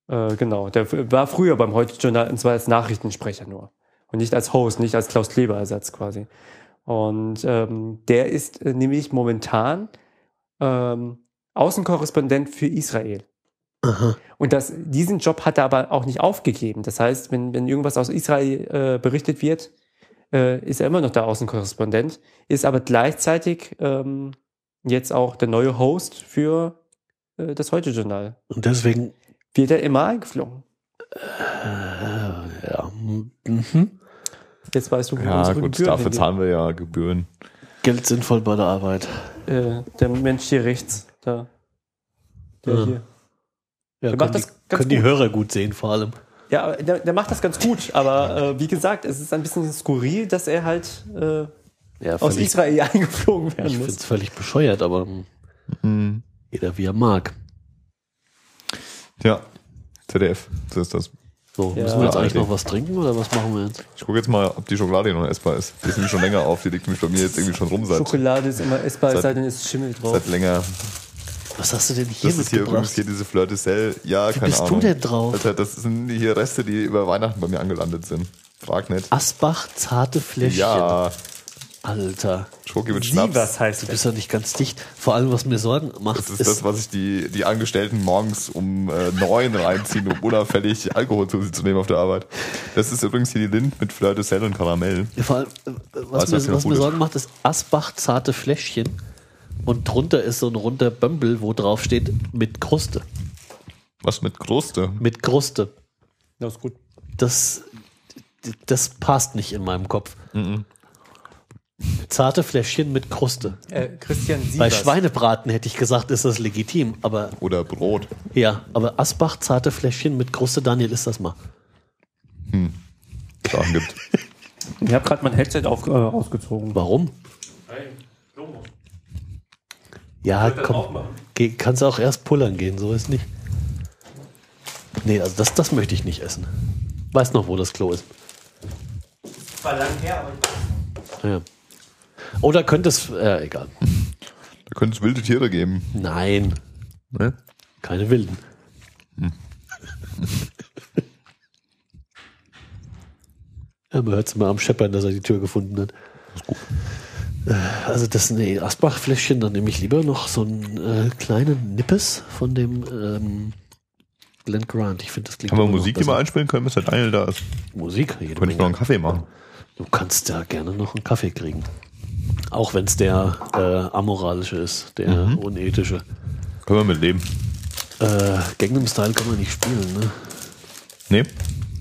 C: Äh, genau, der f- war früher beim Heute-Journal und zwar als Nachrichtensprecher nur. Und nicht als Host, nicht als Klaus Kleber-Ersatz quasi. Und ähm, der ist äh, nämlich momentan ähm, Außenkorrespondent für Israel.
B: Aha.
C: Und das, diesen Job hat er aber auch nicht aufgegeben. Das heißt, wenn, wenn irgendwas aus Israel äh, berichtet wird, äh, ist er immer noch der Außenkorrespondent, ist aber gleichzeitig ähm, jetzt auch der neue Host für äh, das Heute-Journal.
B: Und deswegen,
C: Wird er immer eingeflogen.
B: äh, ja. Mhm.
C: Jetzt weißt du, wo
D: Ja,
C: unsere
D: gut,
C: Gebühren
D: dafür
C: hingehen.
D: zahlen wir ja Gebühren.
B: Geld sinnvoll bei der Arbeit.
C: Äh, der Mensch hier rechts, da. Der
D: Äh.
B: Ja.
C: hier.
B: Ja,
C: Der
B: können,
C: macht das
B: die,
C: ganz
B: können die
C: gut.
B: Hörer gut sehen, vor allem.
C: Ja, aber der, der macht das ganz gut, aber äh, wie gesagt, es ist ein bisschen skurril, dass er halt äh,
B: Ja,
C: aus
B: völlig-
C: Israel <laughs> eingeflogen
B: Ich
C: werden
B: finde
C: muss.
B: es völlig bescheuert, aber hm,
D: Mhm.
B: jeder wie er mag.
D: Ja, ZDF, so ist das.
B: So,
C: Ja.
B: müssen wir jetzt eigentlich
D: Ja,
B: noch was trinken oder was machen wir jetzt?
D: Ich gucke jetzt mal, ob die Schokolade hier noch essbar ist. Die ist nämlich schon länger auf, die liegt nämlich bei mir jetzt irgendwie schon rum seit,
C: Schokolade ist immer essbar, es
D: Seit-
C: sei denn, es ist Schimmel drauf.
D: seit länger.
B: Was hast du denn hier
D: Das ist hier
B: mitgebracht?
D: übrigens hier diese Fleur de Sel. Ja, keine
B: bist du
D: Ahnung.
B: denn drauf?
D: Alter, das sind hier Reste, die über Weihnachten bei mir angelandet sind. Frag nicht.
B: Asbach zarte Fläschchen.
D: Ja,
B: Alter,
D: Schoki mit
C: Sie,
D: Schnaps.
C: was heißt
B: du
C: das?
B: bist ja nicht ganz dicht. Vor allem, was mir Sorgen macht,
D: Das ist,
B: ist,
D: das, was sich die, die Angestellten morgens um äh, neun reinziehen, um unauffällig Alkohol zu sich zu nehmen auf der Arbeit. Das ist übrigens hier die Lind mit Fleur de Sel und Karamell.
B: vor allem, äh, was,
D: Weiß, was hier
B: mir,
D: noch
B: was
D: gut
B: mir
D: ist.
B: Sorgen macht, ist Asbach zarte Fläschchen und drunter ist so ein runder Bömbel, wo drauf steht mit Kruste.
D: Was mit Kruste?
B: Mit Kruste.
C: Das ist gut.
B: Das, das passt nicht in meinem Kopf.
D: Mhm.
B: Zarte Fläschchen mit Kruste.
C: Äh, Christian
B: Bei
C: Sievers.
B: Schweinebraten hätte ich gesagt, ist das legitim, aber
D: Oder Brot?
B: ja, aber Asbach zarte Fläschchen mit Kruste, Daniel, ist das mal.
D: Sachen gibt.
C: Ich habe gerade mein Headset auf, äh, ausgezogen.
B: Warum? Ja, komm, geh, kannst auch erst pullern gehen, so ist nicht. Nee, also das, das möchte ich nicht essen. Weiß noch, wo das Klo ist.
C: War lang her, aber
B: Ja. Oder könnte es, äh, egal.
D: Da könnte es wilde Tiere geben.
B: Nein,
D: Ne?
B: keine Wilden. <laughs> Ja, man hört es mal am Scheppern, dass er die Tür gefunden hat. Äh, Also das nee, Asbach-Fläschchen, dann nehme ich lieber noch so einen äh, kleinen Nippes von dem ähm, Glenn Grant. Ich finde, das klingt
D: Haben wir
B: immer noch
D: Musik, die
B: besser.
D: wir einspielen können, bis der Daniel da ist?
B: Musik, jede
D: Könnte ich
B: Menge.
D: noch einen Kaffee machen.
B: Du kannst da gerne noch einen Kaffee kriegen. Auch wenn es der äh, amoralische ist, der
D: Mhm.
B: unethische.
D: Können wir mitleben.
B: Äh, Gangnam Style kann man nicht spielen, ne?
D: Nee?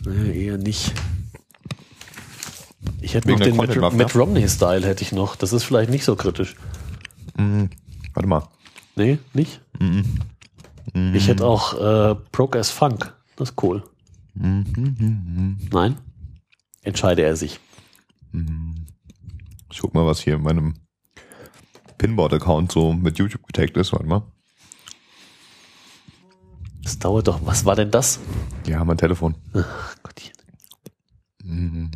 D: Hm.
B: Nee, eher nicht. Ich hätte
D: Wegen
B: noch
D: der
B: den Matt,
D: Content-Mafia?
B: Matt Romney-Style hätte ich noch. Das ist vielleicht nicht so kritisch.
D: Warte mal.
B: Nee, nicht?
D: Mhm.
B: Ich hätte auch äh, Broke as Funk. Das ist cool.
D: Mhm.
B: Nein? Entscheide er sich.
D: Ich guck mal, was hier in meinem Pinboard-Account so mit YouTube getaggt ist. Warte mal.
B: Das dauert doch. Was war denn das?
D: Ja, mein Telefon.
B: Ach Gottchen.
D: Mhm.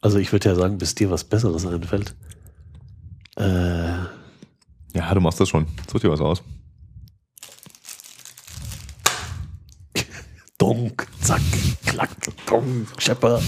B: Also ich würde ja sagen, bis dir was Besseres einfällt. Äh,
D: Ja, du machst das schon. Such dir was aus.
B: Dunk, zack, klack, dunk, schepper.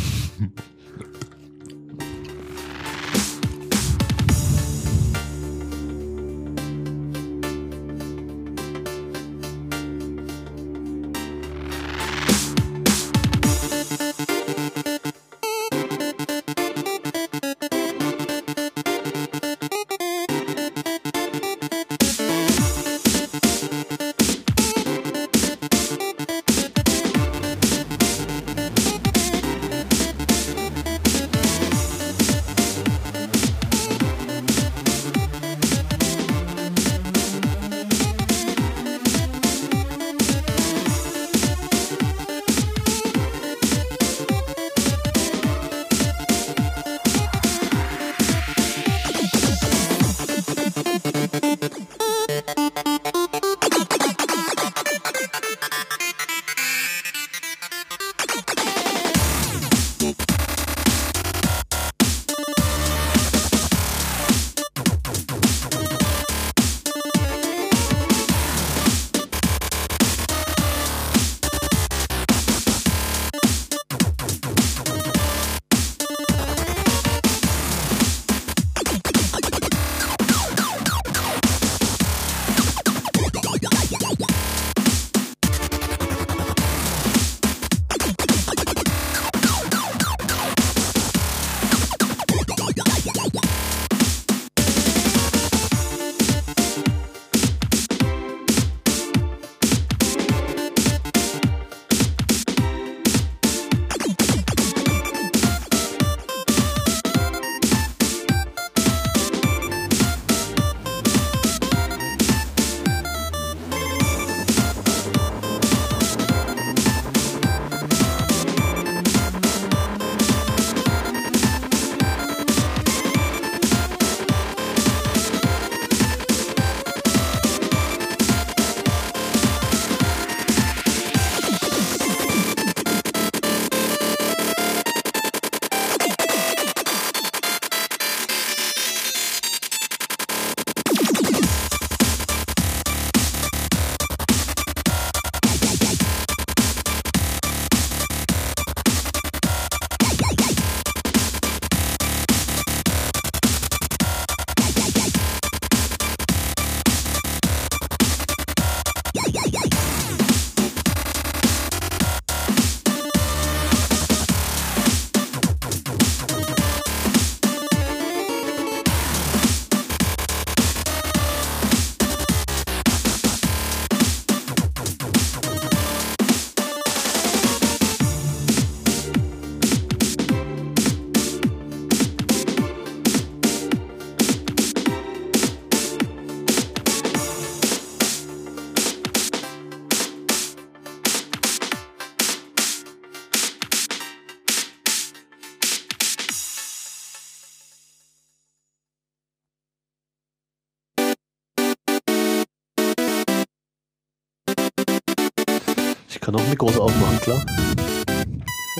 B: kann auch Mikros aufmachen, klar.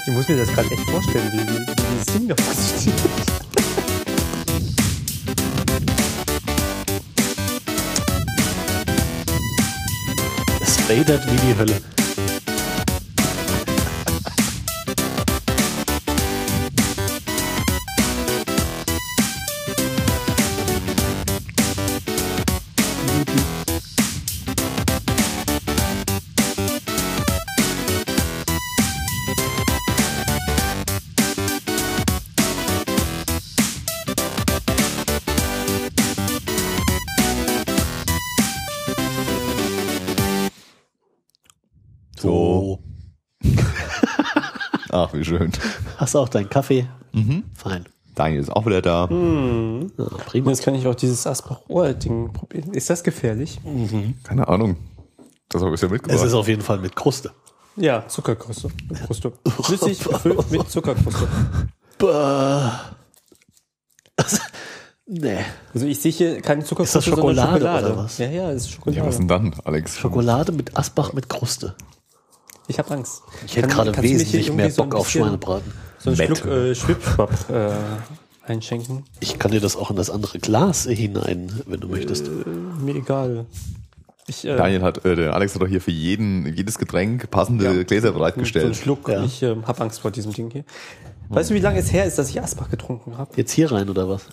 C: Ich muss mir das gerade echt vorstellen, wie, wie, wie das Ding da <laughs> funktioniert.
B: Es fadert wie die Hölle.
D: So. Ach, wie schön.
B: Hast du auch deinen Kaffee?
D: Mhm.
B: Fein.
D: Daniel ist auch wieder da.
B: Ja, prima.
C: Jetzt kann ich auch dieses Asperol-Ding probieren. Ist das gefährlich?
D: Keine Ahnung. Das habe ich ja mitgebracht.
B: Es ist auf jeden Fall mit Kruste.
C: Ja, Zuckerkruste.
B: <laughs>
C: Kruste. Flüssig gefüllt mit Zuckerkruste.
B: Bah. <laughs> nee.
C: Also ich sehe hier keine Zuckerkruste,
B: Ist das Schokolade oder was?
C: Ja, ja, das ist
D: ja,
C: Schokolade.
D: was denn dann, Alex?
B: Schokolade mit Asbach mit Kruste.
C: ich habe Angst.
B: Ich hätte
C: Kann-
B: gerade
C: kannst du mich hier
B: wesentlich
C: irgendwie
B: mehr
C: so ein
B: Bock auf
C: bisschen-
B: Schweinebraten.
C: So einen
D: Wette.
C: Schluck äh, Schwipschwapp äh, einschenken.
B: Ich kann dir das auch in das andere Glas hinein, wenn du möchtest.
C: Äh, Mir egal. Ich, äh,
D: Daniel hat, äh, der Alex hat doch hier für jeden, jedes Getränk passende
C: So
D: Gläser
C: einen
D: bereitgestellt.
C: Schluck.
B: Ja. Hm.
C: Ich ähm, habe Angst vor diesem Ding hier. Weißt du, wie lange es her ist, dass ich Asbach getrunken habe?
B: Jetzt hier rein oder was?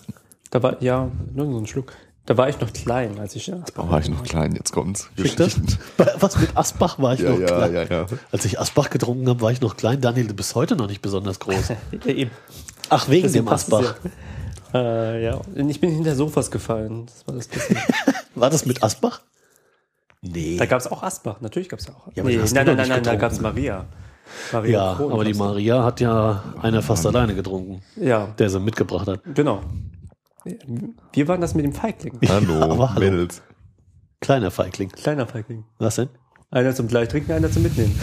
C: Da war, ja, nur so ein Schluck. Da war ich noch klein, als ich Asbach
D: Da war Oh, ich noch klein, jetzt kommt's. Geschichten.
B: <laughs> Was mit Asbach war ich
D: Ja,
B: noch
D: ja,
B: klein?
D: ja, ja.
B: Als ich Asbach getrunken habe, war ich noch klein. Daniel, du bist heute noch nicht besonders
C: <laughs>
B: groß.
C: Ja, eben.
B: Ach, wegen
C: Deswegen
B: dem
C: passt es
B: Asbach.
C: Ja. Äh, ja, Und ich bin hinter Sofas gefallen. Das war das bisschen.
B: War das mit Asbach? Nee.
C: Da gab es auch Asbach, natürlich gab es auch.
B: Ja, aber die hast du
C: nein,
B: doch
C: nein, nein,
B: nicht
C: nein,
B: getrunken.
C: da gab es Maria. Maria
B: ja,
C: Kron
B: aber die
C: gab's.
B: Maria hat ja einer fast alleine getrunken,
C: Ja,
B: der sie mitgebracht hat.
C: genau. Wir waren das mit dem Feigling.
D: Hallo,
B: aber hallo.
D: Mädels.
B: Kleiner Feigling.
C: Kleiner Feigling.
B: Was denn? <laughs>
C: Einer zum gleich trinken, einer zum mitnehmen.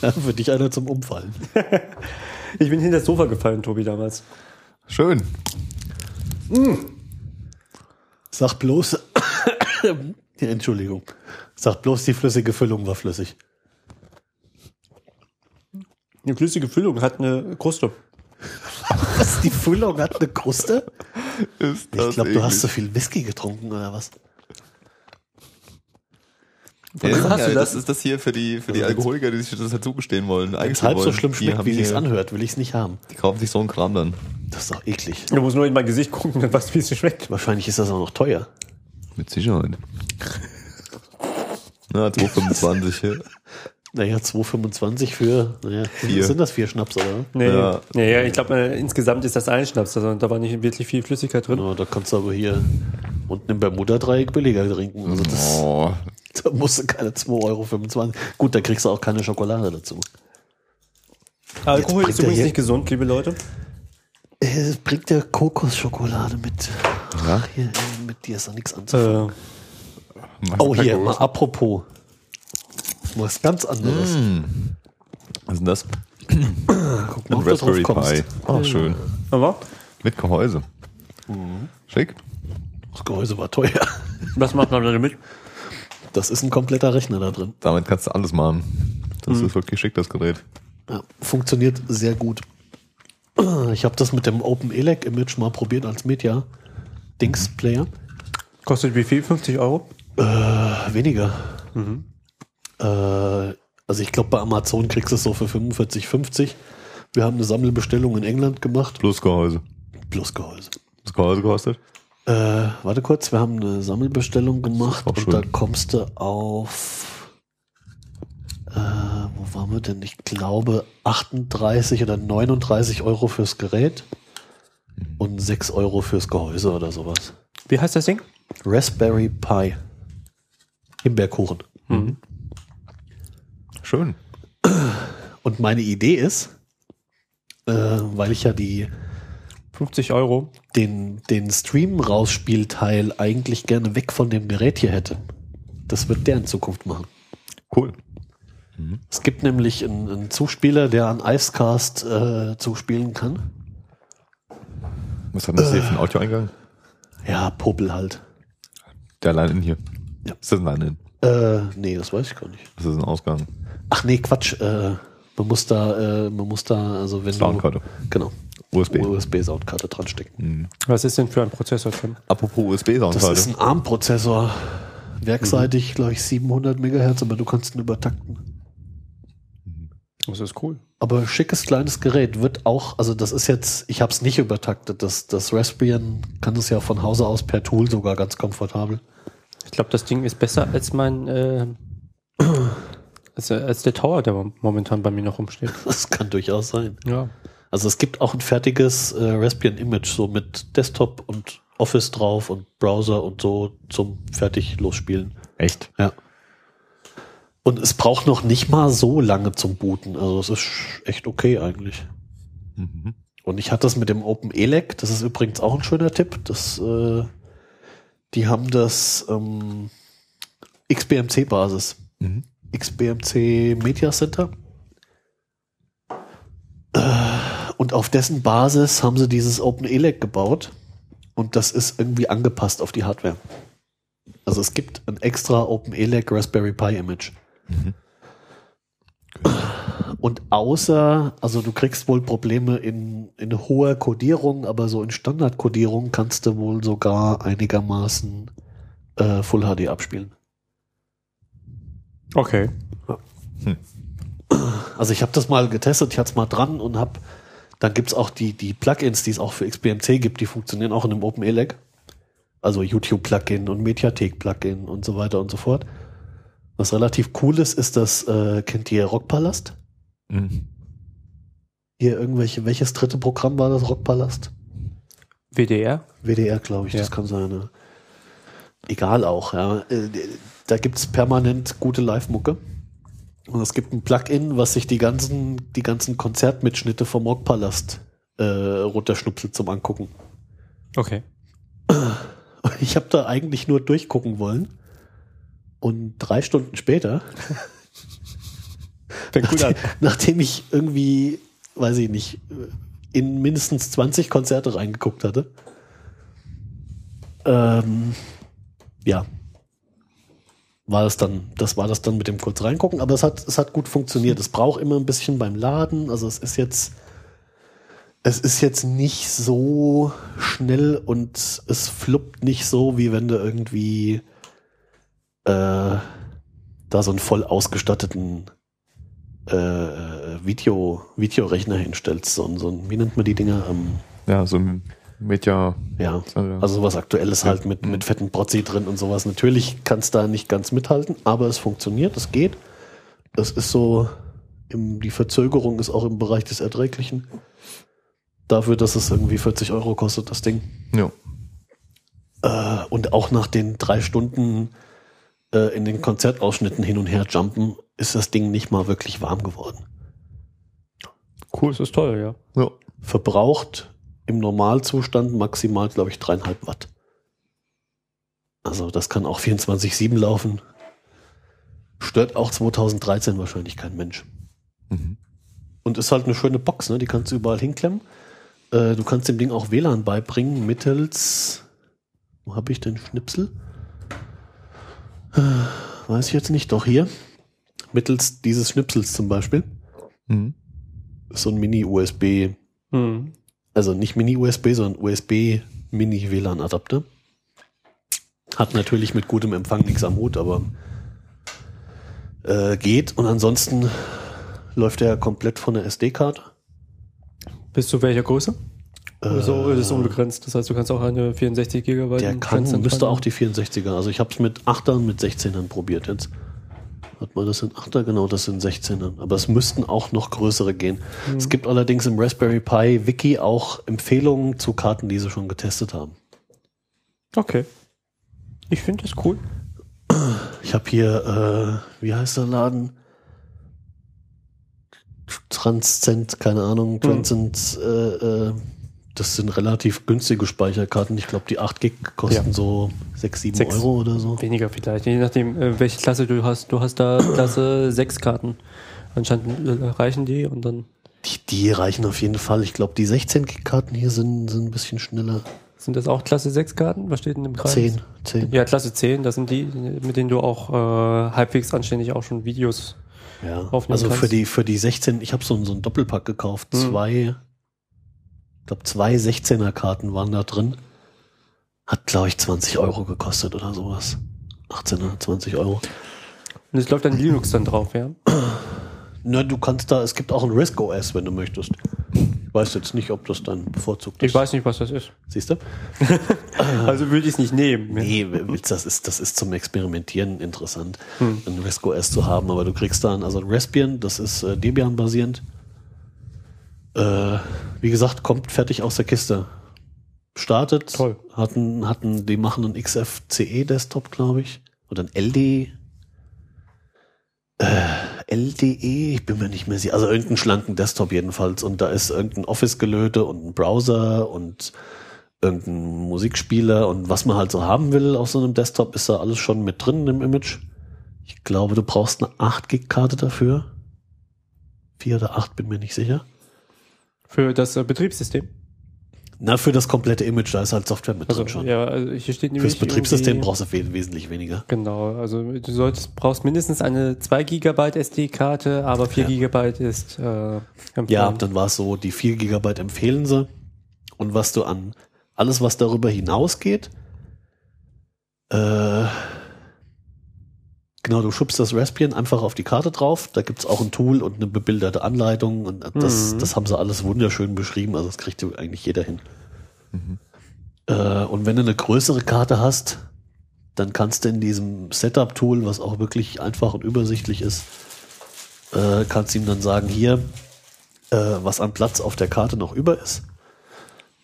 B: Für dich einer zum Umfallen.
C: Ich bin hinter das Sofa gefallen, Tobi, damals.
D: Schön.
B: Sag bloß. <coughs> Ja, Entschuldigung. Sag bloß, die flüssige Füllung war flüssig.
C: Eine flüssige Füllung hat eine Kruste.
B: Was? Die Füllung hat eine Kruste?
D: Ist
B: Ich glaube, du
D: eklig.
B: hast so viel Whisky getrunken oder was?
D: Ja,
C: Hast
D: ja,
C: du
D: das
C: das?
D: ist das hier für die, für die
B: Also wenn's-
D: Alkoholiker, die sich das halt zugestehen wollen.
B: Wenn es halb so schlimm schmeckt, wie sich's
D: an.
B: anhört, will ich es nicht haben.
D: Die kaufen sich so einen Kram dann.
B: Das ist doch eklig.
C: Du musst nur in mein Gesicht gucken, dann weißt du, wie es dir schmeckt.
B: Wahrscheinlich ist das auch noch teuer.
D: Mit
B: <laughs>
D: Sicherheit. Na,
B: <laughs>
D: 2,25. hier.
B: Naja, 2,25 für, naja,
D: Vier.
B: vier. sind das vier Schnaps, oder?
C: Nee,
D: Ja.
C: ja. nee ich glaube, äh, insgesamt ist das ein Schnaps. Also, da war nicht wirklich viel Flüssigkeit drin.
B: Ja, da kannst du aber hier unten im Bermuda-Dreieck billiger trinken. Also das,
D: Oh.
B: da musst du keine 2,25 Euro. Gut, da kriegst du auch keine Schokolade dazu.
C: Alkohol
B: bringt
C: ist
B: er
C: übrigens
B: hier-
C: nicht gesund, liebe Leute.
B: Es Äh, bringt der Kokosschokolade mit.
D: Ja.
B: Ach, hier, äh, mit dir ist da nichts anzufangen.
C: Äh,
B: oh, hier, mal apropos. Was ganz anderes.
D: Was ist denn das?
B: Guck
D: Ein
B: ob du drauf
D: Raspberry
B: kommst.
D: Pi. Oh, schön.
C: aber
D: Mit Gehäuse.
B: Mhm.
D: Schick.
B: Das Gehäuse war teuer.
C: was macht man damit?
B: Das ist ein kompletter Rechner da drin.
D: Damit kannst du alles machen. Das
B: Mhm.
D: ist wirklich schick, das Gerät.
B: Ja, funktioniert sehr gut. Ich habe das mit dem Open Elec Image mal probiert als Media Dings Player.
C: Kostet wie viel? 50 Euro?
B: Äh, Weniger. Mhm. Äh, also ich glaube bei Amazon kriegst du es so für 45, 50. Wir haben eine Sammelbestellung in England gemacht.
D: Plus Gehäuse.
B: Plus Gehäuse.
D: Das Gehäuse kostet?
B: Äh, warte kurz, wir haben eine Sammelbestellung gemacht
D: Auch
B: und
D: schön.
B: da kommst du auf. Äh, wo waren wir denn? Ich glaube 38 oder 39 Euro fürs Gerät und 6 Euro fürs Gehäuse oder sowas.
C: Wie heißt das Ding?
B: Raspberry Pi. Himbeerkuchen.
D: Schön.
B: Und meine Idee ist, äh, weil ich ja die
C: 50 Euro.
B: den, den Stream-Rausspielteil eigentlich gerne weg von dem Gerät hier hätte. Das wird der in Zukunft machen.
D: Cool.
B: Es gibt nämlich einen, einen Zuspieler, der an Icecast äh, zuspielen kann.
D: Was hat denn das hier für einen Audioeingang?
B: Ja, Popel halt.
D: Der Line-In hier.
B: Ja.
D: Ist das ein Line-In?
B: Äh, nee, das weiß ich gar nicht.
D: Das ist ein Ausgang.
B: Ach nee, Quatsch. Äh, man muss da, äh, man muss da, also wenn
D: Soundkarte.
B: du, genau,
D: USB.
B: USB-Soundkarte dran stecken.
C: Was ist denn für ein Prozessor drin?
D: Apropos USB-Sound
B: Das ist ein ARM-Prozessor. Werkseitig, glaube ich, 700 Megahertz, aber du kannst ihn übertakten.
C: Das ist cool.
B: Aber schickes kleines Gerät wird auch, also das ist jetzt, ich habe es nicht übertaktet. Das, das Raspbian kann es ja von Hause aus per Tool sogar ganz komfortabel. <laughs>
C: Ich glaube, das Ding ist besser als mein, äh, <clears throat> als, als der Tower, der momentan bei mir noch rumsteht.
B: Das kann durchaus sein.
C: Ja.
B: Also es gibt auch ein fertiges äh, Raspbian Image, so mit Desktop und Office drauf und Browser und so zum fertig losspielen.
D: Echt?
B: Ja. Und es braucht noch nicht mal so lange zum Booten. Also es ist sch- echt okay eigentlich.
D: Mhm.
B: Und ich hatte das mit dem Open Elec, das ist übrigens auch ein schöner Tipp. Das, äh, die haben das ähm, XBMC-Basis.
D: Mhm.
B: XBMC Media Center. Äh, Und auf dessen Basis haben sie dieses Open E Elec gebaut. Und das ist irgendwie angepasst auf die Hardware. Also es gibt ein extra Open E Elec Raspberry Pi Image. Und außer, also du kriegst wohl Probleme in, in hoher Codierung, aber so in Standardcodierung kannst du wohl sogar einigermaßen äh, Full HD abspielen.
C: Okay.
B: Also ich habe das mal getestet, ich hatte es mal dran und habe, dann gibt's auch die, die Plugins, die es auch für XBMC gibt, die funktionieren auch in einem OpenELEC. Also YouTube-Plugin und Mediathek-Plugin und so weiter und so fort. Was relativ cool ist, ist das, äh, kennt ihr Rockpalast?
D: Mhm.
B: Hier irgendwelche, welches dritte Programm war das, Rockpalast?
C: WDR?
B: WDR, glaube ich,
C: Ja.
B: das kann sein. Ja. Egal auch, ja. Äh, Da gibt's permanent gute Live-Mucke. Und es gibt ein Plugin, was sich die ganzen, die ganzen Konzertmitschnitte vom Rockpalast äh, runterschnupselt zum Angucken. <laughs>
C: Okay.
B: Und Ich habe da eigentlich nur durchgucken wollen. Und drei Stunden später,
C: Fängt gut an.
B: nachdem, <laughs> nachdem ich irgendwie, weiß ich nicht, in mindestens 20 Konzerte reingeguckt hatte, ähm, ja, war das dann, das war das dann mit dem kurz reingucken, aber es hat, es hat gut funktioniert. Es braucht immer ein bisschen beim Laden, also es ist jetzt, es ist jetzt nicht so schnell und es fluppt nicht so, wie wenn du irgendwie äh, da so einen voll ausgestatteten äh, Video, Videorechner hinstellst, so ein, so ein, wie nennt man die Dinger? Ähm,
D: Ja, so ein Media.
B: ja,
D: Sender.
B: also was Aktuelles halt mit, mit fetten Protzi drin und sowas. Natürlich kannst da nicht ganz mithalten, aber es funktioniert, es geht. Das ist so, im, die Verzögerung ist auch im Bereich des Erträglichen. Dafür, dass es irgendwie 40 Euro kostet, das Ding.
D: Ja.
B: Äh, und auch nach den drei Stunden äh, in den Konzertausschnitten hin und her jumpen, ist das Ding nicht mal wirklich warm geworden.
C: <laughs> Cool, das ist toll, ja.
D: ja.
B: verbraucht im Normalzustand maximal, glaube ich, dreieinhalb Watt. Also das kann auch 24-7 laufen. Stört auch 2013 wahrscheinlich kein Mensch.
D: Mhm.
B: Und ist halt eine schöne Box, ne? die kannst du überall hinklemmen. Äh, du kannst dem Ding auch WLAN beibringen mittels... Wo habe ich den Schnipsel? Äh, Weiß ich jetzt nicht, doch hier. Mittels dieses Schnipsels zum Beispiel.
D: Mhm.
B: Ist so ein Mini-USB
C: Mhm.
B: also nicht Mini-USB, sondern USB-Mini-WLAN-Adapter. Hat natürlich mit gutem Empfang nichts am Hut, aber äh, geht. Und ansonsten läuft er komplett von der SD-Karte.
C: Bis zu welcher Größe?
B: Äh,
C: so ist es unbegrenzt. Das heißt, du kannst auch eine 64 Gigabyte.
B: der kann, müsste auch die 64er. Also ich habe es mit 8ern, mit 16ern probiert jetzt. Hat man das sind 8er? Genau, das sind 16er. Aber es müssten auch noch größere gehen. Es gibt allerdings im Raspberry Pi Wiki auch Empfehlungen zu Karten, die sie schon getestet haben.
C: Okay. Ich finde das cool.
B: Ich habe hier, äh, wie heißt der Laden? Transcent, keine Ahnung,
C: Hm.
B: Transcent, äh, äh, das sind relativ günstige Speicherkarten. Ich glaube, die 8 Gig kosten
C: Ja.
B: so 6, 7
C: Sechs.
B: Euro oder so.
C: Weniger vielleicht, je nachdem, äh, welche Klasse du hast. Du hast da Klasse <clears throat> 6 Karten. Anscheinend äh, reichen die und dann
B: Die, die reichen auf jeden Fall. Ich glaube, die 16 Gig Karten hier sind, sind ein bisschen schneller.
C: sind das auch Klasse 6 Karten. Was steht denn im Kreis?
B: 10, 10.
C: Ja, Klasse 10, das sind die, mit denen du auch äh, halbwegs anständig auch schon Videos
B: Ja.
C: aufnehmen
B: Also für
C: kannst.
B: die, für die 16, ich habe so, einen- so einen Doppelpack gekauft.
C: Hm.
B: Zwei, ich glaube, zwei 16er-Karten waren da drin. Hat, glaube ich, 20 Euro gekostet oder sowas. 18er, 20 Euro.
C: Und es läuft dann Linux dann drauf, ja.
B: Na, du kannst da, es gibt auch ein Risk OS, wenn du möchtest. Ich weiß jetzt nicht, ob das dann bevorzugt ist.
C: Ich weiß nicht, was das ist.
B: Siehst du?
C: Also würde ich es nicht nehmen. ja.
B: Nee, Witz, das ist, das ist zum Experimentieren interessant,
C: Hm.
B: ein Risk OS zu haben, aber du kriegst da ein, also ein Raspbian, das ist äh, Debian basierend. Äh, wie gesagt, kommt fertig aus der Kiste. Startet,
D: Toll.
B: hatten, hatten, die machen einen XFCE-Desktop, glaube E ich. Oder ein LD. Äh, LDE, ich bin mir nicht mehr sicher. Also irgendeinen schlanken Desktop jedenfalls. Und da ist irgendein Office-Gelöte und ein Browser und irgendein Musikspieler und was man halt so haben will auf so einem Desktop, ist da alles schon mit drin im Image. Ich glaube, du brauchst eine 8-Gig-Karte dafür. Vier oder acht, bin mir nicht sicher.
C: Für das äh, Betriebssystem.
B: Na, für das komplette Image, da ist halt Software mit
C: Also,
B: drin schon.
C: ja, also hier steht nämlich.
B: Fürs Betriebssystem
C: irgendwie-
B: brauchst du we wesentlich weniger.
C: Genau, also du solltest, brauchst mindestens eine 2 GB SD-Karte, aber 4
B: Ja.
C: GB ist äh, empfohlen.
B: Ja, dann war es so, die 4 Gigabyte empfehlen sie. Und was du an alles, was darüber hinausgeht, äh, genau, du schubst das Raspbian einfach auf die Karte drauf. Da gibt's auch ein Tool und eine bebilderte Anleitung. Und das,
C: Mhm.
B: das haben sie alles wunderschön beschrieben. Also das kriegt eigentlich jeder hin. Äh, und wenn du eine größere Karte hast, dann kannst du in diesem Setup-Tool, was auch wirklich einfach und übersichtlich ist, äh, kannst ihm dann sagen, hier, äh, was an Platz auf der Karte noch über ist,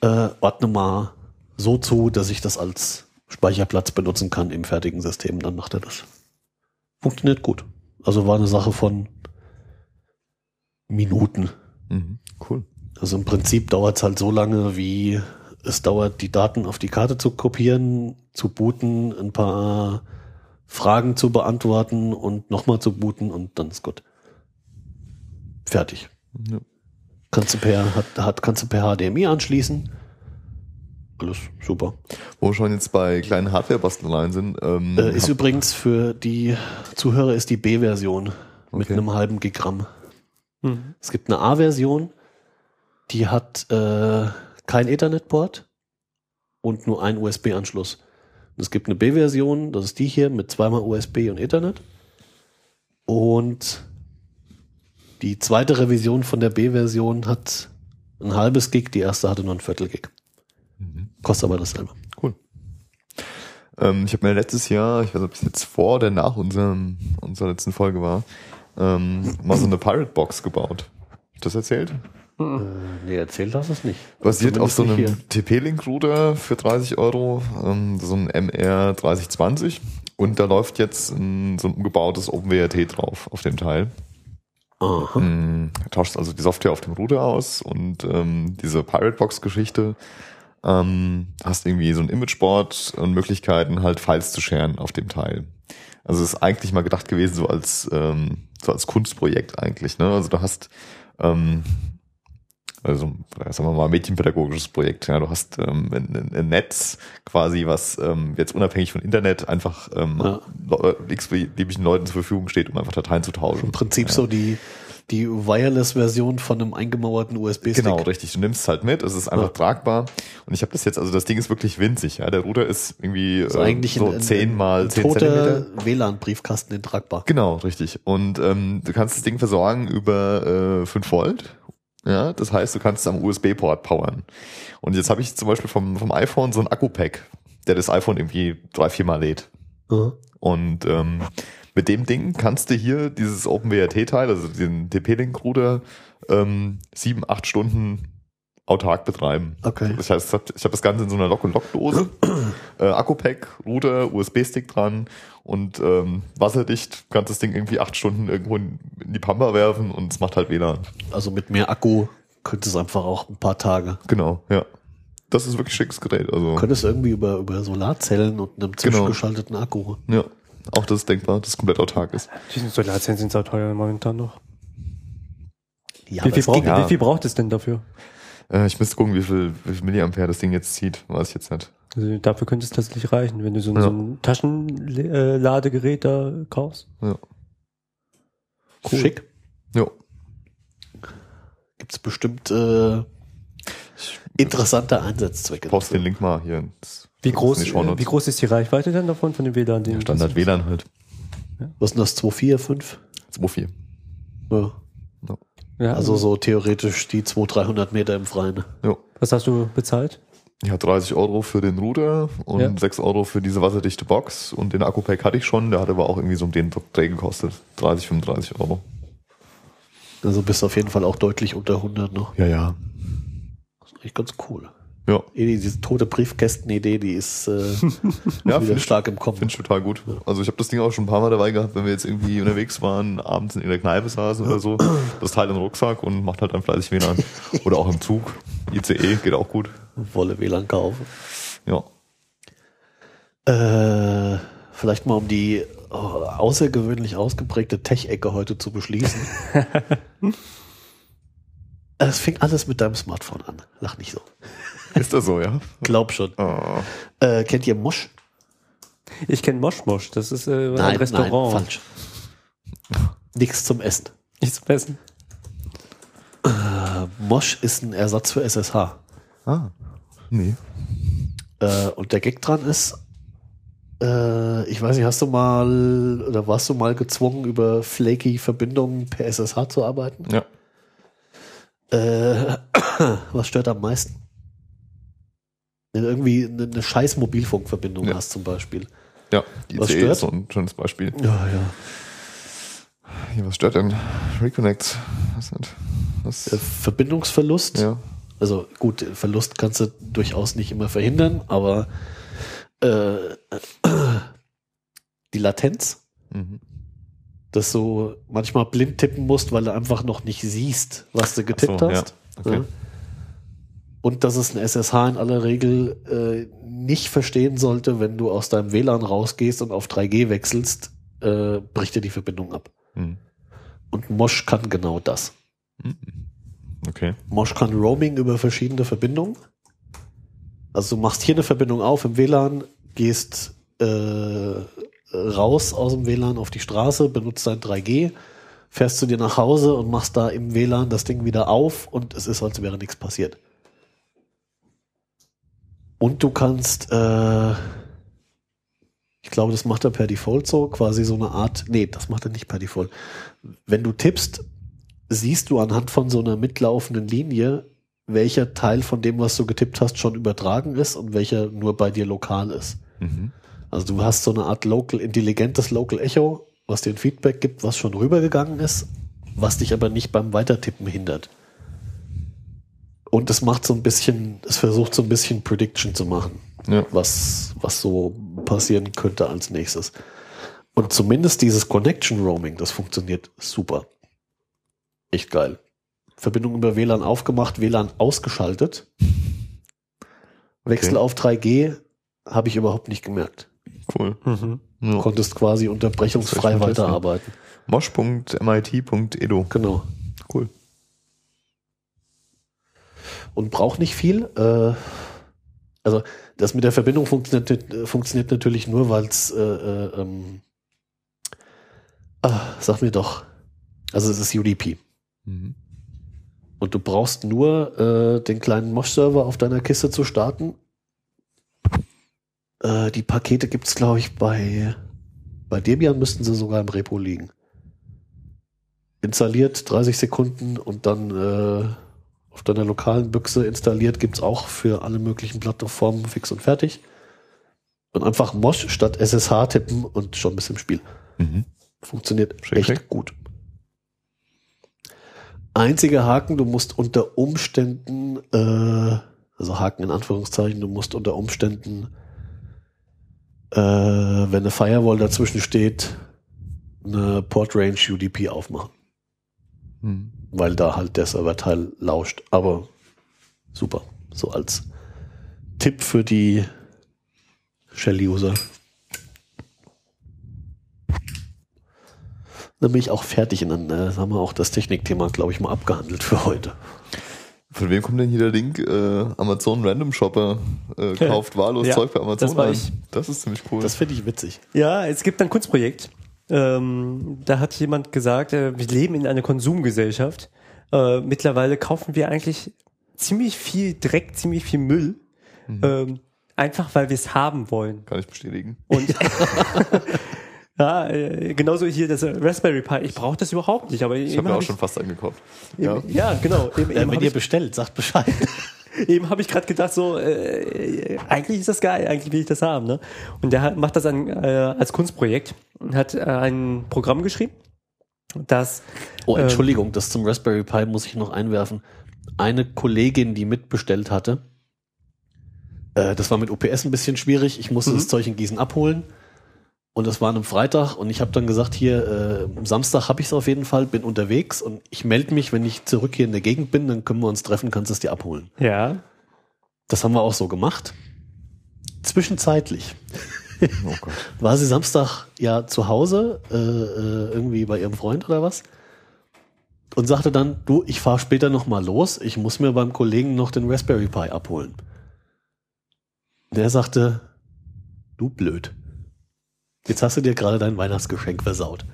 B: äh, ordne mal so zu, dass ich das als Speicherplatz benutzen kann im fertigen System. Dann macht er das. Funktioniert gut. Also war eine Sache von Minuten.
D: Mhm. Cool.
B: Also im Prinzip dauert es halt so lange, wie es dauert, die Daten auf die Karte zu kopieren, zu booten, ein paar Fragen zu beantworten und nochmal zu booten und dann ist gut. Fertig.
D: Ja.
B: Kannst du per, hat, hat, kannst du per HDMI anschließen. Alles super.
D: Wo wir schon jetzt bei kleinen Hardware-Basteleien sind. Ähm,
B: Äh, ist
D: hab-
B: übrigens für die Zuhörer ist die B-Version mit
D: Okay.
B: einem halben Gigramm.
C: Mhm.
B: Es gibt eine A-Version, die hat äh, kein Ethernet-Port und nur einen USB-Anschluss. Und es gibt eine B-Version, das ist die hier mit zweimal USB und Ethernet. Und die zweite Revision von der B-Version hat ein halbes Gig, die erste hatte nur ein Viertel Gig.
D: Mhm.
B: Kostet aber dasselbe.
D: Cool. Ähm, ich habe mir letztes Jahr, ich weiß nicht, ob es jetzt vor oder nach unserem, unserer letzten Folge war, ähm, mal so eine Pirate Box gebaut. Hab ich das erzählt?
B: Nee, erzählt hast es nicht.
D: Basiert auf so
B: Zumindest nicht
D: einem TP-Link-Router für 30 Euro, ähm, so ein MR3020. Und da läuft jetzt ein, so ein umgebautes OpenWRT drauf auf dem Teil.
B: Aha.
D: Mhm. Tauscht also die Software auf dem Router aus und ähm, diese Pirate Box-Geschichte. Ähm, hast irgendwie so ein Imageboard und Möglichkeiten, halt Files zu scheren auf dem Teil. Also es ist eigentlich mal gedacht gewesen, so als, ähm, so als Kunstprojekt eigentlich. Ne? Also du hast ähm, also ja, sagen wir mal mädchenpädagogisches Projekt. Ja, du hast ähm, ein, ein, ein Netz quasi, was ähm, jetzt unabhängig von Internet einfach ähm,
B: Ja.
D: Leu- x-beliebigen Leuten zur Verfügung steht, um einfach Dateien zu tauschen.
B: Im Prinzip
D: ja.
B: so die, die Wireless-Version von einem eingemauerten USB-Stick.
D: Genau, richtig. Du nimmst es halt mit, es ist einfach
B: Ja.
D: tragbar. Und ich habe das jetzt, also das Ding ist wirklich winzig. Ja, der Router ist irgendwie
B: Ist Also
D: ähm,
B: eigentlich
D: so
B: ein, ein,
D: 10 mal
B: ein
D: 10 Zentimeter.
B: toter WLAN-Briefkasten in tragbar.
D: Genau, richtig. Und ähm, du kannst das Ding versorgen über äh, 5 Volt. Ja, das heißt, du kannst es am USB-Port powern. Und jetzt habe ich zum Beispiel vom, vom iPhone so ein Akku-Pack, der das iPhone irgendwie drei, vier Mal lädt.
B: Mhm.
D: Und ähm, mit dem Ding kannst du hier dieses OpenWRT-Teil, also den TP-Link-Router, ähm, sieben, acht Stunden autark betreiben.
B: Okay.
D: Das heißt, ich habe hab das Ganze in so einer Lock-and-Lock-Dose, äh, Akku-Pack, Router, USB-Stick dran und ähm, wasserdicht, kannst das Ding irgendwie acht Stunden irgendwo in in die Pampa werfen und es macht halt WLAN.
B: Also mit mehr Akku könnte es einfach auch ein paar Tage.
D: Genau, ja. Das ist wirklich schickes Gerät. Also,
B: Könnte es irgendwie über, über Solarzellen und
D: Genau.
B: einem zwischengeschalteten Akku.
D: ja. Auch das ist denkbar, dass es komplett autark ist.
C: Die Solarzellen sind so teuer momentan noch.
B: Ja,
C: wie, viel braucht,
D: ja.
C: wie viel braucht es denn dafür?
D: Äh, ich müsste gucken, wie viel, wie viel Milliampere das Ding jetzt zieht. Weiß ich jetzt nicht.
C: Also dafür könnte es tatsächlich reichen, wenn du so ein,
D: Ja.
C: so ein Taschenladegerät da kaufst.
D: Ja.
B: Cool. Schick.
D: Jo.
B: Gibt es bestimmt äh, interessante Einsatzzwecke.
D: Post den Link mal hier. ins-
C: Wie groß,
D: in die Shownotes.
C: äh, wie groß ist die Reichweite denn davon, von dem WLAN? Den
D: Standard WLAN halt.
B: Was ist denn das? 2, 4, 5?
D: 2,4.
B: Ja.
C: Ja,
B: Also so theoretisch die 200, 300 Meter im Freien.
D: Jo.
C: Was hast du bezahlt?
D: Ja, 30 Euro für den Router und
C: Ja.
D: 6 Euro für diese wasserdichte Box. Und den Akku-Pack hatte ich schon, der hat aber auch irgendwie so um den Dreh gekostet. 30, 35 Euro.
B: Also bist auf jeden Fall auch deutlich unter 100 noch.
D: Ja, ja.
B: Das ist echt ganz cool.
D: Ja,
B: Eh, Diese tote Briefkästen-Idee, die ist äh,
D: <laughs> ja
B: wieder
D: finde ich,
B: stark im Kommen.
D: find ich total gut. Also ich habe das Ding auch schon ein paar Mal dabei gehabt, wenn wir jetzt irgendwie unterwegs waren, abends in der Kneipe saßen oder so. Das Teil in den Rucksack und macht halt dann fleißig WLAN. Oder auch im Zug. ICE geht auch gut.
B: Wolle WLAN kaufen.
D: Ja.
B: Äh, vielleicht mal um die oh, außergewöhnlich ausgeprägte Tech-Ecke heute zu <laughs> beschließen. Es fing alles mit deinem Smartphone an. Lach nicht so.
D: Ist das so, ja?
B: Glaub schon.
D: Ah.
B: Äh, kennt ihr Mosch?
C: Ich kenne Mosch Mosch, das ist äh, ein Restaurant.
B: nein, falsch. Nichts zum Essen.
C: <laughs>
B: Äh,
C: Nicht zum Essen.
B: Mosch ist ein Ersatz für SSH.
D: ah. Nee.
B: Äh, und der Gag dran ist, äh, ich weiß nicht, hast du mal oder warst du mal gezwungen, über flaky Verbindungen per SSH zu arbeiten?
D: Ja.
B: Äh, <coughs> was stört am meisten? Wenn du irgendwie eine, eine scheiß Mobilfunkverbindung
D: Ja.
B: hast zum Beispiel.
D: Ja, die
B: Was
D: ICE ist so
B: stört?
D: ein schönes Beispiel.
B: Ja, ja.
D: Hier, was stört denn? Reconnects. Was nicht? Was?
B: Äh, Verbindungsverlust.
D: Ja.
B: Also gut, Verlust kannst du durchaus nicht immer verhindern, aber äh, <coughs> die Latenz,
D: Mhm.
B: dass du manchmal blind tippen musst, weil du einfach noch nicht siehst, was du getippt
D: so, ja.
B: hast.
D: Okay.
B: Ja. Und dass es ein SSH in aller Regel äh, nicht verstehen sollte, wenn du aus deinem WLAN rausgehst und auf 3G wechselst, äh, bricht dir die Verbindung ab.
D: Mhm.
B: Und Mosch kann genau das.
D: Okay.
B: Mosch kann Roaming über verschiedene Verbindungen. Also du machst hier eine Verbindung auf im WLAN, gehst äh, raus aus dem WLAN auf die Straße, benutzt dein 3G, fährst zu dir nach Hause und machst da im WLAN das Ding wieder auf und es ist, als wäre nichts passiert. Und du kannst, äh, ich glaube, das macht er per Default so, quasi so eine Art, nee, das macht er nicht per Default. Wenn du tippst, siehst du anhand von so einer mitlaufenden Linie, welcher Teil von dem, was du getippt hast, schon übertragen ist und welcher nur bei dir lokal ist.
D: Mhm.
B: Also du hast so eine Art local, intelligentes Local Echo, was dir ein Feedback gibt, was schon rübergegangen ist, was dich aber nicht beim Weitertippen hindert. Und es macht so ein bisschen, es versucht so ein bisschen Prediction zu machen
D: Ja.
B: was, was so passieren könnte als nächstes. Und zumindest dieses Connection Roaming, das funktioniert super. Echt geil. Verbindung über WLAN aufgemacht, WLAN ausgeschaltet. Wechsel auf 3G habe ich überhaupt nicht gemerkt.
D: Cool.
C: Mhm.
B: Du
D: Ja.
B: konntest quasi unterbrechungsfrei
D: Das ist echt
B: weiterarbeiten.
D: Mosch.mit.edu.
B: Genau.
D: E Cool.
B: und braucht nicht viel. Äh, also das mit der Verbindung funktioniert, äh, funktioniert natürlich nur, weil es äh, äh, ähm, ah, sag mir doch. Also es ist UDP.
D: Mhm.
B: Und du brauchst nur äh, den kleinen Mosh-Server auf deiner Kiste zu starten. Äh, die Pakete gibt's glaube ich, bei, bei Debian müssten sie sogar im Repo liegen. Installiert 30 Sekunden und dann äh, auf deiner lokalen Büchse installiert gibt's auch für alle möglichen Plattformen fix und fertig. Und einfach Mosh statt SSH tippen und schon bist im Spiel.
D: Mhm.
B: Funktioniert
D: Schick,
B: echt
D: schick.
B: gut. Einziger Haken, du musst unter Umständen, äh, also Haken in Anführungszeichen, du musst unter Umständen, äh, wenn eine Firewall dazwischen steht, eine Port Range UDP aufmachen,
D: Mhm.
B: weil da halt der Serverteil lauscht. Aber super, so als Tipp für die Shell-User. Dann bin ich auch fertig und dann äh, haben wir auch das Technikthema, glaube ich, mal abgehandelt für heute.
D: Von wem kommt denn hier der Link? Äh, Amazon Random Shopper äh, kauft wahllos
C: Ja,
D: Zeug bei Amazon
C: das war
D: ein.
C: ich.
D: Das ist ziemlich cool.
B: Das finde ich witzig.
C: Ja, es gibt ein Kunstprojekt. Ähm, da hat jemand gesagt, äh, wir leben in einer Konsumgesellschaft. Äh, mittlerweile kaufen wir eigentlich ziemlich viel Dreck, ziemlich viel Müll.
B: Mhm.
C: Ähm, einfach weil wir es haben wollen.
D: Kann ich bestätigen.
C: Und ja, äh, genauso hier das Raspberry Pi. Ich brauche das überhaupt nicht, aber
D: Ich
C: eben
D: habe mir
C: hab
D: auch schon fast angekauft.
C: ich, eben, ja. genau. Eben,
B: Ja,
C: eben
B: wenn
C: habe
B: ihr
C: ich,
B: bestellt, sagt Bescheid. <laughs>
C: eben hab ich gerade gedacht, so äh, äh, eigentlich ist das geil, eigentlich will ich das haben. Ne? Und der hat, macht das an, äh, als Kunstprojekt und hat äh, ein Programm geschrieben, das
B: Oh, Entschuldigung, das zum Raspberry Pi muss ich noch einwerfen. Eine Kollegin, die mitbestellt hatte, äh, das war mit OPS ein bisschen schwierig. Ich musste das Zeug in Gießen abholen. Und das war an einem Freitag. Und ich habe dann gesagt, hier, äh, am Samstag habe ich es auf jeden Fall, bin unterwegs. Und ich melde mich, wenn ich zurück hier in der Gegend bin, dann können wir uns treffen, kannst es dir abholen.
C: ja
B: Das haben wir auch so gemacht. Zwischenzeitlich
D: Oh Gott.
B: war sie Samstag ja zu Hause, äh, äh, irgendwie bei ihrem Freund oder was, und sagte dann, du, ich fahre später nochmal los, ich muss mir beim Kollegen noch den Raspberry Pi abholen. Der sagte, du blöd. Jetzt hast du dir gerade dein Weihnachtsgeschenk versaut.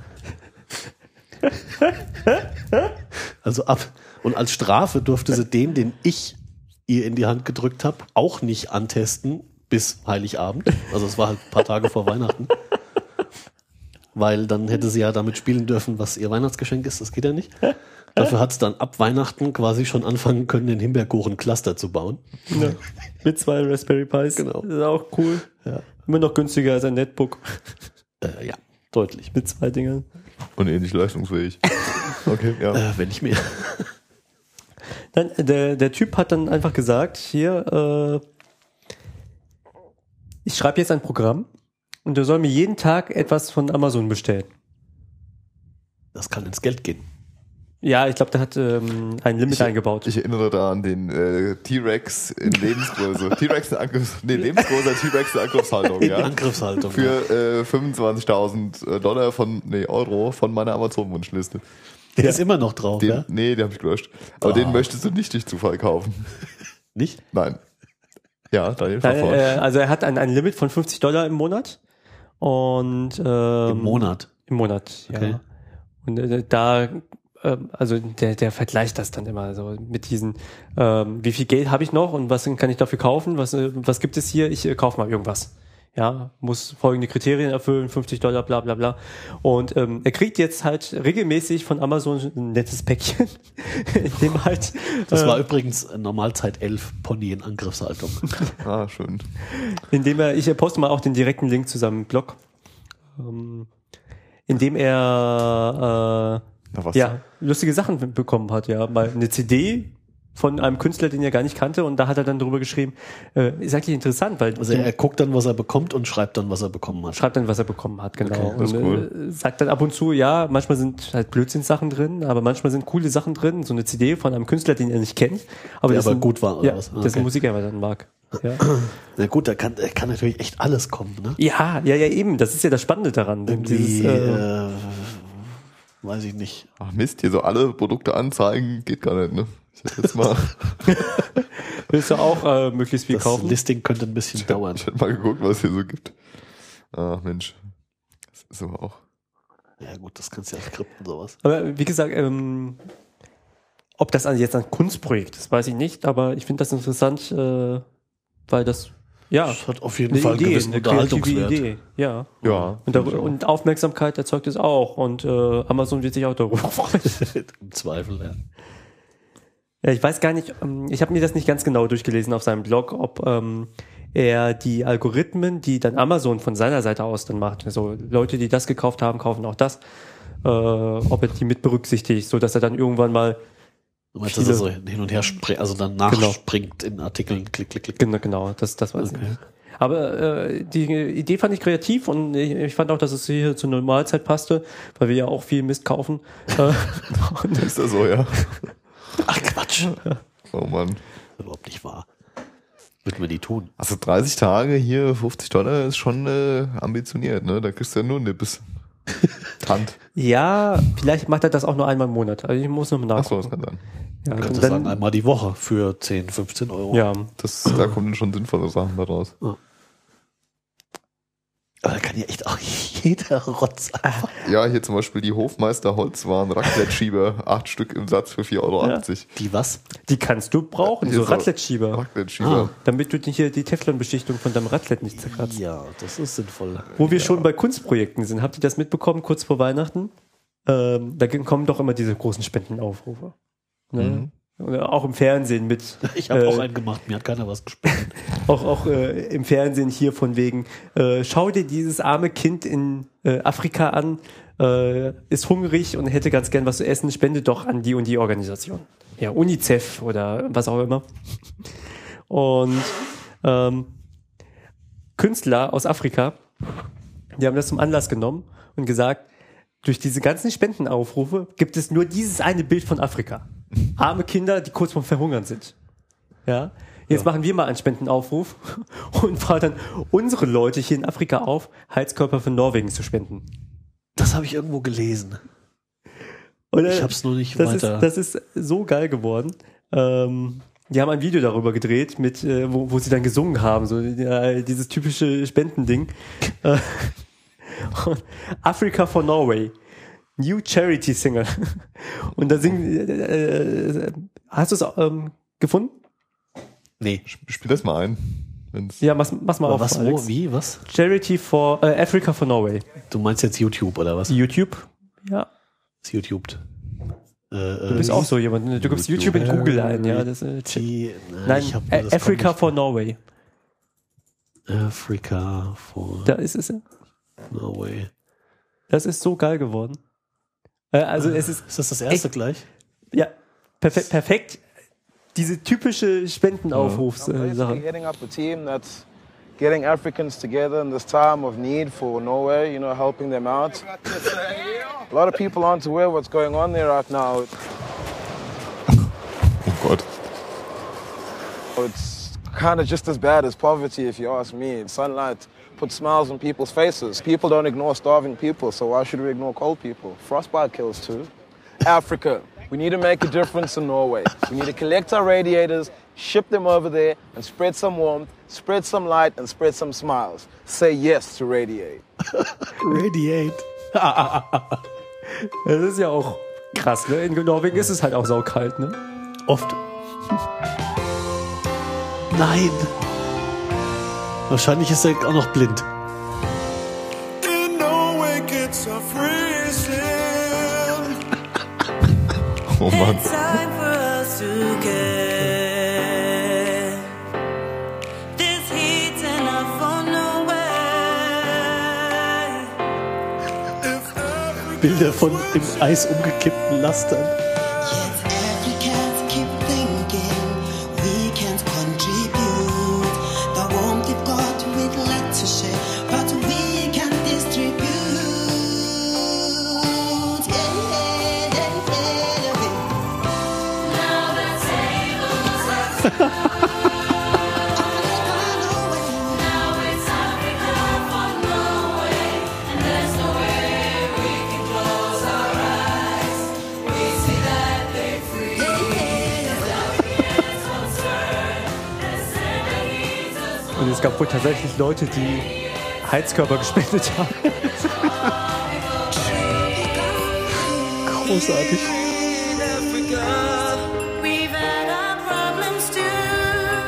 B: also ab. Und als Strafe durfte sie den, den ich ihr in die Hand gedrückt habe, auch nicht antesten bis Heiligabend. Also es war halt ein paar Tage vor Weihnachten. Weil dann hätte sie ja damit spielen dürfen, was ihr Weihnachtsgeschenk ist. Das geht ja nicht. Dafür hat es dann ab Weihnachten quasi schon anfangen können, den Himbeerkuchen-Cluster zu bauen.
C: ne, mit zwei Raspberry Pis.
B: Genau.
C: Das ist auch cool.
B: Ja.
C: Immer noch günstiger als ein Netbook <laughs>
B: Äh, ja, deutlich.
C: mit zwei Dingern.
D: Und ähnlich leistungsfähig. Okay, ja.
B: Äh, wenn ich mir.
C: Dann, der, der Typ hat dann einfach gesagt, hier, äh, ich schreibe jetzt ein Programm und der soll mir jeden Tag etwas von Amazon bestellen.
B: Das kann ins Geld gehen.
C: Ja, ich glaube, der hat ähm, ein Limit eingebaut.
D: Ich erinnere da an den äh, T-Rex in Lebensgröße. <laughs> T-Rex in Angriffs nee, lebensgroßer T-Rex in Angriffshaltung, ja.
B: Angriffshaltung. ja.
D: Für äh, 25.000 Dollar von, nee, Euro von meiner Amazon-Wunschliste.
B: Der ist immer noch drauf,
D: Den,
B: ja?
D: Nee, den habe ich gelöscht. Aber den möchtest du nicht durch Zufall kaufen.
B: Nicht?
D: Nein. Ja, Daniel, fahr
C: Nein,
D: fort.
C: äh, also er hat ein, ein Limit von 50 Dollar im Monat und ähm,
B: Im Monat.
C: Im Monat, ja.
B: Okay.
C: Und äh, da, ähm, also der, der vergleicht das dann immer so mit diesen, ähm, wie viel Geld habe ich noch und was kann ich dafür kaufen, was, äh, was gibt es hier, ich äh, kaufe mal irgendwas. Ja, muss folgende Kriterien erfüllen, 50 Dollar, bla bla bla. Und ähm, er kriegt jetzt halt regelmäßig von Amazon ein nettes Päckchen, <laughs> in dem halt
B: Das
C: äh,
B: war übrigens Normalzeit 11 Pony in Angriffshaltung.
D: ah, schön.
C: Indem er, ich poste mal auch den direkten Link zu seinem Blog, ähm, indem er äh,
D: Na, was?
C: ja lustige Sachen bekommen hat, ja, mal eine CD von einem Künstler, den er gar nicht kannte, und da hat er dann drüber geschrieben, äh, ist eigentlich interessant, weil
B: Also er guckt dann, was er bekommt und schreibt dann, was er bekommen hat.
C: schreibt dann, was er bekommen hat, genau.
D: Okay, das ist
C: und,
D: cool.
C: äh, sagt dann ab und zu, ja, manchmal sind halt Blödsinnssachen drin, aber manchmal sind coole Sachen drin, so eine CD von einem Künstler, den er nicht kennt, aber
B: Der
C: dessen-
B: aber gut war oder
C: ja,
B: was? Ah,
C: dessen
B: okay.
C: Musik er dann mag. Ja.
B: Na gut, da kann, da kann natürlich echt alles kommen, ne?
C: Ja, ja, ja, eben. Das ist ja das Spannende daran. Dieses,
B: Die,
C: äh,
B: äh, weiß ich nicht.
D: Ach Mist, hier so alle Produkte anzeigen, geht gar nicht, ne? Ich hätte jetzt <laughs> mal,
C: willst du auch äh, möglichst viel
B: Das
C: kaufen?
B: Listing könnte ein bisschen dauern.
D: ich hätte mal geguckt, was es hier so gibt. Ach Mensch. Das ist aber auch.
B: Ja gut, das kannst du ja skripten sowas.
C: Aber wie gesagt, ähm, ob das an- jetzt ein Kunstprojekt ist, weiß ich nicht. Aber ich finde das interessant, äh, weil das ja
B: Das hat auf jeden Fall einen gewissen Unterhaltungswert.
C: <laughs> Ja.
D: Ja.
C: Und, darüber, und Aufmerksamkeit erzeugt es auch. Und äh, Amazon wird sich auch darüber freuen.
B: Im Zweifel, ja.
C: Ja, ich weiß gar nicht, ähm, ich habe mir das nicht ganz genau durchgelesen auf seinem Blog, ob ähm, er die Algorithmen, die dann Amazon von seiner Seite aus dann macht, also Leute, die das gekauft haben, kaufen auch das, äh, ob er die mit berücksichtigt, so dass er dann irgendwann mal,
B: Du meinst, dass er
C: Viele-
B: so hin und her springt, also dann nachspringt in Artikeln, klick, klick, klick.
C: genau, genau das, das weiß ich nicht. Aber äh, die Idee fand ich kreativ und ich, ich fand auch, dass es hier zur Normalzeit passte, weil wir ja auch viel Mist kaufen. Äh, <laughs> und
D: <laughs> Ist das so, ja?
B: Ach Quatsch.
D: Oh Mann.
B: Überhaupt nicht wahr. Würden wir die tun.
D: Also 30 Tage hier, 50 Dollar ist schon äh, ambitioniert, ne? Da kriegst du ja nur Nippes. Hand.
C: ja, vielleicht macht er das auch nur einmal im Monat. Also ich muss noch mal
D: Achso,
C: nachgucken.
D: das kann sein.
C: ja,
B: Könntest
C: dann-
B: sagen, einmal die Woche für 10, 15 Euro.
C: ja,
D: Das, da kommen schon sinnvolle Sachen daraus.
B: Aber da kann ja echt auch <laughs> jeder Rotz einfach.
D: Ja, hier zum Beispiel die Hofmeister Holzwaren Raclette-Schieber, <laughs> acht Stück im Satz für 4,80 Euro.
B: Die was?
C: Die kannst du brauchen,
D: Hier
C: so
B: Also-
D: so-
C: Raclette-Schieber.
D: Raclette-Schieber.
C: Damit du nicht hier die Teflon-Beschichtung von deinem Raclette nicht zerkratzt.
B: Ja, das ist sinnvoll.
C: Wo wir schon bei Kunstprojekten sind, habt ihr das mitbekommen, kurz vor Weihnachten? Ähm, da g- kommen doch immer diese großen Spendenaufrufe. Ne?
B: Mhm.
C: Oder auch im Fernsehen mit.
B: Ich habe
C: äh,
B: auch einen gemacht, mir hat keiner was gespendet.
C: auch, auch äh, im Fernsehen hier von wegen, äh, schau dir dieses arme Kind in äh, Afrika an, äh, ist hungrig und hätte ganz gern was zu essen, spende doch an die und die Organisation. Ja, UNICEF oder was auch immer. Und ähm, Künstler aus Afrika, die haben das zum Anlass genommen und gesagt, durch diese ganzen Spendenaufrufe gibt es nur dieses eine Bild von Afrika. Arme Kinder, die kurz vorm Verhungern sind. Ja. Jetzt machen wir mal einen Spendenaufruf <laughs> und fordern unsere Leute hier in Afrika auf, Heizkörper für Norwegen zu spenden.
B: Das habe ich irgendwo gelesen.
C: Oder?
B: Ich hab's nur nicht
C: Äh, das
B: weiter.
C: Ist, das ist so geil geworden. Ähm, die haben ein Video darüber gedreht, mit, äh, wo, wo sie dann gesungen haben, so äh, dieses typische Spendending. Äh, <laughs> und Africa for Norway. New Charity Single. Und da singen. Äh, äh, hast du es ähm, gefunden?
B: Nee.
D: Sp- Spiel das mal ein. Wenn's
C: Ja, mach's, mach's mal auf.
B: was,
C: Alex.
B: wo, wie, was?
C: Charity for äh, Africa for Norway.
B: Du meinst jetzt YouTube oder was?
C: YouTube. Ja.
B: Ist YouTube. Äh,
C: Du bist auch so jemand. ne? Du gibst YouTube in Google ein, ja. Das, äh,
B: Die, nein,
C: nein,
B: ich hab nur
C: Ä-
B: das
C: Africa
B: kommt
C: for Norway.
B: nicht. Africa for
C: Da ist es.
B: Norway.
C: Das ist so geil geworden. Äh, also es ist
B: Ist das das erste
C: Echt?
B: gleich?
C: ja perfekt. perfekt diese typische äh,
E: Basically
C: Spendenaufrufssache.
E: Heading up a team that's getting Africans together in this time of need for Norway, you know, helping them out. A lot of people aren't aware what's going on there right now.
D: Oh Gott.
E: It's kind of just as bad as poverty, if you ask me. Sunlight puts smiles on people's faces. People don't ignore starving people, so why should we ignore cold people? Frostbite kills too. Africa, we need to make a difference in Norway. We need to collect our radiators, ship them over there, and spread some warmth, spread some light, and spread some smiles. Say yes to radiate.
B: Radiate.
C: Das ist ja auch krass. Ne? In Norwegen ist es halt auch saukalt. Ne?
B: Oft. Nein. Wahrscheinlich ist er auch noch blind.
F: In Norway kids are free slim.
D: Oh Mann.
F: It's time for us to get this heat's enough for Norway.
B: Bilder von im Eis umgekippten Lastern.
G: Yes, Africans keep thinking we can't contribute. The warmth they've got we'd like to share, but we can't distribute. Yeah, yeah, yeah, yeah, yeah. <laughs>
C: Und es gab wohl tatsächlich Leute, die Heizkörper gespendet haben. <laughs>
B: Großartig.
F: We've had our problems too.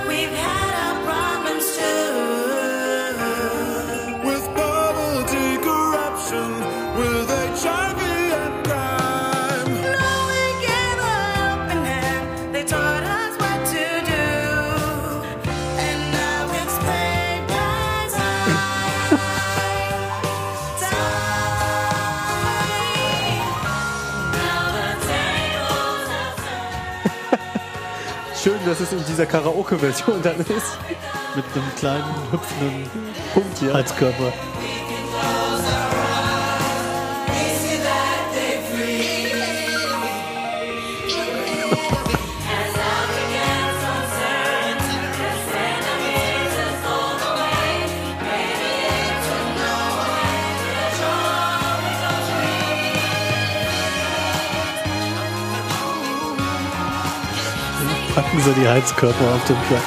F: We've had our problems too. With poverty, corruption, with HIV and crime. No, we gave a helping hand. They taught us what to do, and now it's payback <laughs> time. Time. Now the tables have turned.
C: Schön, dass es in dieser Karaoke-Version dann ist.
B: Mit einem kleinen, hüpfenden
C: Punkt hier.
B: Heizkörper. Packen sie die Heizkörper auf den Plug.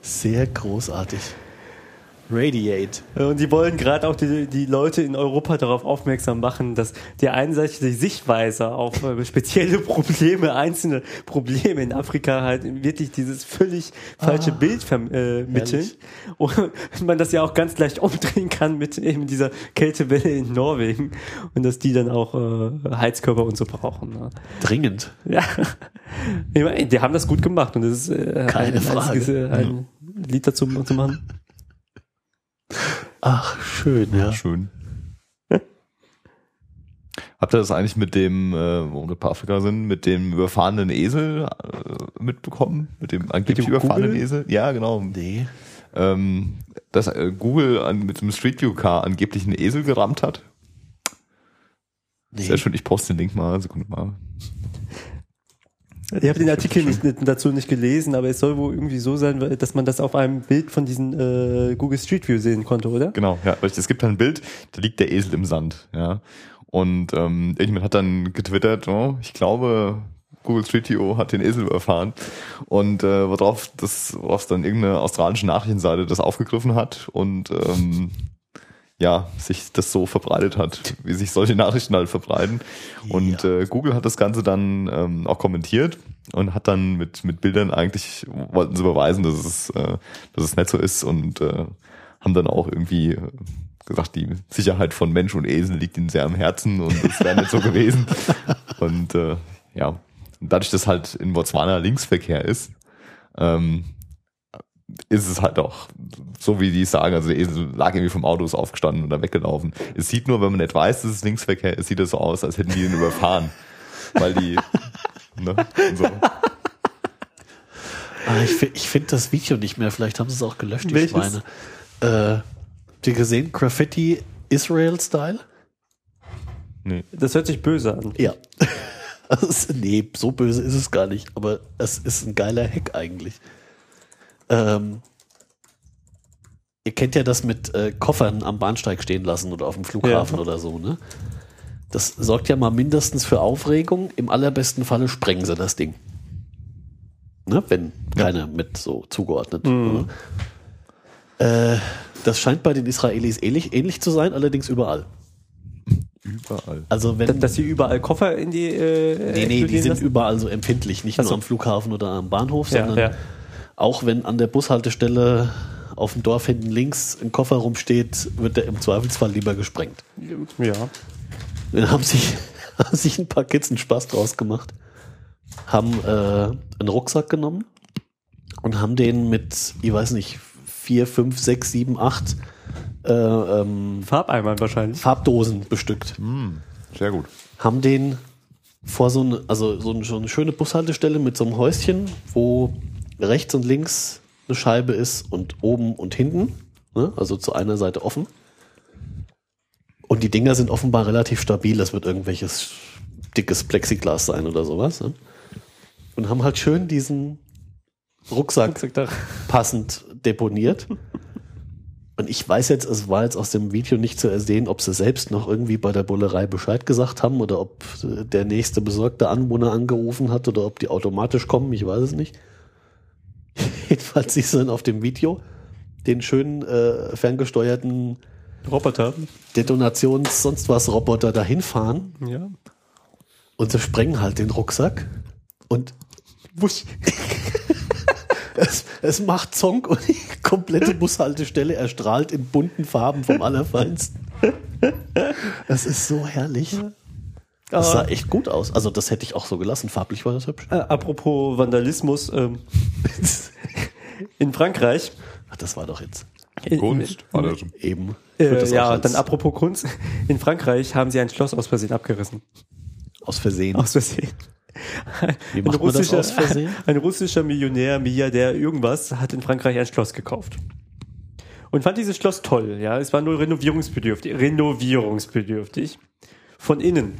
B: Sehr großartig. Radiate.
C: Äh, Und die wollen gerade auch die, die Leute in Europa darauf aufmerksam machen, dass die einseitige Sichtweise auf äh, spezielle <laughs> Probleme, einzelne Probleme in Afrika halt wirklich dieses völlig
B: Ah,
C: falsche Bild vermitteln.
B: Herrlich.
C: Und <laughs> man das ja auch ganz leicht umdrehen kann mit eben dieser Kältewelle in Norwegen und dass die dann auch äh, Heizkörper und so brauchen. Ne? <laughs>
B: Dringend.
C: Ja, ich meine, die haben das gut gemacht und das ist äh,
B: Keine
C: ein,
B: Frage.
C: einziges, äh, ein Lied dazu zu machen.
B: Ach, schön, ja.
D: Schön. Habt ihr das eigentlich mit dem, äh, wo wir bei Afrika sind, mit dem überfahrenen Esel äh, mitbekommen? Mit dem angeblich
C: dem
D: überfahrenen
C: Google?
D: Esel? Ja, genau.
B: Nee.
D: Ähm, dass äh, Google an, mit dem Street View Car angeblich einen Esel gerammt hat.
B: nee.
D: Sehr schön, ich poste den Link mal, Sekunde mal.
C: Ich habe den Artikel nicht, nicht, dazu nicht gelesen, aber es soll wohl irgendwie so sein, weil- dass man das auf einem Bild von diesen äh, Google Street View sehen konnte, oder?
D: Genau, ja. richtig. Es gibt ein Bild, da liegt der Esel im Sand, ja. Und ähm, irgendjemand hat dann getwittert, oh, ich glaube, Google Street View hat den Esel überfahren. Und äh, worauf das, worauf dann irgendeine australische Nachrichtenseite das aufgegriffen hat und ähm, ja, sich das so verbreitet hat, wie sich solche Nachrichten halt verbreiten. Und äh, Google hat das Ganze dann ähm, auch kommentiert und hat dann mit, mit Bildern eigentlich, wollten sie beweisen, dass es, äh, dass es nicht so ist und äh, haben dann auch irgendwie äh, gesagt, die Sicherheit von Mensch und Esel liegt ihnen sehr am Herzen und es wäre nicht so gewesen. Und äh, ja, und dadurch, dass halt in Botswana Linksverkehr ist, ähm, ist es halt auch so, wie die es sagen. Also der Esel lag irgendwie vom Auto, ist aufgestanden und dann weggelaufen. Es sieht nur, wenn man nicht weiß, dass es Linksverkehr ist, sieht es so aus, als hätten die ihn überfahren. Weil
C: <laughs>
D: die. Ne, und so.
B: Ah, ich fi- ich finde das Video nicht mehr. Vielleicht haben sie es auch gelöscht, die
C: Welches?
B: Schweine. Äh, habt ihr gesehen? Graffiti Israel-Style?
D: Nee.
C: Das hört sich böse an.
B: Ja. <laughs> Also, es- nee, so böse ist es gar nicht, aber es ist ein geiler Hack eigentlich. Ähm, ihr kennt ja das mit äh, Koffern am Bahnsteig stehen lassen oder auf dem Flughafen
C: Ja.
B: oder so, ne? Das sorgt ja mal mindestens für Aufregung. Im allerbesten Falle sprengen sie das Ding. Ne? Wenn keiner mit so zugeordnet. Oder? Äh, das scheint bei den Israelis ähnlich, ähnlich zu sein, allerdings überall.
D: Überall.
B: Also wenn
C: Dass, dass sie überall Koffer in die äh,
B: Nee, nee, die
C: explodieren
B: sind
C: lassen?
B: überall so empfindlich, nicht
C: Ach
B: nur
C: so.
B: am Flughafen oder am Bahnhof,
C: Ja,
B: sondern
C: ja.
B: auch wenn an der Bushaltestelle auf dem Dorf hinten links ein Koffer rumsteht, wird der im Zweifelsfall lieber gesprengt.
C: Ja.
B: Dann haben sich, <laughs> haben sich ein paar Kids einen Spaß draus gemacht, haben äh, einen Rucksack genommen und haben den mit, ich weiß nicht, vier, fünf, sechs, sieben, acht äh, ähm,
C: Farbeimern wahrscheinlich.
B: Farbdosen bestückt.
D: Sehr gut.
B: haben den vor so eine, also so eine, so eine schöne Bushaltestelle mit so einem Häuschen, wo rechts und links eine Scheibe ist und oben und hinten, ne? also zu einer Seite offen. Und die Dinger sind offenbar relativ stabil, das wird irgendwelches dickes Plexiglas sein oder sowas. Ne? Und haben halt schön diesen Rucksack passend deponiert. Und ich weiß jetzt, es war jetzt aus dem Video nicht zu ersehen, ob sie selbst noch irgendwie bei der Bullerei Bescheid gesagt haben oder ob äh, der nächste besorgte Anwohner angerufen hat oder ob die automatisch kommen, ich weiß es nicht. <laughs> Jedenfalls siehst du dann auf dem Video den schönen äh, ferngesteuerten
C: Roboter.
B: Detonations-sonst was Roboter dahin fahren
C: Ja.
B: und sie sprengen halt den Rucksack und
C: Wusch.
B: es, es macht Zonk und die komplette Bushaltestelle erstrahlt in bunten Farben vom Allerfeinsten. Das ist so herrlich. Das sah
C: Aber,
B: echt gut aus. Also das hätte ich auch so gelassen. Farblich war das hübsch.
C: äh, apropos Vandalismus. Ähm, <laughs> in Frankreich.
B: Ach, das war doch jetzt
C: in-
D: Kunst. Also,
B: eben. Ich würd
C: Äh,
B: das auch
C: ja,
B: als-
C: dann apropos Kunst. In Frankreich haben sie ein Schloss aus Versehen abgerissen.
B: aus Versehen.
C: Aus Versehen.
B: Wie macht man das aus Versehen?
C: <laughs> ein russischer Millionär, Milliardär, irgendwas, hat in Frankreich ein Schloss gekauft. Und fand dieses Schloss toll, ja. Es war nur renovierungsbedürftig. Renovierungsbedürftig. Von innen.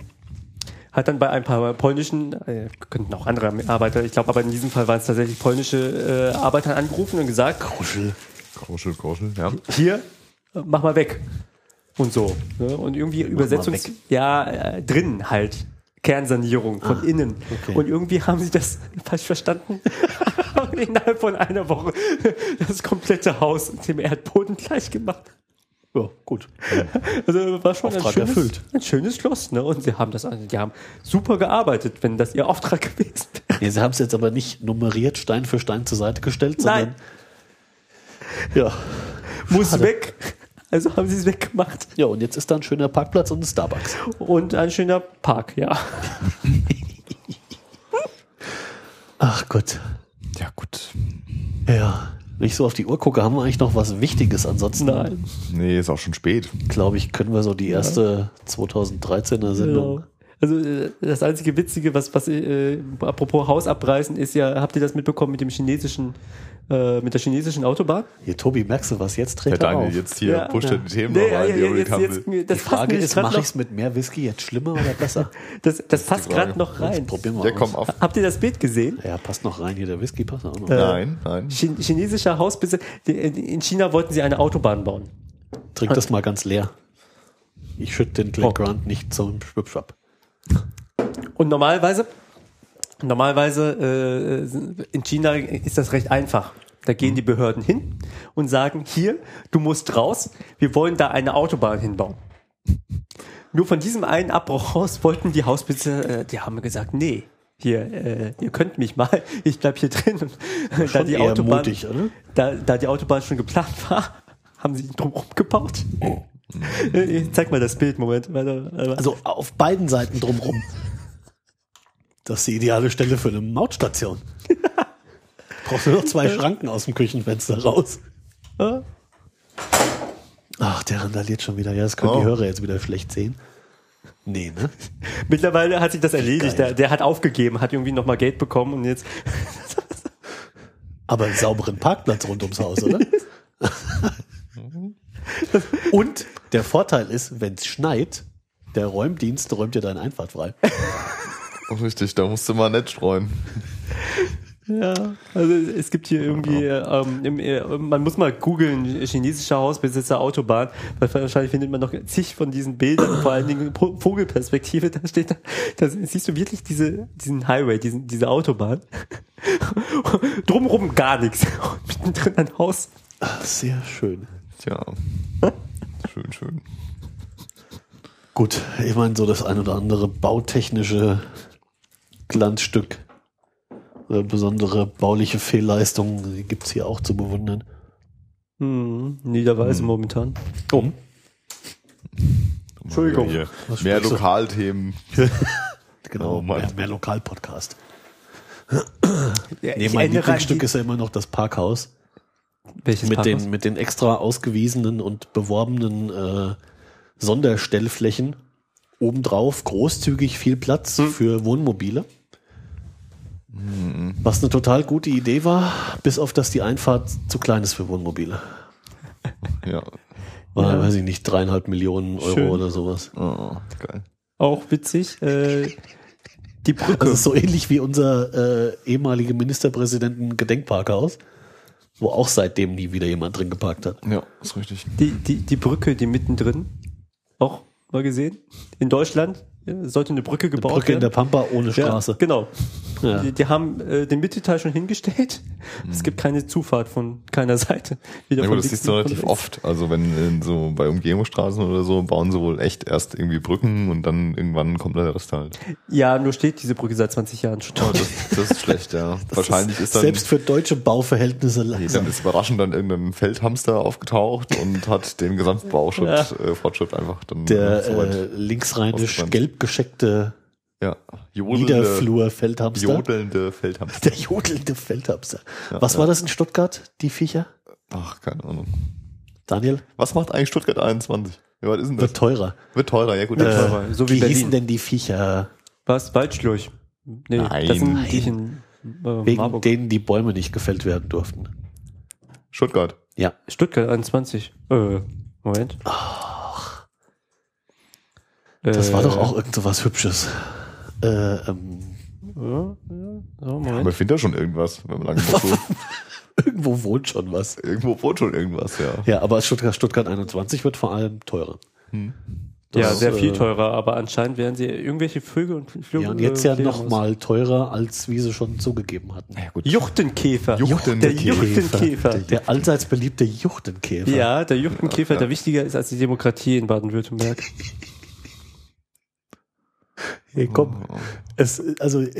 C: Hat dann bei ein paar polnischen, äh, könnten auch andere Arbeiter, ich glaube, aber in diesem Fall waren es tatsächlich polnische äh, Arbeiter angerufen und gesagt,
D: Kuschel, kuschel, ja.
C: hier, äh, mach mal weg. Und so. Ne? Und irgendwie Übersetzungs...
B: weg.
C: Ja, äh, drinnen halt. Kernsanierung von innen. Und irgendwie haben sie das falsch verstanden Und Innerhalb von einer Woche das komplette Haus dem Erdboden gleich gemacht.
B: Ja, gut.
C: Also war schon
B: Auftrag
C: ein, schönes,
B: erfüllt.
C: ein schönes Schloss, ne? Und sie haben das, also die haben super gearbeitet, wenn das ihr Auftrag gewesen wäre.
B: Nee, sie haben es jetzt aber nicht nummeriert Stein für Stein zur Seite gestellt, sondern
C: Nein,
B: ja.
C: muss
B: schade.
C: weg. Also haben sie es weggemacht.
B: ja, und jetzt ist da ein schöner Parkplatz und ein Starbucks.
C: Und ein schöner Park, ja.
B: Ach Gott.
D: Ja, gut.
B: Ja. Wenn ich so auf die Uhr gucke, haben wir eigentlich noch was Wichtiges. Ansonsten,
C: Nein.
D: Nee, ist auch schon spät.
B: glaube ich, können wir so die erste 2013er Sendung.
C: Genau. Also äh, das einzige Witzige, was, was äh, apropos Haus abreißen, ist ja, habt ihr das mitbekommen mit dem chinesischen, äh, mit der chinesischen Autobahn?
B: Hier, Tobi, merkst du was? Jetzt
D: Der
B: tritt er
D: Daniel
B: auf.
D: jetzt hier pusht er die Themen
C: nee,
D: noch rein, die
C: ja, ja,
D: Henry
C: jetzt,
D: Campbell.
C: jetzt, mir- das
B: die Frage
C: mir
B: ist,
C: grad
B: mache
C: noch-
B: ich es mit mehr Whisky jetzt schlimmer
C: <laughs>
B: oder besser?
C: Das, das passt
D: die Frage.
C: gerade noch
B: Jetzt
C: rein.
B: probieren wir
D: Ja,
B: aus.
D: komm auf.
C: Habt ihr das Bild gesehen?
B: Ja, passt noch rein hier. Der Whisky passt auch noch.
D: Nein,
C: <laughs>
D: nein.
C: Chi- Chinesischer Hausbesitzer. die- In China wollten sie eine Autobahn bauen.
B: Trink das mal ganz leer. Ich schütte den
C: Oh.
B: Glen Grant nicht zum Schwipschwapp.
C: Und normalerweise, normalerweise äh, in China ist das recht einfach. Da
B: Mhm.
C: gehen die Behörden hin und sagen, hier, du musst raus, wir wollen da eine Autobahn hinbauen. Nur von diesem einen Abbruch aus wollten die Hausbesitzer, äh, die haben gesagt, nee, hier, äh, ihr könnt mich mal, <laughs> ich bleib hier drin. Und da
B: Schon
C: die
B: eher
C: Autobahn,
B: mutig, oder?
C: Da, da die Autobahn schon geplant war, haben sie ihn drumherum gebaut.
B: Oh.
C: Äh, Ich <laughs> zeig mal das Bild, Moment. Warte, warte.
B: Also auf beiden Seiten drumrum. Das ist die ideale Stelle für eine
C: <laughs>
B: Mautstation. Brauchst du noch zwei Schranken aus dem Küchenfenster raus.
C: Äh,
B: Ach, der randaliert schon wieder. Ja, das können
D: Oh.
B: die Hörer jetzt wieder schlecht sehen. Nee, ne?
C: Mittlerweile hat sich das erledigt.
B: Geil.
C: Der, der hat aufgegeben, hat irgendwie nochmal Geld bekommen und jetzt.
B: Aber einen sauberen Parkplatz rund ums Haus, <laughs> oder? Und der Vorteil ist, wenn es schneit, der Räumdienst räumt dir deine Einfahrt frei.
D: Oh, richtig, da musst du mal nett streuen.
C: Ja, also es gibt hier irgendwie, äh, ähm, im, äh, man muss mal googeln, chinesischer Hausbesitzer Autobahn, weil wahrscheinlich findet man noch zig von diesen Bildern, vor allen Dingen Po- Vogelperspektive, da steht da, da siehst du wirklich diese, diesen Highway, diesen, diese Autobahn. <laughs> Drumrum gar nichts. Und mittendrin ein Haus.
B: Sehr schön.
C: <laughs>
D: Tja. Schön, schön.
B: Gut, ich meine, so das ein oder andere bautechnische Glanzstück oder besondere bauliche Fehlleistungen gibt es hier auch zu bewundern.
C: Hm, Niederweise momentan.
B: Um.
C: Entschuldigung.
D: Hier.
B: Was
D: Mehr
B: sprichst du?
D: Lokalthemen.
B: Genau,
D: Oh Mann.
B: mehr, mehr Lokalpodcast.
C: Ja,
B: Nee,
C: ich
B: mein
C: erinnere an
B: Lieblingsstück
C: die-
B: ist ja immer noch das Parkhaus.
C: welches
B: mit
C: Parkhaus?
B: den, mit den extra ausgewiesenen und beworbenen äh, Sonderstellflächen obendrauf großzügig viel Platz für Wohnmobile. Was eine total gute Idee war, bis auf dass die Einfahrt zu klein ist für Wohnmobile.
D: Ja.
B: War, weiß ich nicht, dreieinhalb Millionen Euro
C: Schön.
B: oder sowas.
D: Oh, geil.
C: Auch witzig. Äh, die Brücke.
B: Das ist so ähnlich wie unser äh, ehemaliger Ministerpräsidenten Gedenkparkhaus, wo auch seitdem nie wieder jemand drin geparkt hat.
D: Ja, ist richtig.
C: Die, die, die Brücke, die mittendrin, auch mal gesehen. In Deutschland äh, sollte eine Brücke gebaut
B: Brücke in der
C: werden.
B: Pampa ohne Straße.
C: Ja, genau.
B: Ja. Mhm.
C: Die, die haben äh, den Mittelteil schon hingestellt. Es gibt keine Zufahrt von keiner Seite. Weder
D: Ja
C: von
D: gut,
C: links
D: das siehst du
C: noch von
D: relativ
C: rechts.
D: oft. Also wenn in so bei Umgehungsstraßen oder so bauen sie wohl echt erst irgendwie Brücken und dann irgendwann kommt der Rest halt.
C: Ja, nur steht diese Brücke seit 20 Jahren schon.
D: Oh, das, <laughs> das ist schlecht, ja. Wahrscheinlich ist dann
B: selbst für deutsche Bauverhältnisse langsam.
D: dann <laughs> ist überraschend dann irgendein Feldhamster aufgetaucht und hat den Gesamtbauschritt äh, Fortschritt einfach dann
B: der
D: so weit-
B: äh, linksrheinisch
D: ausgebrannt.
B: gelb gescheckte
D: ja, äh, jodelnde,
B: Niederflur Feldhamster.
D: jodelnde
B: <laughs>
D: Feldhamster. <laughs>
B: Der jodelnde Feldhamster. Was war das in Stuttgart, die Viecher?
D: Ach, keine Ahnung.
B: Daniel?
D: Was macht eigentlich Stuttgart 21? Wie weit ist denn das?
B: Wird teurer.
D: Wird teurer, ja gut.
B: Äh,
D: teurer.
C: so wie
B: wie
C: Berlin.
B: hießen denn die Viecher,
C: Was? Waldschlurch? Nee,
D: Nein.
C: das sind die in äh,
B: wegen
C: Marburg.
B: denen die Bäume nicht gefällt werden durften?
D: Stuttgart.
B: Ja.
C: Stuttgart 21. Äh, Moment. Äh, Ach.
B: Das war doch auch irgend so was Hübsches. Äh, ähm,
C: Ja, ja. So, Moment.
D: Man findet da schon irgendwas, wenn man <laughs> lange genug sucht.
B: irgendwo wohnt schon was.
D: Irgendwo wohnt schon irgendwas, ja.
B: Ja, aber Stuttgart, Stuttgart 21 wird vor allem teurer.
C: ja,
B: Das,
C: sehr viel
B: äh,
C: teurer, aber anscheinend werden sie irgendwelche Vögel und Flügel.
B: Ja, und jetzt ja
C: äh,
B: nochmal teurer, als wie sie schon zugegeben hatten.
C: Juchtenkäfer.
D: Juchtenkäfer.
C: Der Juchtenkäfer.
B: Der allseits beliebte Juchtenkäfer.
C: Ja, der Juchtenkäfer, der wichtiger ist als die Demokratie in Baden-Württemberg.
B: Oh, Hey, komm.
D: Oh.
B: Es, also, äh,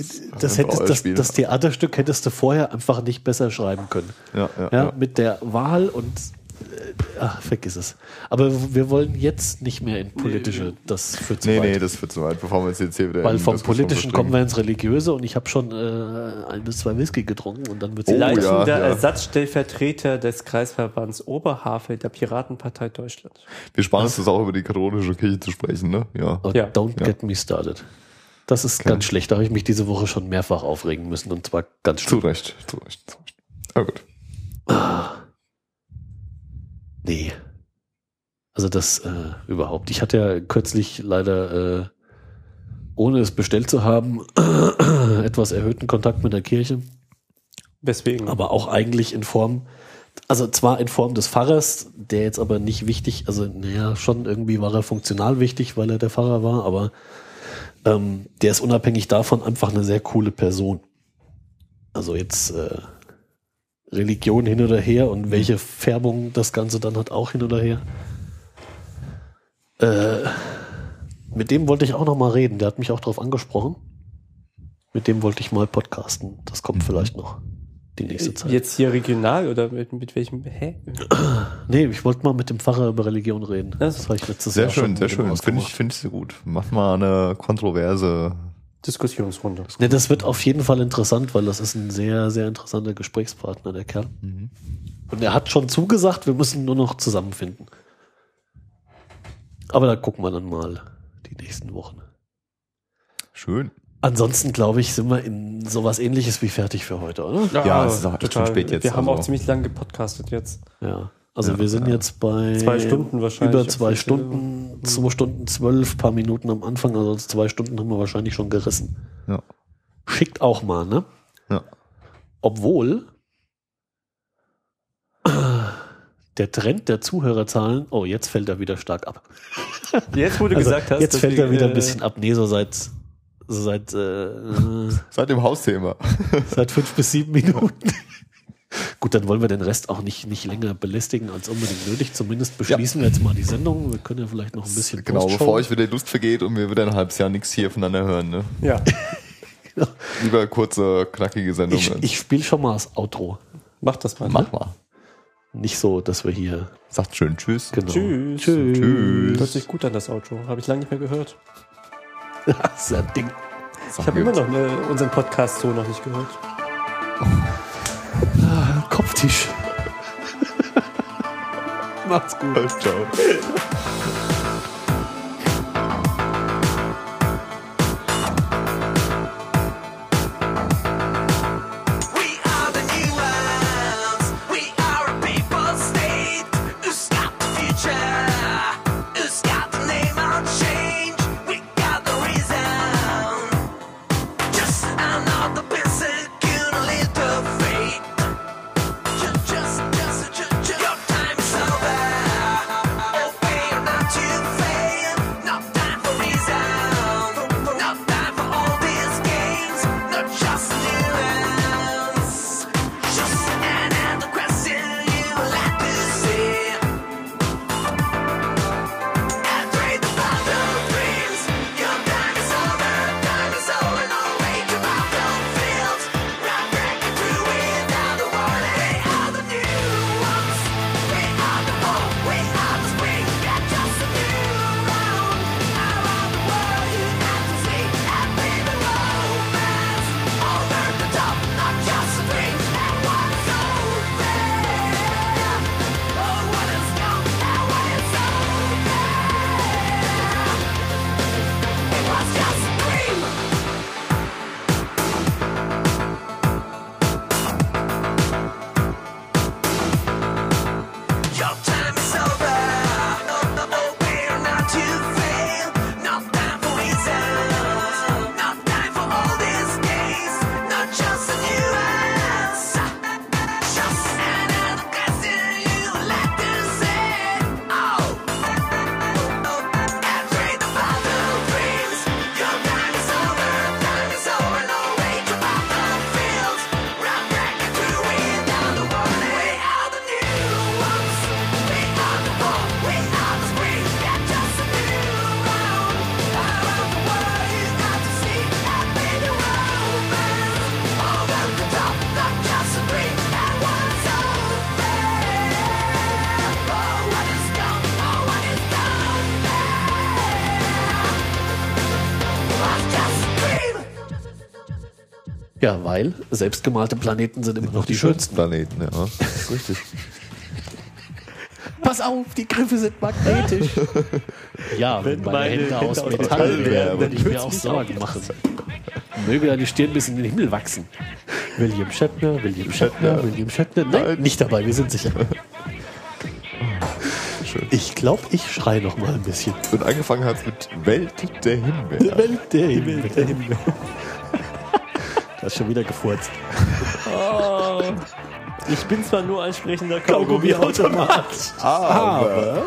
B: das,
D: einfach
B: hättest,
D: euer
B: das,
D: Spiel.
B: das Theaterstück hättest du vorher einfach nicht besser schreiben können.
D: Ja, ja,
B: ja,
D: ja.
B: Mit der Wahl und. äh, Ach, vergiss es. Aber wir wollen jetzt nicht mehr in politische. Das führt zu
D: Nee,
B: weit.
D: nee, das wird zu weit, bevor wir uns jetzt hier wieder
B: Weil
D: in
B: vom
D: Diskussion
B: Politischen kommen wir
D: verstricken.
B: ins Religiöse und ich habe schon äh, ein bis zwei Whisky getrunken und dann wird
D: Oh,
B: es
C: Leitender
D: ja, ja.
C: Ersatzstellvertreter des Kreisverbands Oberhavel der Piratenpartei Deutschland.
D: Wir sparen uns das auch über die katholische Kirche zu sprechen, ne? Ja.
B: Und
C: Ja.
B: don't
D: Ja.
B: get me started. Das ist ganz schlecht. Da habe ich mich diese Woche schon mehrfach aufregen müssen und zwar ganz
D: Zu
B: schlimm.
D: Recht, zu Recht, zu Recht. Ah, gut.
B: Nee. Also das äh, überhaupt. Ich hatte ja kürzlich leider, äh, ohne es bestellt zu haben, <clears throat> etwas erhöhten Kontakt mit der Kirche.
C: Weswegen?
B: aber auch eigentlich in Form, also zwar in Form des Pfarrers, der jetzt aber nicht wichtig, also naja, schon irgendwie war er funktional wichtig, weil er der Pfarrer war, aber ähm, der ist unabhängig davon einfach eine sehr coole Person. Also jetzt äh, Religion hin oder her und welche Färbung das Ganze dann hat auch hin oder her. Äh, mit dem wollte ich auch noch mal reden. Der hat mich auch darauf angesprochen. Mit dem wollte ich mal podcasten. Das kommt vielleicht noch die nächste Zeit.
C: Jetzt hier regional oder mit, mit welchem? Hä?
B: Nee, ich wollte mal mit dem Pfarrer über Religion reden.
C: Das-
B: Das war ich letztes
D: Sehr
B: Jahr schon
D: schön, sehr
B: mit ihm
D: schön. Finde ich,
B: ausgemacht.
D: finde ich sehr gut. Mach mal eine kontroverse.
C: Diskussionsrunde.
B: Nee, das wird auf jeden Fall interessant, weil das ist ein sehr, sehr interessanter Gesprächspartner, der Kerl.
D: Mhm.
B: Und er hat schon zugesagt, wir müssen nur noch zusammenfinden. Aber da gucken wir dann mal die nächsten Wochen.
D: Schön.
B: Ansonsten, glaube ich, sind wir in sowas ähnliches wie fertig für heute, oder?
D: Ja, es ist auch echt schon spät jetzt,
C: Ah, Wir haben
D: also.
C: auch ziemlich lange gepodcastet jetzt.
B: Ja. Also wir sind jetzt bei
C: Zwei Stunden wahrscheinlich.
B: über zwei
C: Auf Mhm. jeden Fall.
B: Stunden, zwei Stunden zwölf, paar Minuten am Anfang, also zwei Stunden haben wir wahrscheinlich schon gerissen.
D: Ja.
B: Schickt auch mal, ne?
D: Ja.
B: Obwohl der Trend der Zuhörerzahlen, oh, jetzt fällt er wieder stark ab.
C: Jetzt, wo du
B: Also,
C: gesagt hast,
B: jetzt fällt er
C: deswegen,
B: wieder
C: äh,
B: ein bisschen ab. Nee, so seit, so seit, äh, <laughs>
D: Seit dem Hausthema.
B: seit fünf bis sieben Minuten. <laughs> Gut, dann wollen wir den Rest auch nicht, nicht länger belästigen als unbedingt nötig. Zumindest beschließen wir jetzt mal die Sendung. Wir können ja vielleicht noch ein bisschen
D: Genau,
B: Postshow-
D: bevor euch wieder die Lust vergeht und wir wieder ein halbes Jahr nichts hier voneinander hören, ne?
C: Ja,
D: Lieber kurze, knackige
B: Ich,
D: Sendungen.
B: ich spiele schon mal das Outro.
C: mach das mal.
D: Mach mal.
B: Nicht so, dass wir hier. <laughs>
D: Sagt schön Tschüss.
B: Genau.
C: Tschüss.
B: Tschüss.
C: Hört
D: Tschüss.
C: sich gut an, das Outro. Habe ich lange nicht mehr gehört.
B: Das ist ja ein Ding.
C: Ich habe immer noch ne, unseren Podcast so noch nicht gehört.
B: Kopftisch. <laughs>
C: Macht's gut.
D: Ciao.
F: We are the new ones. We are a people state. Who's got the future? Who's got the name on change? We got the reason. Just another person can lead the fate. Just, just, just, just, just. Your time's over. Obey Oh.
B: Ja, weil selbstgemalte Planeten sind immer noch die schönsten.
D: Planeten, ja. Das ist richtig.
B: Pass auf, die Griffe sind magnetisch. <laughs> ja, wenn meine, Hände, aus Metall wären, würde ich mir auch Sorgen machen. Möge deine Stirn bis in den Himmel wachsen. William Shatner, William Shatner, William Shatner. Nein, nicht dabei, wir sind sicher. Ich glaube, ich schreie noch mal ein bisschen.
D: Und angefangen hat mit Welt der Himbeer.
B: Welt der Himmel, der Himmel. <laughs> Das ist schon wieder gefurzt.
H: Ich bin zwar nur ansprechender Kaugummi.
B: Kaugummi-Automat.
D: Aber